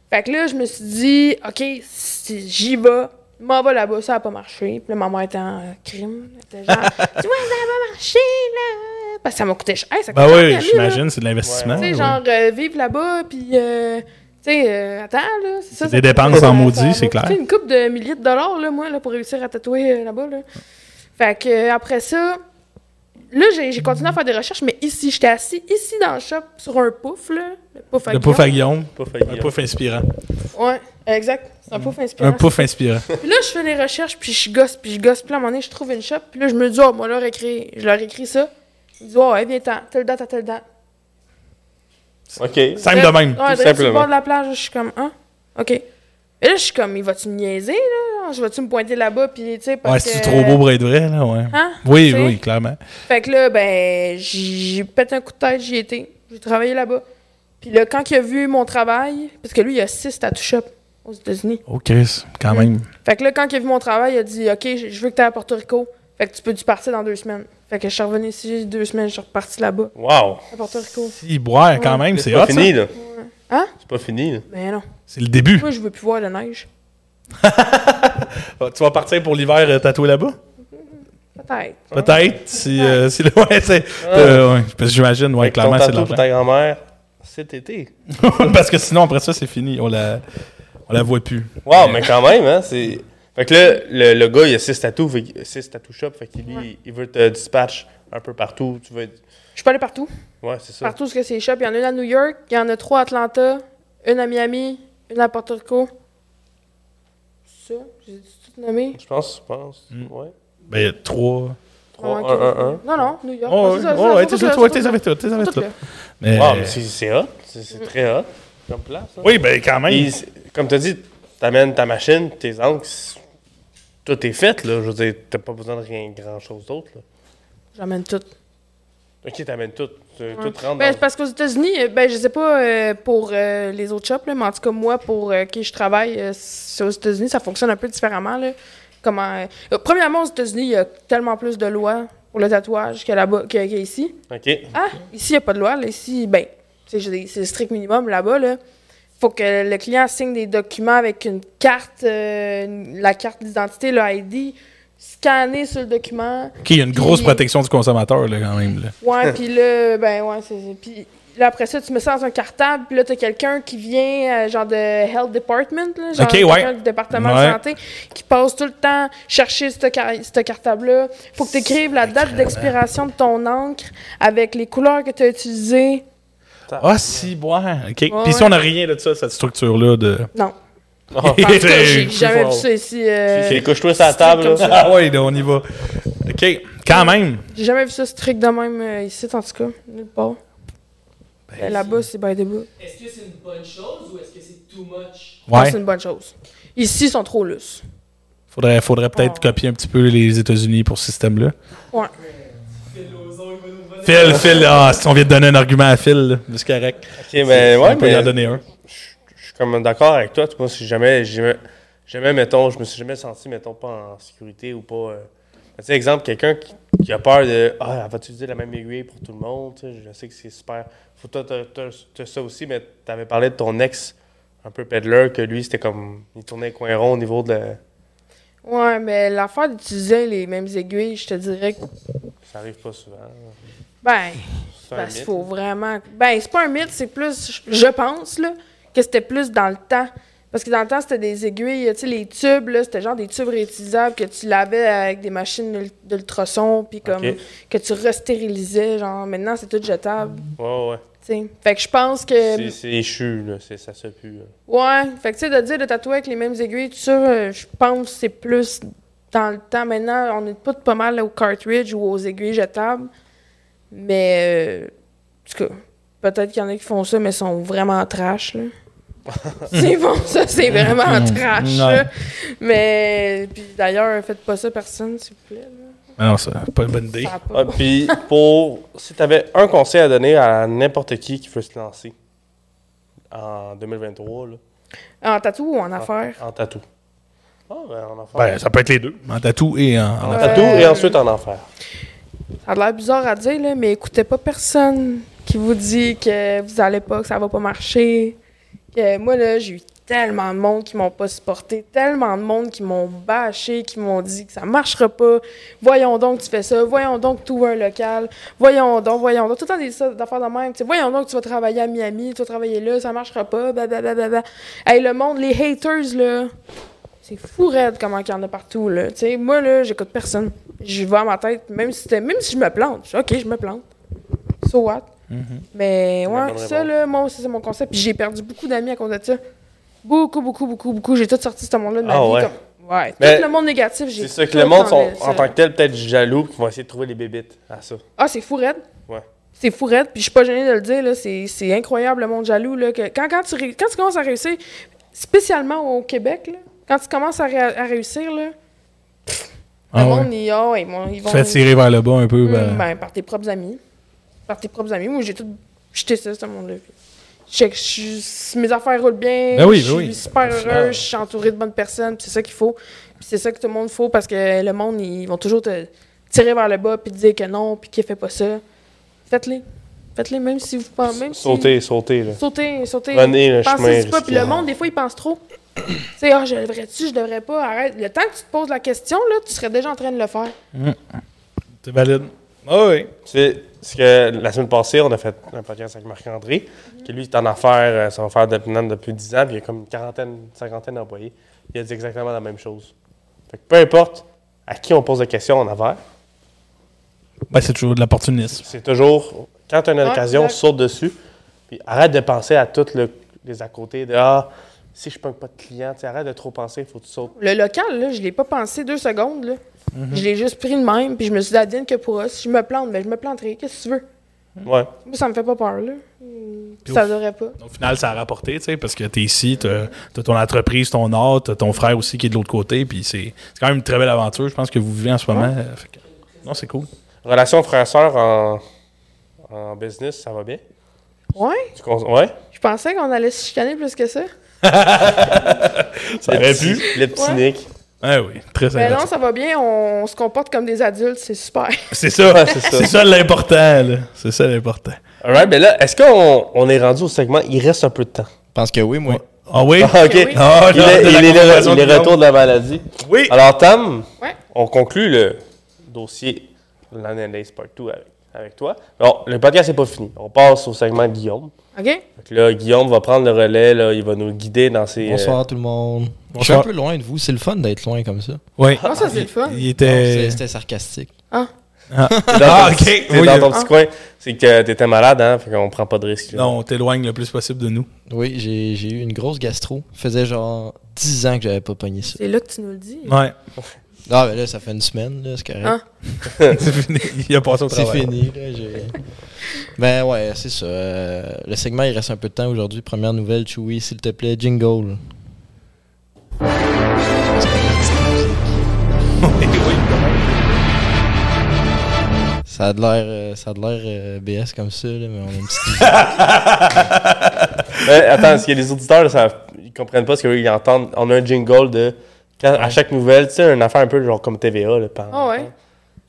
D: Fait que là, je me suis dit, OK, si j'y vais, m'en va là-bas, ça n'a pas marché. Puis là, maman était en euh, crime. Elle était genre, tu vois, ça n'a pas marché, là. Parce que ça m'a coûté cher. ça
A: Ben
D: coûte cher,
A: oui,
D: Miami, là.
A: j'imagine, c'est de l'investissement.
D: Tu sais,
A: Ah, ouais.
D: genre, euh, vivre là-bas, puis, euh, tu sais, euh, attends, là, c'est ça.
A: des
D: ça-
A: dépenses
D: ça-
A: en
D: ça
A: maudit,
D: m'a
A: c'est
D: coûté
A: clair.
D: une coupe de milliers de dollars, là, moi, là, pour réussir à tatouer euh, là-bas, là. Fait que, euh, après ça, là, j'ai j'ai continué à faire des recherches, mais ici, j'étais assis, ici, dans le shop, sur un pouf, là. Le pouf à
A: Le pouf à
D: guillon.
A: Guillaume.
C: Pas
A: Un
C: failli.
A: pouf inspirant.
D: Ouais. Exact. C'est un pouf inspirant.
A: Un pouf inspirant.
D: Puis là, je fais les recherches, puis je gosse, puis je gosse. Puis là, à un moment donné, je trouve une shop. Puis là, je me dis, oh, moi, leur écrit. Je leur écris ça. Ils disent, oh, eh, viens-t'en, telle date à telle date.
C: OK.
A: Simple de même.
D: Ouais,
C: tout
D: direct sur le
C: simplement.
D: bord de la plage, je suis comme, hein? OK. Et là, je suis comme, il va-tu me niaiser, là? Genre, Je vais-tu me pointer là-bas, puis, tu sais, parce
A: Ouais,
D: que...
A: c'est trop beau pour être vrai, là, ouais.
D: Hein?
A: Oui,
D: Tu sais?
A: oui, clairement.
D: Fait que là, ben, j'ai j'ai pété un coup de tête, j'y étais. J'ai travaillé là-bas. Puis là, quand il a vu mon travail, parce que lui, il a six tattoo shops aux États-Unis.
A: Oh, Chris, quand même.
D: Fait que là, quand il a vu mon travail, il a dit, OK, je je veux que tu à Porto Rico. Fait que tu peux tu partir dans deux semaines. Fait que je suis revenu ici deux semaines, je suis reparti là-bas,
C: Wow.
D: à Porto Rico.
A: Si, boire, quand même,
C: C'est
A: c'est
C: pas
A: hot. ça.
C: fini, là.
D: Hein?
C: C'est pas fini, là.
D: Mais non.
A: C'est le début.
D: Moi, je veux plus voir la neige.
A: Ah, Tu vas partir pour l'hiver euh, tatoué là-bas?
D: Peut-être.
A: Peut-être. Si, euh, si le- ouais, c'est. euh, ouais, parce que j'imagine, ouais,
C: Avec ton
A: clairement, c'est de
C: tatou pour
A: l'argent.
C: ta grand-mère cet été.
A: Parce que sinon, après ça, c'est fini. On la, on la voit plus.
C: Wow, mais quand même, hein, c'est... Fait que là, le, le gars, il a 6 tatous, 6 tatous shop, fait qu'il lui, il veut te dispatch un peu partout. Tu veux... être-
D: Je suis pas allée partout.
C: Ouais, c'est ça.
D: Partout où ce que c'est les shops. Il y en a une à New York, il y en a trois à Atlanta, une à Miami, une à Porto Rico. Ça, j'ai tout nommé.
C: Je pense, je pense. Ouais.
A: Ben, trois.
C: 3,
D: Ah, ok.
C: 1, 1, 1.
D: Non, non, New
A: Oh, ouais,
D: York. Ouais, Ah, c'est ça,
A: ouais, ouais,
D: c'est
A: t'es
D: ça,
A: avec
D: c'est
A: toi,
D: ça,
A: t'es avec toi, t'es avec
D: c'est ça.
A: toi. Ah, Mais-
C: Wow, mais c'est, c'est hot. C'est,
D: Mm.
C: c'est très hot comme place. hein.
A: Oui, ben, quand même.
C: Puis, c'est- comme t'as dit, t'amènes ta machine, tes angles, c'est- tout est fait, là. Je veux dire, t'as pas besoin de rien, grand-chose d'autre, là.
D: J'emmène tout.
C: OK, t'amènes tout. Tu-
D: Ouais.
C: Tout rentre
D: Ben,
C: dans...
D: c'est parce qu'aux États-Unis, euh, ben, je sais pas euh, pour euh, les autres shops, là, mais en tout cas, moi, pour euh, qui je travaille, euh, c'est aux États-Unis, ça fonctionne un peu différemment. Là. Comment, euh, euh, premièrement, aux États-Unis, il y a tellement plus de lois pour le tatouage que là-bas, que- qu'ici.
C: OK.
D: Ah, ici, il n'y a pas de loi. là. Ici, ben, tu sais, je veux dire, c'est le strict minimum là-bas. Là. faut que le client signe des documents avec une carte, euh, une- la carte d'identité, le ID, scanné sur le document.
A: OK, il y a une grosse
D: Puis-
A: protection du consommateur, là, quand même. Là.
D: Ouais, puis là, ben ouais, c'est. c'est- Puis là, après ça, tu mets ça dans un cartable, puis là, t'as quelqu'un qui vient, euh, genre de Health Department, là, genre
A: Ok,
D: quelqu'un
A: ouais.
D: du département
A: Ouais.
D: de santé, qui passe tout le temps chercher ce car- ce cartable-là. Faut que t'écrives la date d'expiration de ton encre avec les couleurs que t'as utilisées.
A: Ah, si, boire. OK. Puis
D: ouais.
A: si on n'a rien de ça, cette structure-là de.
D: Non.
C: Oh,
D: En tout cas, j'ai jamais vu ça ici. euh,
C: c'est- couche-toi sur la table,
D: comme
C: là.
D: ça.
A: Ah, ouais, là, on y va. OK, quand même.
D: J'ai jamais vu ça strict de même euh, ici, en tout cas, nulle part. Ben, Là-bas, c'est by the book.
F: Est-ce que c'est une bonne chose ou est-ce que c'est too much?
D: Je pense que
A: Ouais.
D: Ah, C'est une bonne chose. Ici, ils sont trop lusses.
A: Faudrait, faudrait peut-être
D: Oh.
A: copier un petit peu les États-Unis pour ce système-là.
F: Phil Lozon, il va nous revenir.
A: Phil, Phil, ah, si on vient de donner un argument à Phil, là, c'est correct.
C: OK, mais
A: on
C: ouais,
A: peut
C: mais...
A: lui en donner un.
C: je suis comme d'accord avec toi. Tu vois, si jamais, jamais, jamais, mettons, je me suis jamais senti, mettons, pas en sécurité ou pas. euh, Tu sais, exemple, quelqu'un qui, qui a peur de Ah, elle va utiliser la même aiguille pour tout le monde. Tu sais, je sais que c'est super. Faut toi, t'as- t'as t'as ça aussi, mais tu avais parlé de ton ex un peu peddler, que lui, c'était comme. Il tournait coin rond au niveau de. la-
D: Ouais, mais l'affaire d'utiliser les mêmes aiguilles, je te dirais que.
C: Ça arrive pas souvent.
D: Ben,
C: C'est un
D: parce qu'il
C: mythe.
D: faut vraiment. Ben, c'est pas un mythe, c'est plus. Je pense, là, que c'était plus dans le temps. Parce que dans le temps, c'était des aiguilles, tu sais, les tubes, là, c'était genre des tubes réutilisables que tu lavais avec des machines d'ul- d'ultrasons, puis comme.
C: Ok.
D: que tu restérilisais, genre. Maintenant, c'est tout jetable,
C: Ouais, ouais.
D: tu sais. Fait que je pense que. euh,
C: C'est- C'est échu, là. c'est- Ça se pue. là.
D: Ouais, fait que tu sais, de dire de tatouer avec les mêmes aiguilles, tout ça, euh, je pense que c'est plus dans le temps. Maintenant, on est pas pas mal au cartridge ou aux aiguilles jetables. Mais, euh, en tout cas, peut-être qu'il y en a qui font ça, mais sont vraiment trash, là. c'est bon, ça, c'est vraiment trash,
A: non.
D: là. Mais, puis d'ailleurs, faites pas ça personne, s'il vous plaît. là.
A: Ah non, c'est pas une bonne idée.
D: Ça a pas-
C: Ah, Puis, pour. Si tu avais un conseil à donner à n'importe qui qui veut se lancer en 2023, là.
D: En tatou ou en affaires?
C: En tatou. Ah, ben, en enfer.
A: Ben, ça peut être les deux. En tatou et en.
C: en
A: en-
C: tatou
D: Euh,
C: et ensuite en enfer.
D: Ça a l'air bizarre à dire, là, mais écoutez pas personne qui vous dit que vous allez pas, que ça va pas marcher. Que moi, là, j'ai eu tellement de monde qui m'ont pas supporté, tellement de monde qui m'ont bâché, qui m'ont dit que ça marchera pas. Voyons donc, tu fais ça. Voyons donc, tout un local. Voyons donc, voyons donc. Tout le temps des ça- des affaires de même. tu sais. voyons donc, tu vas travailler à Miami, tu vas travailler là, ça marchera pas. Blablabla. Hey, le monde, les haters, là. C'est fou raide comment qu'il y en a partout, là. Tu sais, moi, là, j'écoute personne. Je vais à ma tête, même si, c'était- même si je me plante. Je dis, OK, je me plante. So what? Mais
C: La
D: ouais,
C: bonne
D: ça,
C: réponse.
D: là, moi, ça, c'est mon concept. Puis j'ai perdu beaucoup d'amis à cause de ça. Beaucoup, beaucoup, beaucoup, beaucoup. J'ai tout sorti ce monde-là de ma
C: Ah
D: vie.
C: ouais.
D: Comme... Ouais.
C: Mais-
D: tout le monde négatif, j'ai
C: C'est ça que
D: tout
C: le monde
D: dans
C: sont,
D: ça.
C: en tant que tel, peut-être jaloux, qui vont essayer de trouver les bébites à ça.
D: Ah, c'est fou raide.
C: Ouais.
D: C'est fou raide, puis je suis pas gênée de le dire, là. C'est, c'est incroyable, le monde jaloux, là. Que quand, quand, tu, ré- quand tu commences à réussir, spécialement au Québec, là, quand tu commences à, ré- à réussir, là, le monde, ils, ah ouais, ils vont- ils vont...
A: Tu fais tirer vers le bas un peu.
D: Hmm,
A: ben.
D: ben, par tes propres amis. Par tes propres amis. Moi, j'ai tout jeté ça, ce monde-là. Puis, Je sais que je suis- si mes affaires roulent bien.
A: Ben oui, ben
D: je suis
A: oui.
D: super heureux. Je suis entouré de bonnes personnes. puis c'est ça qu'il faut. Puis c'est ça que tout le monde faut parce que le monde, ils vont toujours te tirer vers le bas puis te dire que non, puis qu'il fait pas ça. Faites-les. Faites-les, même si vous pensez. Même si-
C: Sauter, sauter, là.
D: Sauter, sauter.
C: Prenez le chemin
D: Pensez-y pas. Puis le
C: risqué.
D: monde, des fois, il pense trop. tu sais, ah, je devrais-tu, je devrais pas. Arrête. Le temps que tu te poses la question, là, tu serais déjà en train de le faire.
A: C'est valide. Ah oui.
C: C'est ce que la semaine passée, on a fait un podcast avec Marc-André, que lui, il est en affaires, euh, ça va faire de- maintenant depuis 10 ans, puis il y a comme une quarantaine, cinquantaine d'employés. Il a dit exactement la même chose. Fait que peu importe à qui on pose la question en affaires,
A: Ben, c'est toujours de l'opportunisme.
C: c'est toujours, quand tu as une
D: Ouais,
C: occasion,
D: exact.
C: saute dessus, puis arrête de penser à tous les à côté de Ah, si je ne pas de client, tu sais, arrête de trop penser, il faut que tu sautes.
D: Le local, là, je l'ai pas pensé deux secondes. Là.
A: Mhm.
D: Je l'ai juste pris de même, puis je me suis dit, Adine, que pourra, si je me plante, ben, je me planterai. Qu'est-ce que tu veux? Mm.
C: Ouais.
D: Moi, ça me fait pas peur. Là. Mm,
A: Puis
D: Ça
A: au-
D: devrait pas.
A: Au final, ça a rapporté, tu sais, parce que t'es ici, t'as t'as ton entreprise, ton art, t'as ton frère aussi qui est de l'autre côté, puis c'est c'est quand même une très belle aventure, je pense, que vous vivez en ce moment. Euh, fait que- Non, c'est cool.
C: Relation frère-sœur en, en business, ça va bien?
D: Ouais,
C: Tu cons- ouais?
D: je pensais qu'on allait se chicaner plus que ça.
A: Ça aurait
C: petit-
A: pu.
C: Le petit
D: Ouais.
C: Nick.
A: Ah oui, très
D: Mais Ben non,
A: sympathique.
D: ça va bien, on, se comporte comme des adultes, c'est super.
A: C'est ça.
C: Ouais, c'est ça.
A: C'est ça l'important, là. C'est ça l'important.
C: Alright, ben là, est-ce qu'on on est rendu au segment Il reste un peu de temps?
E: Je pense que oui, moi.
A: Ah oui?
C: Ah, ok.
D: Ben Oui.
A: Ah,
C: Il
A: non,
C: est,
A: de
C: il
A: la
C: est le-
A: conversation
C: il est
A: de
C: retour de la maladie.
A: Oui.
C: Alors, Tam,
D: Ouais.
C: on conclut le dossier l'analyse part 2 avec, avec toi. Non, le podcast n'est pas fini. On passe au segment de Guillaume.
D: OK?
C: Fait que là, Guillaume va prendre le relais, là, il va nous guider dans ses. euh,
E: Bonsoir tout le monde. Je suis
A: bonsoir.
E: un peu loin de vous. C'est le fun d'être loin comme ça.
A: Oui.
D: Ah, ça, c'est le fun.
A: Il
E: Non,
A: était.
E: c'est- C'était sarcastique.
C: euh, dans
A: Ah,
C: ton
A: ok.
C: petit- t'es
A: Oui,
C: dans
A: euh,
C: ton petit coin. C'est que t'étais malade, hein? Fait qu'on prend pas de risque. là.
A: Non, on t'éloigne le plus possible de nous.
E: Oui, j'ai j'ai eu une grosse gastro. Faisait genre 10 ans que j'avais pas pogné ça.
D: C'est là que tu nous le dis.
A: Ouais.
E: Ah, ben là, ça fait une semaine, là, c'est correct.
D: Ah.
A: c'est fini. Il a passé au
E: C'est
A: travail.
E: fini, là. j'ai- ben ouais, c'est ça. Euh, le segment, il reste un peu de temps aujourd'hui. Première nouvelle, Chewy, s'il te plaît, jingle. Ça a de l'air, euh, ça a de l'air euh, BS comme ça, là, mais on a une petite.
C: Euh, attends, parce que les auditeurs, là, ça, ils comprennent pas ce qu'ils entendent. On a un jingle de. quand- À chaque nouvelle, tu sais, une affaire un peu genre comme TVA. Là, par-
D: Ah ouais.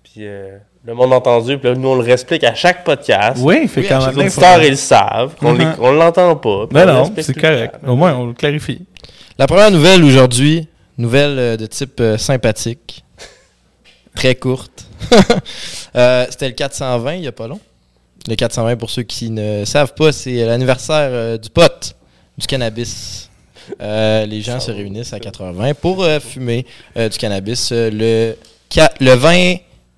C: Puis euh, le monde a entendu, puis là, nous, on le réexplique à chaque podcast.
A: Oui, fait
E: Oui,
A: quand
E: à
A: même.
C: Les auditeurs, ils le savent. On
A: Mhm.
C: les- on l'entend pas. puis
A: Ben
C: on le
A: non,
C: respecte
A: c'est
C: tout le
A: correct.
C: temps.
A: Au moins, on le clarifie.
E: La première nouvelle aujourd'hui, nouvelle euh, de type euh, sympathique, très courte. Euh, C'était le 420, il n'y a pas long. Le 420, pour ceux qui ne savent pas, c'est l'anniversaire euh, du pot, du cannabis. Euh, les gens se réunissent à 80 pour euh, fumer euh, du cannabis euh, le, qua- le 20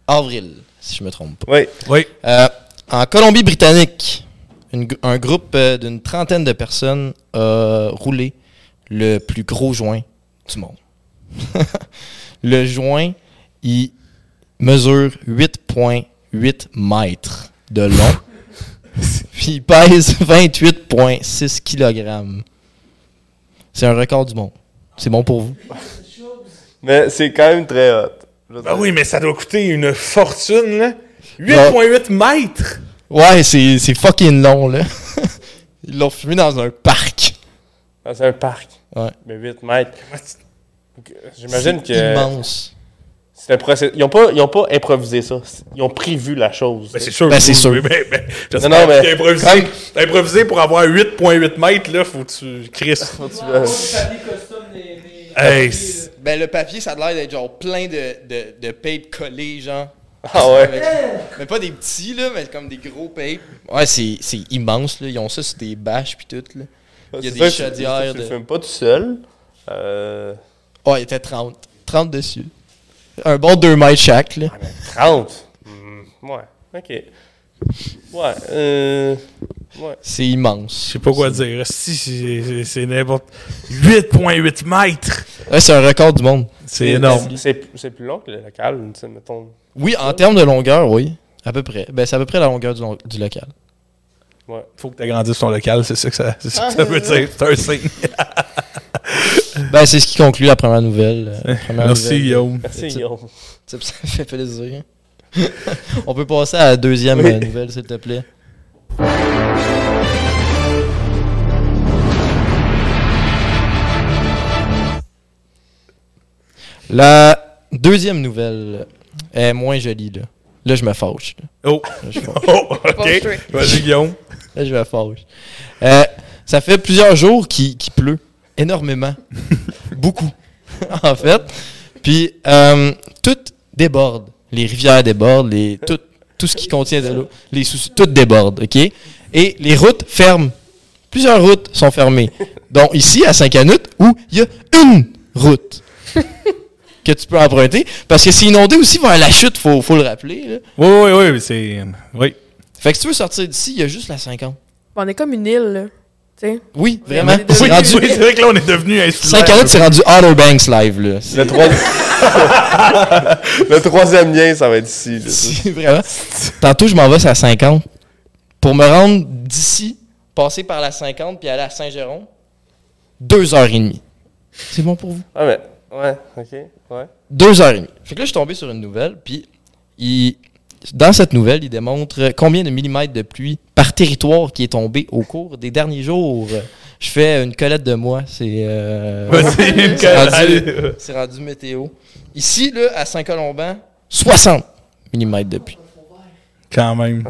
E: avril, si je me trompe pas.
C: Oui.
A: Oui.
E: Euh, en Colombie-Britannique, une gr- un groupe euh, d'une trentaine de personnes a roulé le plus gros joint du monde. le joint, il mesure 8,8 mètres de long. Puis il pèse 28,6 kg. C'est un record du monde. C'est bon pour vous.
C: Mais c'est quand même très hot. Je veux
A: Ben
C: dire,
A: oui, mais ça doit coûter une fortune, là. 8,8 mètres!
E: Ouais, c'est c'est fucking long, là. Ils l'ont fumé dans un parc.
C: dans un parc.
E: Ouais.
C: Mais 8 mètres. J'imagine
E: C'est
C: que.
E: immense.
C: C'est un process. Ils n'ont pas, ils ont pas improvisé ça. Ils ont prévu la chose.
A: Ben c'est sûr.
E: Ben, c'est sûr.
A: Oui, ben, ben, j'espère
C: Non, non, mais-
A: que t'as improvisé,
C: Comme-
A: t'as improvisé pour avoir 8,8 mètres, là, faut que Oh, tu crisses.
C: Faut que tu-
F: Ouais, on fait des costumes, des- des-
A: Hey,
F: des-
A: c'est-
E: Ben, le papier, ça a l'air d'être genre plein de, de, de papes collés, genre.
C: Ah ouais.
E: Avec- mais pas des petits, là, mais comme des gros papes. Ouais, c'est, c'est immense, là. Ils ont ça sur des bâches pis tout, là. Il y
C: C'est
E: a des
C: sûr que tu-
E: chaudières
C: Tu le
E: de-
C: fumes pas tout seul. Euh,
E: Ouais, il était 30. 30 dessus. Un bon 2 mètres chaque, là.
C: Mm. 30. Hmm, Ouais. OK. Ouais. Euh... Ouais.
E: C'est immense.
A: Je sais pas quoi dire. Si, c'est c'est- c'est n'importe. 8,8 mètres!
E: Ouais, c'est un record du monde.
A: C'est énorme.
C: C'est c'est plus long que le local, tu sais, mettons.
E: Oui, en termes de longueur, oui. À peu près. Ben, c'est à peu près la longueur du, lo- du local.
A: Faut que t'agrandisses ton local, c'est ça que ça, c'est ça, que ça veut dire. C'est un signe.
E: Ben, c'est ce qui conclut la première nouvelle. euh, première
A: Merci,
E: nouvelle.
A: Guillaume.
C: Merci,
E: C'est-
C: Guillaume.
E: Ça me fait plaisir. On peut passer à la deuxième
C: Oui.
E: euh, nouvelle, s'il te plaît. La deuxième nouvelle est moins jolie, là. Là, je me fâche. là.
A: Oh,
E: Là, je me fâche.
A: oh, ok. Vas-y, Guillaume.
E: Là, je me fâche. Euh, ça fait plusieurs jours qu'il qu'il pleut. Énormément. Beaucoup, en fait. Puis, euh, tout déborde. Les rivières débordent, les, tout, tout ce qui contient de l'eau, les soucis, tout déborde, OK? Et les routes ferment. Plusieurs routes sont fermées. Dont ici, à Saint-Canute, où il y a une route que tu peux emprunter. Parce que c'est inondé aussi vers la chute, faut, faut le rappeler. là.
A: Oui, oui, oui, mais c'est. Oui.
E: Fait que si tu veux sortir d'ici, il y a juste la 50.
D: On est comme une île, là. Tu sais?
E: Oui, vraiment.
D: Oui,
E: C'est
A: Oui,
E: rendu
A: oui, c'est vrai que là, on est devenu insulaire.
E: 5 c'est rendu Outer Banks live, là. C'est-
C: Le, trois- le troisième lien, ça va être ici. là, ça.
E: c'est vraiment. Tantôt, je m'en vais à 50. Pour me rendre d'ici, passer par la 50 puis aller à Saint-Jérôme, deux heures et demie. C'est bon pour vous?
C: Ah, mais. Ouais, ok. Ouais.
E: Deux heures et demie. Fait que là, je suis tombé sur une nouvelle, puis il- dans cette nouvelle, il démontre combien de millimètres de pluie par territoire qui est tombé au cours des derniers jours. Je fais une collette de moi, c'est... euh,
A: Vas-y, une
E: C'est rendu-
A: collègue.
E: C'est rendu météo. Ici, là, à Saint-Colomban, 60 mm de pluie.
A: Quand même.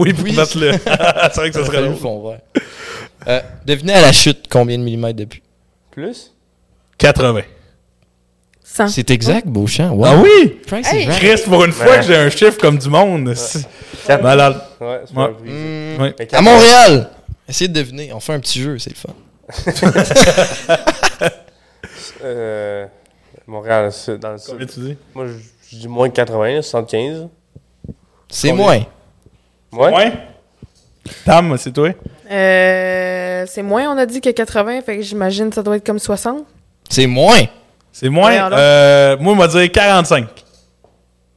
A: oui, pour
E: Oui.
A: mettre le. c'est vrai que ça
E: Ça
A: serait
E: fait le
A: drôle.
E: fond vert. Euh, devinez à la chute combien de millimètres de pluie.
C: Plus
A: 80.
D: Sans.
E: C'est exact, Beauchamp. Wow.
A: Ah oui!
E: Frank,
D: Hein? Hey!
E: c'est vrai.
A: Chris, pour une fois
C: Ouais.
A: que j'ai un chiffre comme du monde. si.
C: Quatre-
A: Malade.
C: Ouais, c'est pas
A: Ouais.
C: pris.
E: Mm.
A: Ouais.
C: Mais quatre-
E: À Montréal! Essayez de deviner. On fait un petit jeu, c'est le fun.
C: Euh, Montréal, c'est dans le sud.
A: Combien tu dis?
C: Moi, je, je dis moins de 80, là, 75.
E: C'est
C: Combien?
E: moins.
C: Ouais.
A: Ouais. Tam, c'est toi?
D: Euh, c'est moins, on a dit que 80, fait que j'imagine que ça doit être comme 60.
E: C'est moins.
A: C'est moi.
D: Voyons donc.
A: euh, moi, on m'a dit 45.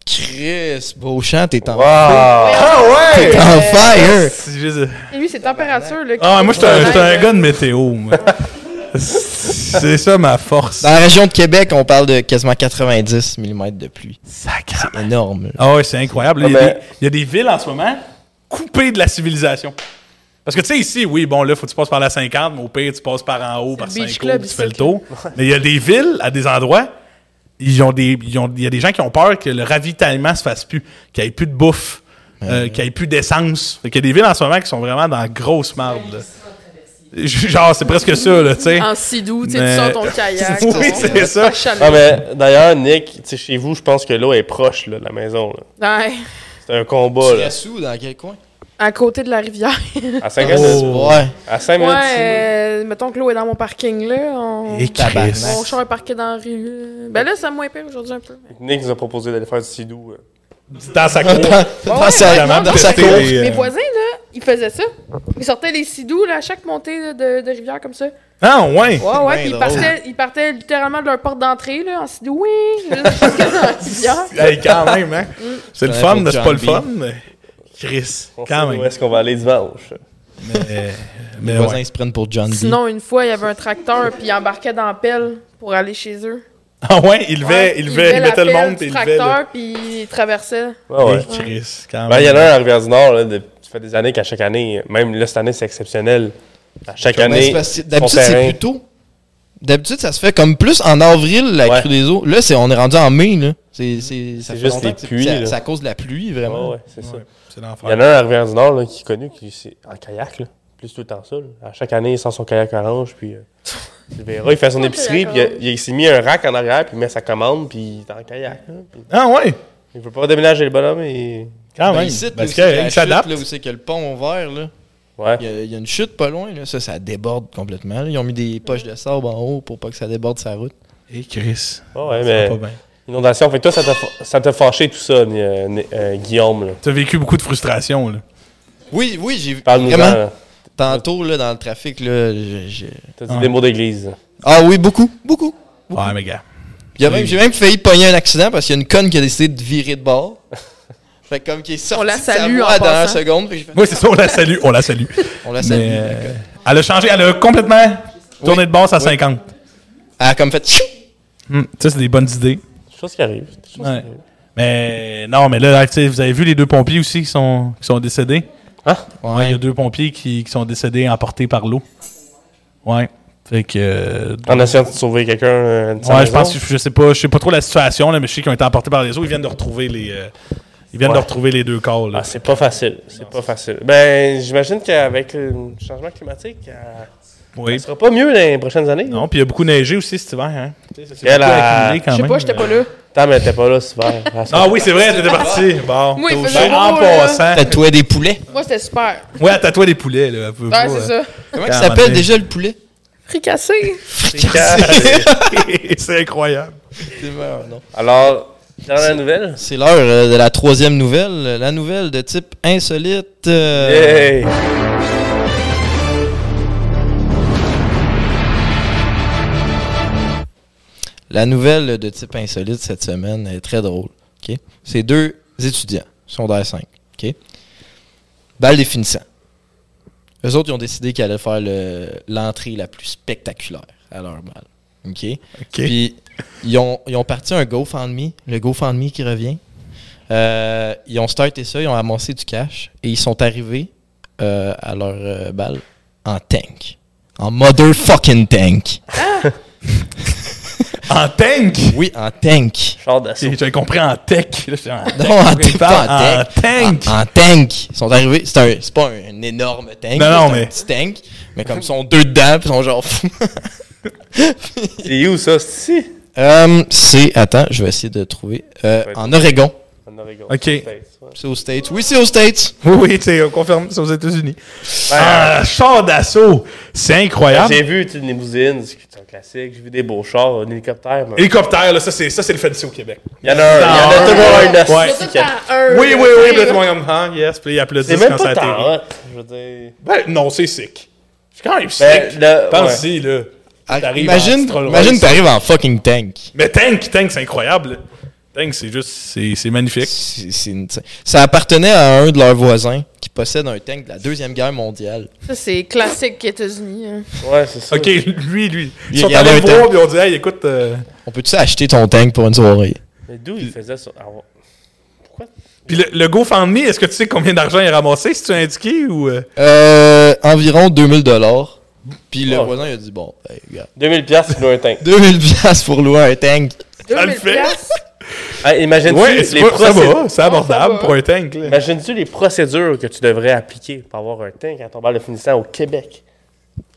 E: Chris, Beauchamp, t'es en,
C: Wow!
A: Ah
E: t'es en
D: Euh,
E: fire!
A: Si j'ai-
D: Et lui, c'est température, là. qui-
A: Ah, moi, j'étais un, j'étais un
D: Ouais.
A: gars de météo. moi. c'est ça ma force.
E: Dans la région de Québec, on parle de quasiment 90 mm de pluie. C'est énorme. là.
A: Ah ouais, c'est incroyable. Il y, a
C: Ah ben-
A: des, il y a des villes en ce moment coupées de la civilisation. Parce que tu sais, ici, oui, bon, là, faut que tu passes par la 50, mais au pire, tu passes par en haut, par
D: le
A: saint
D: beach
A: tu
D: club,
A: fais
D: ici,
A: le tour. Mais il y a des villes, à des endroits, ils ont des, ils ont- il y a des gens qui ont peur que le ravitaillement se fasse plus, qu'il n'y ait plus de bouffe, euh, qu'il n'y ait plus d'essence. Fait qu'il y a des villes en ce moment qui sont vraiment dans la grosse marde. là. Genre, c'est presque ça, là, tu sais.
D: En sidou, tu sais,
A: Mais-
D: tu sors ton kayak.
A: Oui,
D: ton-
A: c'est ça.
D: chalet.
C: Ah, mais d'ailleurs, Nick, tu sais, chez vous, je pense que l'eau est proche là, de la maison. là.
D: Ouais,
C: C'est un combat, là.
E: Sous, dans quel coin?
D: à côté de la rivière.
C: À 5 minutes.
A: Oh.
E: Ouais.
C: À 5 minutes.
D: Ouais,
C: d'ici.
D: euh, mettons que l'eau est dans mon parking, là. On...
A: Et
E: Tabarnak.
A: Chris.
D: Mon char est parqué dans la rue. Ben là, ça moins pire aujourd'hui un peu.
C: Nick nous a proposé d'aller faire du sidou. euh.
A: Dans sa cour.
E: Dans, dans sa,
A: vraiment,
E: dans sa
A: tester
E: cour.
A: les-
D: Mes voisins, là, ils faisaient ça. Ils sortaient les sidous, là, à chaque montée là, de, de rivière comme ça.
A: Ah, ouais.
D: Ouais, ouais,
E: bien
D: puis ils
E: drôle.
D: partaient, ils partaient littéralement de leur porte d'entrée, là, en sidou. Oui! là, jusqu'à dans la rivière.
A: Hey, quand même, hein. C'est le
E: Ouais,
A: fun,
E: pour
A: mais c'est
E: John
A: pas le
E: B.
A: fun. mais- Chris,
C: On sait
A: quand
C: Où
A: même.
C: est-ce qu'on va aller dimanche?
A: Mais, mais
E: Les voisins
A: Euh, ouais.
E: ils se prennent pour John B.
D: Sinon, une fois, il y avait un tracteur, puis il embarquait dans la pelle pour aller chez eux.
A: Ah ouais, il levait,
D: Ouais,
A: il levait, il
D: la
A: mettait le
D: pelle
A: monde,
D: du
A: puis il levait. là.
D: tracteur, puis il traversait.
C: Ouais, ouais.
A: Hey, Chris, quand
C: Ben,
A: même.
C: il y en a un à Rivière-du-Nord, là, de- ça fait des années qu'à chaque année, même là, cette année, c'est exceptionnel. À chaque
E: Ben, c'est
C: année,
E: parce que
C: son
E: D'habitude, c'est
C: terrain,
E: plutôt. D'habitude, ça se fait comme plus en avril, la
C: Ouais.
E: crue des eaux. Là, c'est, on est rendu en mai, là. C'est, c'est,
C: C'est
E: ça fait
C: juste
E: longtemps
C: les
E: que c'est-
C: pluies,
E: C'est,
C: là.
E: c'est à cause de la pluie, vraiment.
C: Ouais, ouais, c'est ça.
A: Ouais, c'est
C: Il y en
A: l'enfer.
C: a un à Rivière-du-Nord là, qui est connu, qui c'est en kayak, là. plus tout le temps ça. là. À chaque année, il sort son kayak orange, puis euh, tu le verras, il fait son
D: Son
C: épicerie, puis
D: kayak
C: il, il s'est mis un rack en arrière, puis il met sa commande, puis il est en kayak. là. Puis
A: Ah ouais,
C: il veut pas déménager le bonhomme, et...
A: quand
E: Ben,
A: même.
E: ici, là,
A: Parce
E: aussi, la
A: qu'il
E: chute,
A: s'adapte.
E: Là où c'est que le pont vert, là.
C: Ouais.
E: Il y, a, il y a une chute pas loin, là. Ça, ça déborde complètement. là. Ils ont mis des poches de sable en haut pour pas que ça déborde sa route.
A: Et Chris,
C: Ouais, ouais,
A: ça va
C: mais
A: pas bien.
C: inondation. Fait que toi, ça t'a fa- ça t'a fâché tout ça, euh, euh, Guillaume. là.
A: T'as vécu beaucoup de frustration, là.
E: Oui, oui, j'ai
C: Parle-nous-en.
E: vraiment.
C: là.
E: Tantôt, là, dans le trafic, là, je- je-
B: T'as dit des mots d'église.
E: Ah oui, beaucoup, beaucoup.
A: Ouais, mais gars.
E: Il y a même- J'ai même failli pogner un accident parce qu'il y a une conne qui a décidé de virer de bord. fait que comme qui est sortie
D: On la
E: de sa
D: salue
E: voie
D: en
E: à la dernière
D: passant.
E: seconde. fait que j'ai fait-
A: Oui, c'est ça, on la salue. On la salue.
E: on la salue.
A: Mais,
E: la
A: euh,
E: conne.
A: elle a changé, elle a complètement tourné de base à 50.
E: Elle a comme fait... Chou!
A: Hmm, Ça, c'est des bonnes idées.
B: Chose qui arrive. Des choses
A: Ouais.
B: qui arrivent.
A: Mais non, mais là, tu sais, vous avez vu les deux pompiers aussi qui sont, qui sont décédés?
C: Hein?
A: Ouais, il y a deux pompiers qui, qui sont décédés emportés par l'eau. Ouais. Fait que. euh,
B: En essayant de sauver quelqu'un. euh, de sa
A: ouais, je
B: maison.
A: pense que je sais pas, je sais pas trop la situation, là, mais je sais qu'ils ont été emportés par les eaux. Ils viennent de retrouver les. euh, ils viennent
B: Ouais.
A: de retrouver les deux corps, là.
B: Ah, c'est pas facile. C'est pas facile. Ben, j'imagine qu'avec le changement climatique, euh,
A: oui.
B: ça sera pas mieux dans les prochaines années.
A: Non, puis il y a beaucoup neigé aussi cet hiver, hein. Tu sais, ça s'est
B: Elle
A: beaucoup
B: a-
A: accumulé quand
D: Je sais
A: même.
D: pas, j'étais pas là.
B: Tant, mais t'es pas là, c'est vrai. Ah, ça-
A: Ah oui, c'est vrai, t'étais parti. Bon.
D: Moi, il faisait
A: Ben, en
D: beau, là.
A: passant.
E: Tatouait des poulets.
D: Moi, c'était super.
A: Ouais, elle tatouait des poulets, là. elle pouvait
D: Ouais,
A: pas,
D: c'est
A: euh,
D: ça.
E: Comment
A: Quand
E: il
A: à un moment
E: s'appelle
A: donné.
E: déjà le poulet?
D: Fricassé.
A: c'est incroyable.
E: C'est meilleur, non.
B: Alors, dans la nouvelle.
E: C'est l'heure euh, de la troisième nouvelle. euh, La nouvelle de type insolite. euh,
B: Hey!
E: La nouvelle de type insolite cette semaine est très drôle. ok? C'est deux étudiants, secondaire 5. ok? Balle des finissants. Eux autres, ils ont décidé qu'ils allaient faire le- l'entrée la plus spectaculaire à leur balle. ok? Puis, ils ont, ils ont parti un GoFundMe, le GoFundMe qui revient. Euh, ils ont starté ça, ils ont amassé du cash et ils sont arrivés euh, à leur euh, balle en tank. En motherfucking tank.
A: En tank!
E: Oui, en tank.
B: Char d'assaut.
A: Tu J'avais compris en tech. Là, j'étais en tech.
E: Non, en
A: Il
E: tank.
A: parle
E: pas en Ah, tank.
A: Ah, en tank.
E: En, en tank. Ils sont arrivés. C'est, un- c'est pas un, énorme tank.
A: Non,
E: là,
A: non,
E: c'est
A: mais-
E: Un petit tank. Mais comme ils sont deux dedans, puis ils sont genre.
B: C'est où ça? C'est ici?
E: Hum, c'est. Attends, je vais essayer de trouver. Euh,
B: Ouais.
E: en Oregon.
B: En Oregon.
A: Ok.
B: States, ouais.
E: C'est aux States. Oui, c'est aux States.
A: Oui, oui, c'est on confirme, c'est aux États-Unis. Ah, char d'assaut, c'est incroyable.
B: J'ai vu tu sais, une limousine, c'est c'est un classique. J'ai vu des beaux chars, un hélicoptère. mais-
A: Hélicoptère, là, ça c'est ça c'est le fancy au Québec.
B: Il y en a un. Il y en a
A: Ah,
B: toujours un de
A: Ouais.
D: Surtout quand un-
A: Oui, oui, oui,
D: un-
A: puis là, tout le monde est comme ah, yes, puis ils
B: C'est
A: applaudissent
B: même
A: quand ça
B: pas
A: atterrit.
B: tant hot, Je veux dire.
A: Ben non, c'est sick. C'est quand même sick.
C: Euh,
B: Ben, le-
A: Pense-y là.
E: Ah,
A: T'arrives en
E: imagine,
A: Rolls Royce.
E: imagine que t'arrives en fucking tank.
A: Mais tank, tank, c'est incroyable. là. Tank, c'est juste c'est c'est magnifique.
E: C'est- c'est une- ça appartenait à un de leurs voisins qui possède un tank de la Deuxième Guerre mondiale.
D: Ça, c'est classique États-Unis. hein.
B: Ouais, c'est ça.
A: OK, lui lui. Ils
E: Il y
A: sont
E: en a
A: allés
E: un
A: le voir
E: tank.
A: puis on dit hey, écoute euh,
E: On peut-tu acheter ton tank pour une soirée?
B: Mais d'où il faisait ça? Ah, ouais. Pourquoi?
A: puis le, le GoFundMe, est-ce que tu sais combien d'argent il a ramassé si tu as indiqué ou euh?
E: Euh, environ 2000 dollars. Puis le
B: Oh.
E: voisin il a dit bon, ben, regarde,
B: 2000 piastres, il nous un tank.
E: 2000 pièces pour louer un tank.
A: Ça le
D: 2000
A: fait.
D: piastres.
B: Ah, Imagine-tu
A: Ouais, c'est
B: les
A: pas- ça
B: procédures.
A: va, c'est
D: Ça va.
A: abordable pour un tank là.
B: Imagine-tu les procédures que tu devrais appliquer pour avoir un tank à ton balle de finissant au Québec?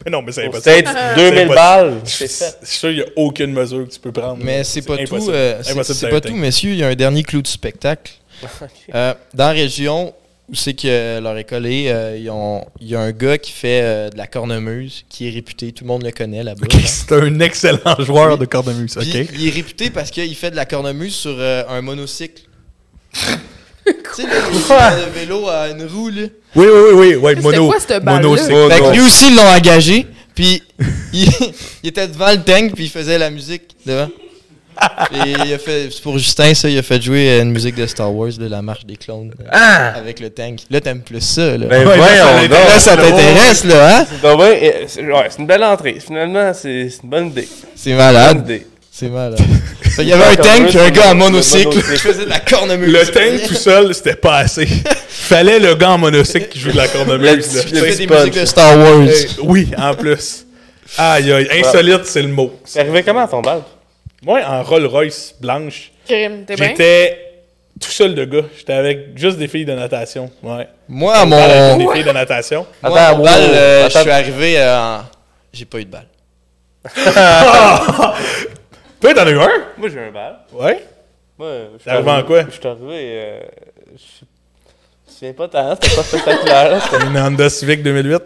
A: Mais non, mais c'est
B: Au
A: impossible.
B: States,
A: C'est
B: 2000
A: pas-
B: balles,
A: Je
B: c'est fait.
A: je suis sûr qu'il n'y a aucune mesure que tu peux prendre.
E: Mais c'est pas tout,
A: impossible.
E: euh, c'est-
A: Impossible
E: c'est
A: d'arrêter.
E: pas tout, messieurs. Il y a un dernier clou du spectacle. Euh, dans la région où c'est que leur école est, euh, ils ont- il y a un gars qui fait euh, de la cornemuse, qui est réputé, tout le monde le connaît là-bas.
A: Ok, c'est un excellent joueur de cornemuse.
E: Puis,
A: Ok.
E: il est réputé parce qu'il fait de la cornemuse sur euh, un monocycle. tu sais, là, il fait de vélo à une roue, là.
A: Oui, oui, oui, oui, ouais,
D: C'était
A: mono.
D: quoi, cette balle-là?
A: mono, c'est-
B: Oh,
E: Fait
B: non.
E: que lui aussi, ils l'ont engagé, puis il, il était devant le tank, puis il faisait la musique devant. Et il a fait, c'est pour Justin, ça, il a fait jouer euh, une musique de Star Wars, de la marche des clones, euh,
B: Ah!
E: avec le tank. Là, t'aimes plus ça, là.
B: Ben
A: Ouais, là, ça
B: voyons
A: l'intéresse.
E: là,
B: donc!
E: ça t'intéresse, là, hein?
B: Donc, ouais, euh, c'est ouais, c'est une belle entrée. Finalement, c'est c'est une bonne idée.
E: C'est
B: Bonne
E: malade.
B: idée.
E: C'est malade. Fait qu'il y avait un tank, puis un gars en monocycle, qui faisait de la cornemuse.
A: Le tank tout seul, c'était pas assez. Fallait le gars en monocycle qui joue de la
B: Le
A: cornemuse.
B: petit-
A: là.
E: Il fait des
B: Sponge.
E: musiques de Star Wars.
A: Hey, oui, en plus. Aïe, aïe, insolite, c'est le mot.
B: C'est arrivé comment à ton balle?
A: Moi, en Rolls Royce blanche,
D: Crime, t'es bien?
A: j'étais tout seul de gars. J'étais avec juste des filles de natation. Ouais.
E: Moi,
A: Ah,
E: à mon,
A: Avec
E: moi,
A: Des filles de natation.
E: à mon
B: Attends, wow,
E: balle, euh, je
B: attends.
E: suis arrivé euh, en... J'ai pas eu de balle.
A: Toi, t'en as eu un?
B: Moi, j'ai un balle.
A: Ouais.
B: Moi, je suis
A: T'es arrivé en quoi?
B: Je suis arrivé. euh, je je me souviens pas tant, c'était pas spectaculaire. c'était-
A: Une Honda Civic 2008.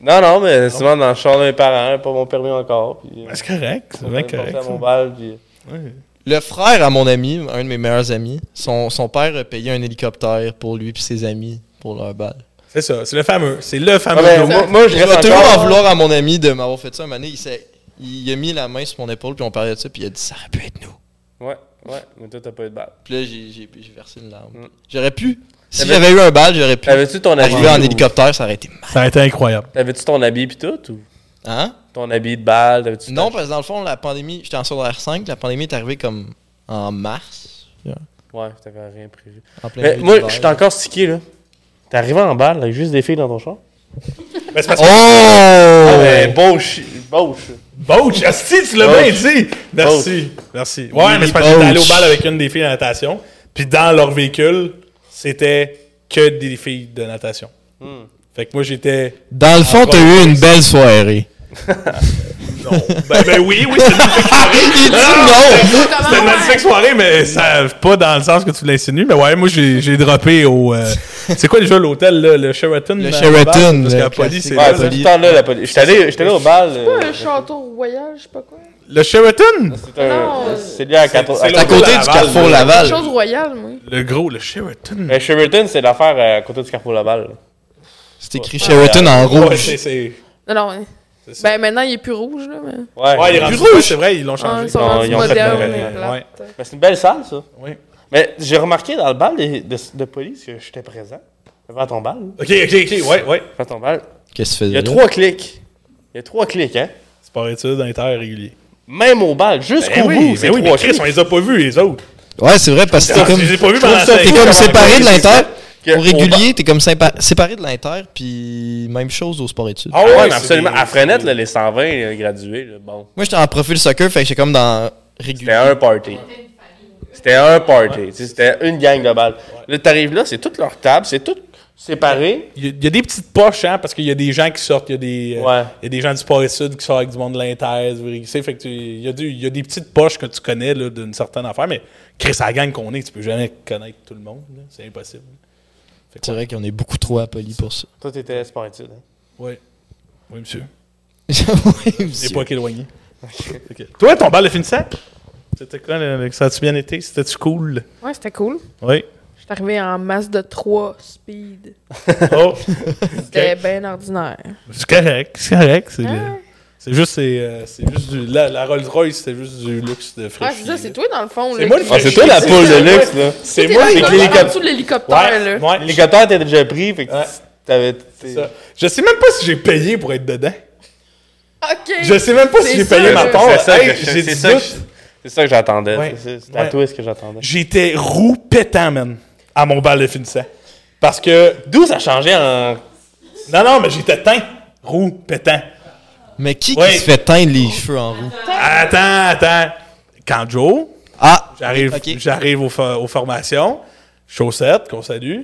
B: non, non, mais souvent dans le char de mes parents, pas mon permis encore. Puis, euh,
A: C'est correct, c'est bien
B: je pensais
A: correct.
B: à mon bal, puis. euh,
E: Le frère à mon ami, un de mes meilleurs amis, son, son père a payé un hélicoptère pour lui et ses amis pour leur balle.
A: C'est ça, c'est le fameux. C'est le fameux.
C: Ah ben,
A: joke.
C: moi, moi, je
E: Je
C: reste
E: vais toujours en
C: encore...
E: vouloir à mon ami de m'avoir fait ça. Un moment donné, il, s'est- il a mis la main sur mon épaule, puis on parlait de ça, puis il a dit Ça aurait pu être nous.
B: Ouais, ouais, mais toi, t'as pas eu de balle.
E: Puis là, j'ai- j'ai j'ai versé une larme.
B: Mm.
E: J'aurais pu. Si
B: T'avais-
E: j'avais eu un bal, j'aurais pu.
B: T'avais-tu ton habit?
E: Arriver en
B: ou-
E: hélicoptère, ça aurait été mal.
A: Ça a été incroyable.
B: T'avais-tu ton habit pis tout ou
E: Hein?
B: ton habit de balle? T'avais-tu
E: Non,
B: ta-
E: parce que dans le fond, la pandémie, j'étais en secondaire 5, la pandémie est arrivée comme en mars.
B: Ouais, t'avais rien prévu.
E: En plein
B: Mais
E: milieu
B: moi,
E: d'hiver.
B: je suis encore stické, là. T'es arrivé en balle avec juste des filles dans ton champ?
A: Ben, c'est parce que. Eh,
E: Oh!
B: Ah, ben, beau chi- beau chi-
A: Boach, asti, tu l'as
B: Boach.
A: bien dit! Merci. Merci. Ouais,
E: Willy
A: mais c'est parce que j'étais allé au
E: Boach.
A: bal avec une des filles de natation. Puis dans leur véhicule, c'était que des filles de natation.
B: Hmm.
A: Fait que moi, j'étais.
E: Dans le
B: Ah,
E: fond, t'as eu une belle soirée.
A: Non. ben, ben oui, oui, c'était une
E: Il dit
A: non!
D: Oh!
E: non!
D: Ah,
A: C'était une magnifique soirée, mais ça, pas dans le sens que tu l'insinues. Mais ouais, moi, j'ai j'ai droppé au. euh, c'est quoi déjà l'hôtel, là, le Sheraton?
E: Le
A: dans
E: Sheraton,
A: base? Parce que
E: le
A: la police, c'est là,
E: classique.
A: là.
B: Ouais,
E: La
B: c'est
E: police.
B: tout le temps là, la police. J'étais allé, j'étais allé au bal.
D: Pas
B: euh,
D: un château royal, je sais pas quoi.
A: Le Sheraton?
B: C'est un-
D: Non.
B: c'est lié à 14.
A: c'est
E: à côté du
A: Laval,
E: Carrefour
A: là.
E: Laval.
D: Chose royale, moi.
A: Le gros, le Sheraton.
B: Mais Sheraton, c'est l'affaire euh, à côté du Carrefour Laval. là.
E: C'est écrit Sheraton en
A: Ouais,
E: rouge.
A: c'est. c'est-
D: Non, non. hein.
A: c'est ça.
D: Ben maintenant, il est plus rouge, là. Mais...
B: Ouais,
A: Ouais, il est
B: Mais
A: rendu
E: rouge.
A: C'est vrai, ils l'ont changé.
D: Ah, ils sont
B: Non,
D: rendus
B: ils ont fait
D: modernes
A: le-
D: et plates.
A: ouais.
B: Ben, c'est une belle salle, ça.
A: Ouais.
B: Mais j'ai remarqué dans le bal de, de- de police que j'étais présent. Devant ton bal. là.
A: Ok, ok, ok, ouais, ouais.
B: Devant ton bal.
E: Qu'est-ce que tu
B: Il y a
E: faisais?
B: trois clics. Il y a trois clics, hein.
A: Sport études inter régulier.
B: Même au bal, jusqu'au
A: Ben
B: bout,
A: oui,
B: c'est
A: ben oui, mais
B: trois
A: Chris,
B: clics.
A: on les a pas vus, les autres.
E: Ouais, c'est vrai, parce que t'es
A: Je
E: comme,
A: les ai pas vus pendant
E: trouve ça-
A: la
E: t'es
A: cinq
E: comme
A: ans.
E: séparé de l'inter.
B: Que
E: Au
B: au
E: régulier, t'es comme sympa- séparé de l'inter, puis même chose au sport études.
A: Ah
B: Ah ouais, mais
A: c'est
B: absolument.
A: des-
B: À Frenette, là, les 120 là, gradués, là, bon.
E: Moi, j'étais en profil soccer, fait que j'étais comme dans
B: C'était
E: régulier.
B: un party. C'était un party. tu sais, C'était une gang de balles. Là, t'arrives là, c'est toutes leurs tables, c'est tout séparé.
A: Il y, a- il y a des petites poches, hein, parce qu'il y a des gens qui sortent, il y a des, euh,
B: Ouais.
A: il y a des gens du sport études qui sortent avec du monde de l'inter, du régulier. Fait que tu- il y, a du- il y a des petites poches que tu connais là, d'une certaine affaire, mais Chris, à la gang qu'on est, tu peux jamais connaître tout le monde. là. C'est impossible. Fait que,
E: C'est vrai qu'on est beaucoup trop appelés pour ça.
B: Toi, t'étais sport études. hein?
A: ouais. Oui, monsieur.
E: Oui,
A: Des
E: monsieur.
A: poids éloignés. Ok. Toi, ton bal de finissant? C'était quoi? le- Ça a-tu bien été? C'était-tu cool?
D: Ouais, c'était cool.
A: Oui.
D: Je suis arrivée en masse de 3 speed.
A: Oh!
D: C'était bien ordinaire.
A: C'est correct, c'est correct. C'est,
D: Ah.
A: c'est juste, c'est, euh, c'est juste du, la, la Rolls Royce, c'était juste du luxe de
D: Ah,
A: fraîcheur.
D: je veux dire, c'est toi dans le fond.
A: C'est
D: là,
A: moi
D: qui-
A: le
B: Ah, c'est toi la poule de luxe, là.
A: C'est
D: T'es
A: moi
D: dans
A: qui
D: le-
A: ai
D: En
B: l'hélicoptère.
D: dessous de l'hélicoptère,
A: Ouais,
D: là.
A: ouais,
B: L'hélicoptère, t'étais déjà pris, fait que
A: Ouais.
B: t'avais.
A: c'est ça. Je sais même pas si j'ai payé pour être dedans.
D: OK.
A: Je sais même pas si
D: C'est
A: j'ai
D: ça,
A: payé ma
D: là.
A: part.
B: C'est ça,
A: Hey,
B: que je-
A: j'ai
B: c'est
A: du
B: ça que
A: doute.
B: je- c'est ça que j'attendais.
A: Ouais.
B: C'est c'est à
A: Ouais.
B: toi ce que j'attendais.
A: J'étais roux pétant, man, à mon bal de finissant. Parce que.
B: D'où ça changeait en.
A: Non, non, mais j'étais teint. Roux pétant.
E: Mais qui
A: Ouais.
E: qui se fait teindre les cheveux en roux?
A: Attends, attends. Quand Joe,
E: Ah!
A: J'arrive,
E: Ok.
A: j'arrive aux, fo- aux formations, chaussette, qu'on salue.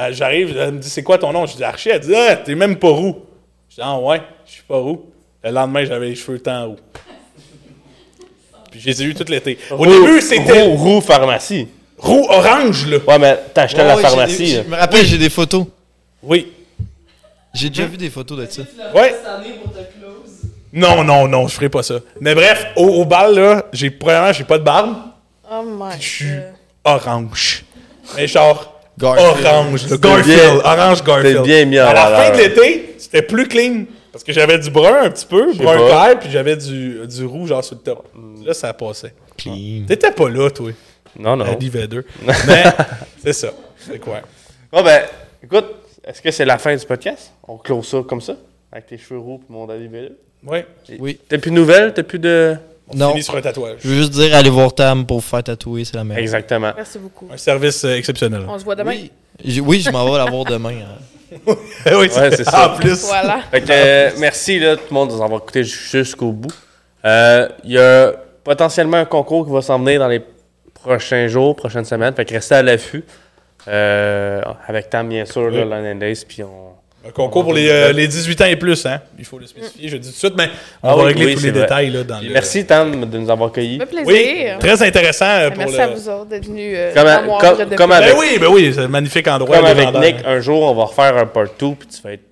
A: Euh, j'arrive, elle me dit c'est quoi ton nom Je dis Archie. Elle dit ah, t'es même pas roux. Je dis ah ouais, je suis pas roux. Le lendemain, j'avais les cheveux tant roux. Puis je les ai eu tout l'été. Au début, c'était
B: Roux, roux pharmacie.
A: roux orange là.
B: Ouais, mais t'achetais à
E: Ouais,
B: la
E: j'ai des-
B: pharmacie. là.
E: Je me rappelle, j'ai des photos.
A: Oui.
E: J'ai déjà vu des photos de ça.
A: Ouais.
F: Cette année pour ta close.
A: Non, non, non, je ferai pas ça. Mais bref, au, au bal là, j'ai premièrement, j'ai pas de barbe,
D: Oh my
A: je suis
D: God.
A: orange. Mais genre
E: Garfield.
A: Orange, le
B: T'es
A: Garfield,
B: bien-
A: orange Garfield.
B: t'es bien mis en
A: À la
B: valeur.
A: fin de l'été, c'était plus clean. Parce que j'avais du brun un petit peu, brun
B: pas. Mm.
A: clair, puis j'avais du, du rouge genre sur le top. Là, ça passait.
E: Clean.
A: T'étais pas là, toi,
B: Non, non.
A: à l'IV2. Mais c'est ça. C'est quoi?
B: Bon, ben, écoute, est-ce que c'est la fin du podcast? On close ça comme ça, avec tes cheveux roux et mon David Belleux.
A: Ouais.
E: Oui.
B: T'as plus de nouvelles, t'as plus de.
E: Non.
A: Fini sur un tatouage.
E: Je veux juste dire, allez voir Tam pour vous faire tatouer, c'est la meilleure.
B: Exactement.
D: Merci beaucoup.
A: Un service euh, exceptionnel.
D: On se voit demain.
E: Oui, je, oui, je m'en vais la voir demain. hein.
A: oui,
B: Ouais, c'est ça.
A: En plus.
D: Voilà.
B: Fait que, euh, merci, là, tout le monde, de nous avoir écoutés jusqu'au bout. Euh, Il y a potentiellement un concours qui va s'en venir dans les prochains jours, prochaines semaines. Fait que restez à l'affût. Euh, avec Tam, bien sûr, là,
A: Oui.
B: Lion and Days, puis on.
A: Un concours pour les, euh, les 18 ans et plus, hein? Il faut le spécifier, je dis tout de suite, mais on
B: Ah
A: va
B: oui,
A: régler
B: oui,
A: tous
B: c'est
A: les
B: vrai.
A: détails là, dans
B: Puis
A: le-
B: Merci, Tam, de nous avoir accueillis.
D: Ça fait
A: Oui,
D: plaisir. Ben,
A: très intéressant euh, pour
D: Merci
A: le...
D: à vous autres d'être venus. euh,
B: Comme à-
D: dans mon
B: comme-
D: arbre de
B: comme à-
D: paix.
A: Ben
B: Avec-
A: oui, ben oui, c'est un magnifique endroit.
B: Ah, Comme avec
A: légendaire.
B: Nick, un jour, on va refaire un part 2, puis tu vas être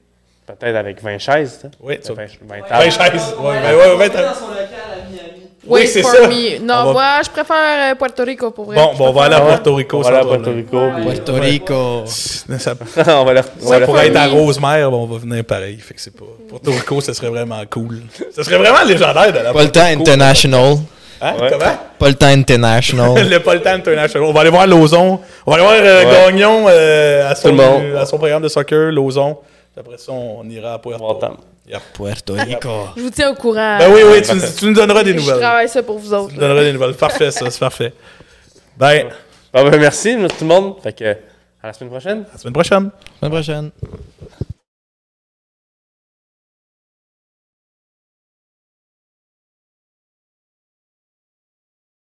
B: peut-être avec 20 chaises. hein. t'sais.
A: Oui, tu vas-
B: 20
A: 20 chaises. Ouais, ben ouais, ouais,
F: On est
A: t'as-
F: dans son local à Miami.
A: Oui,
D: Wait
A: c'est
D: for
A: ça.
D: me. Non,
A: On va-
D: moi, je préfère euh, Puerto Rico pour vrai.
A: Bon,
D: Je
A: bon, on va aller à
D: préfère-
A: Puerto Rico.
B: On va aller à
A: ça va,
B: Puerto
A: là.
B: Rico. puis-
E: Puerto Rico.
A: Ça,
B: on va aller. on va
A: ça
B: aller-
A: pourrait être à
D: famille.
A: Rosemère, ben, on va venir pareil. Fait que c'est pas. Puerto Rico, ce serait vraiment cool. Ce serait vraiment légendaire de la
E: Pas le temps international.
A: Hein?
B: Ouais.
A: Comment?
E: Pas le temps international.
A: le Poltan International. On va aller voir Lozon. On va aller voir euh,
B: Ouais.
A: Gagnon euh, à,
B: Tout
A: son,
B: le monde.
A: à son programme de soccer, Lozon. Après ça, on ira à Puerto.
B: Waltham.
A: Yep.
E: Puerto Rico.
D: Je vous tiens au courant.
A: Ben oui, oui, tu, nous- tu nous donneras des
D: Je
A: nouvelles.
D: travaille ça pour vous autres.
A: Tu nous
D: là.
A: donneras des nouvelles. Parfait, ça, c'est parfait. Ben,
B: Bon, ben, merci tout le monde. Fait que, à la semaine prochaine.
A: à la semaine prochaine.
E: À la prochaine.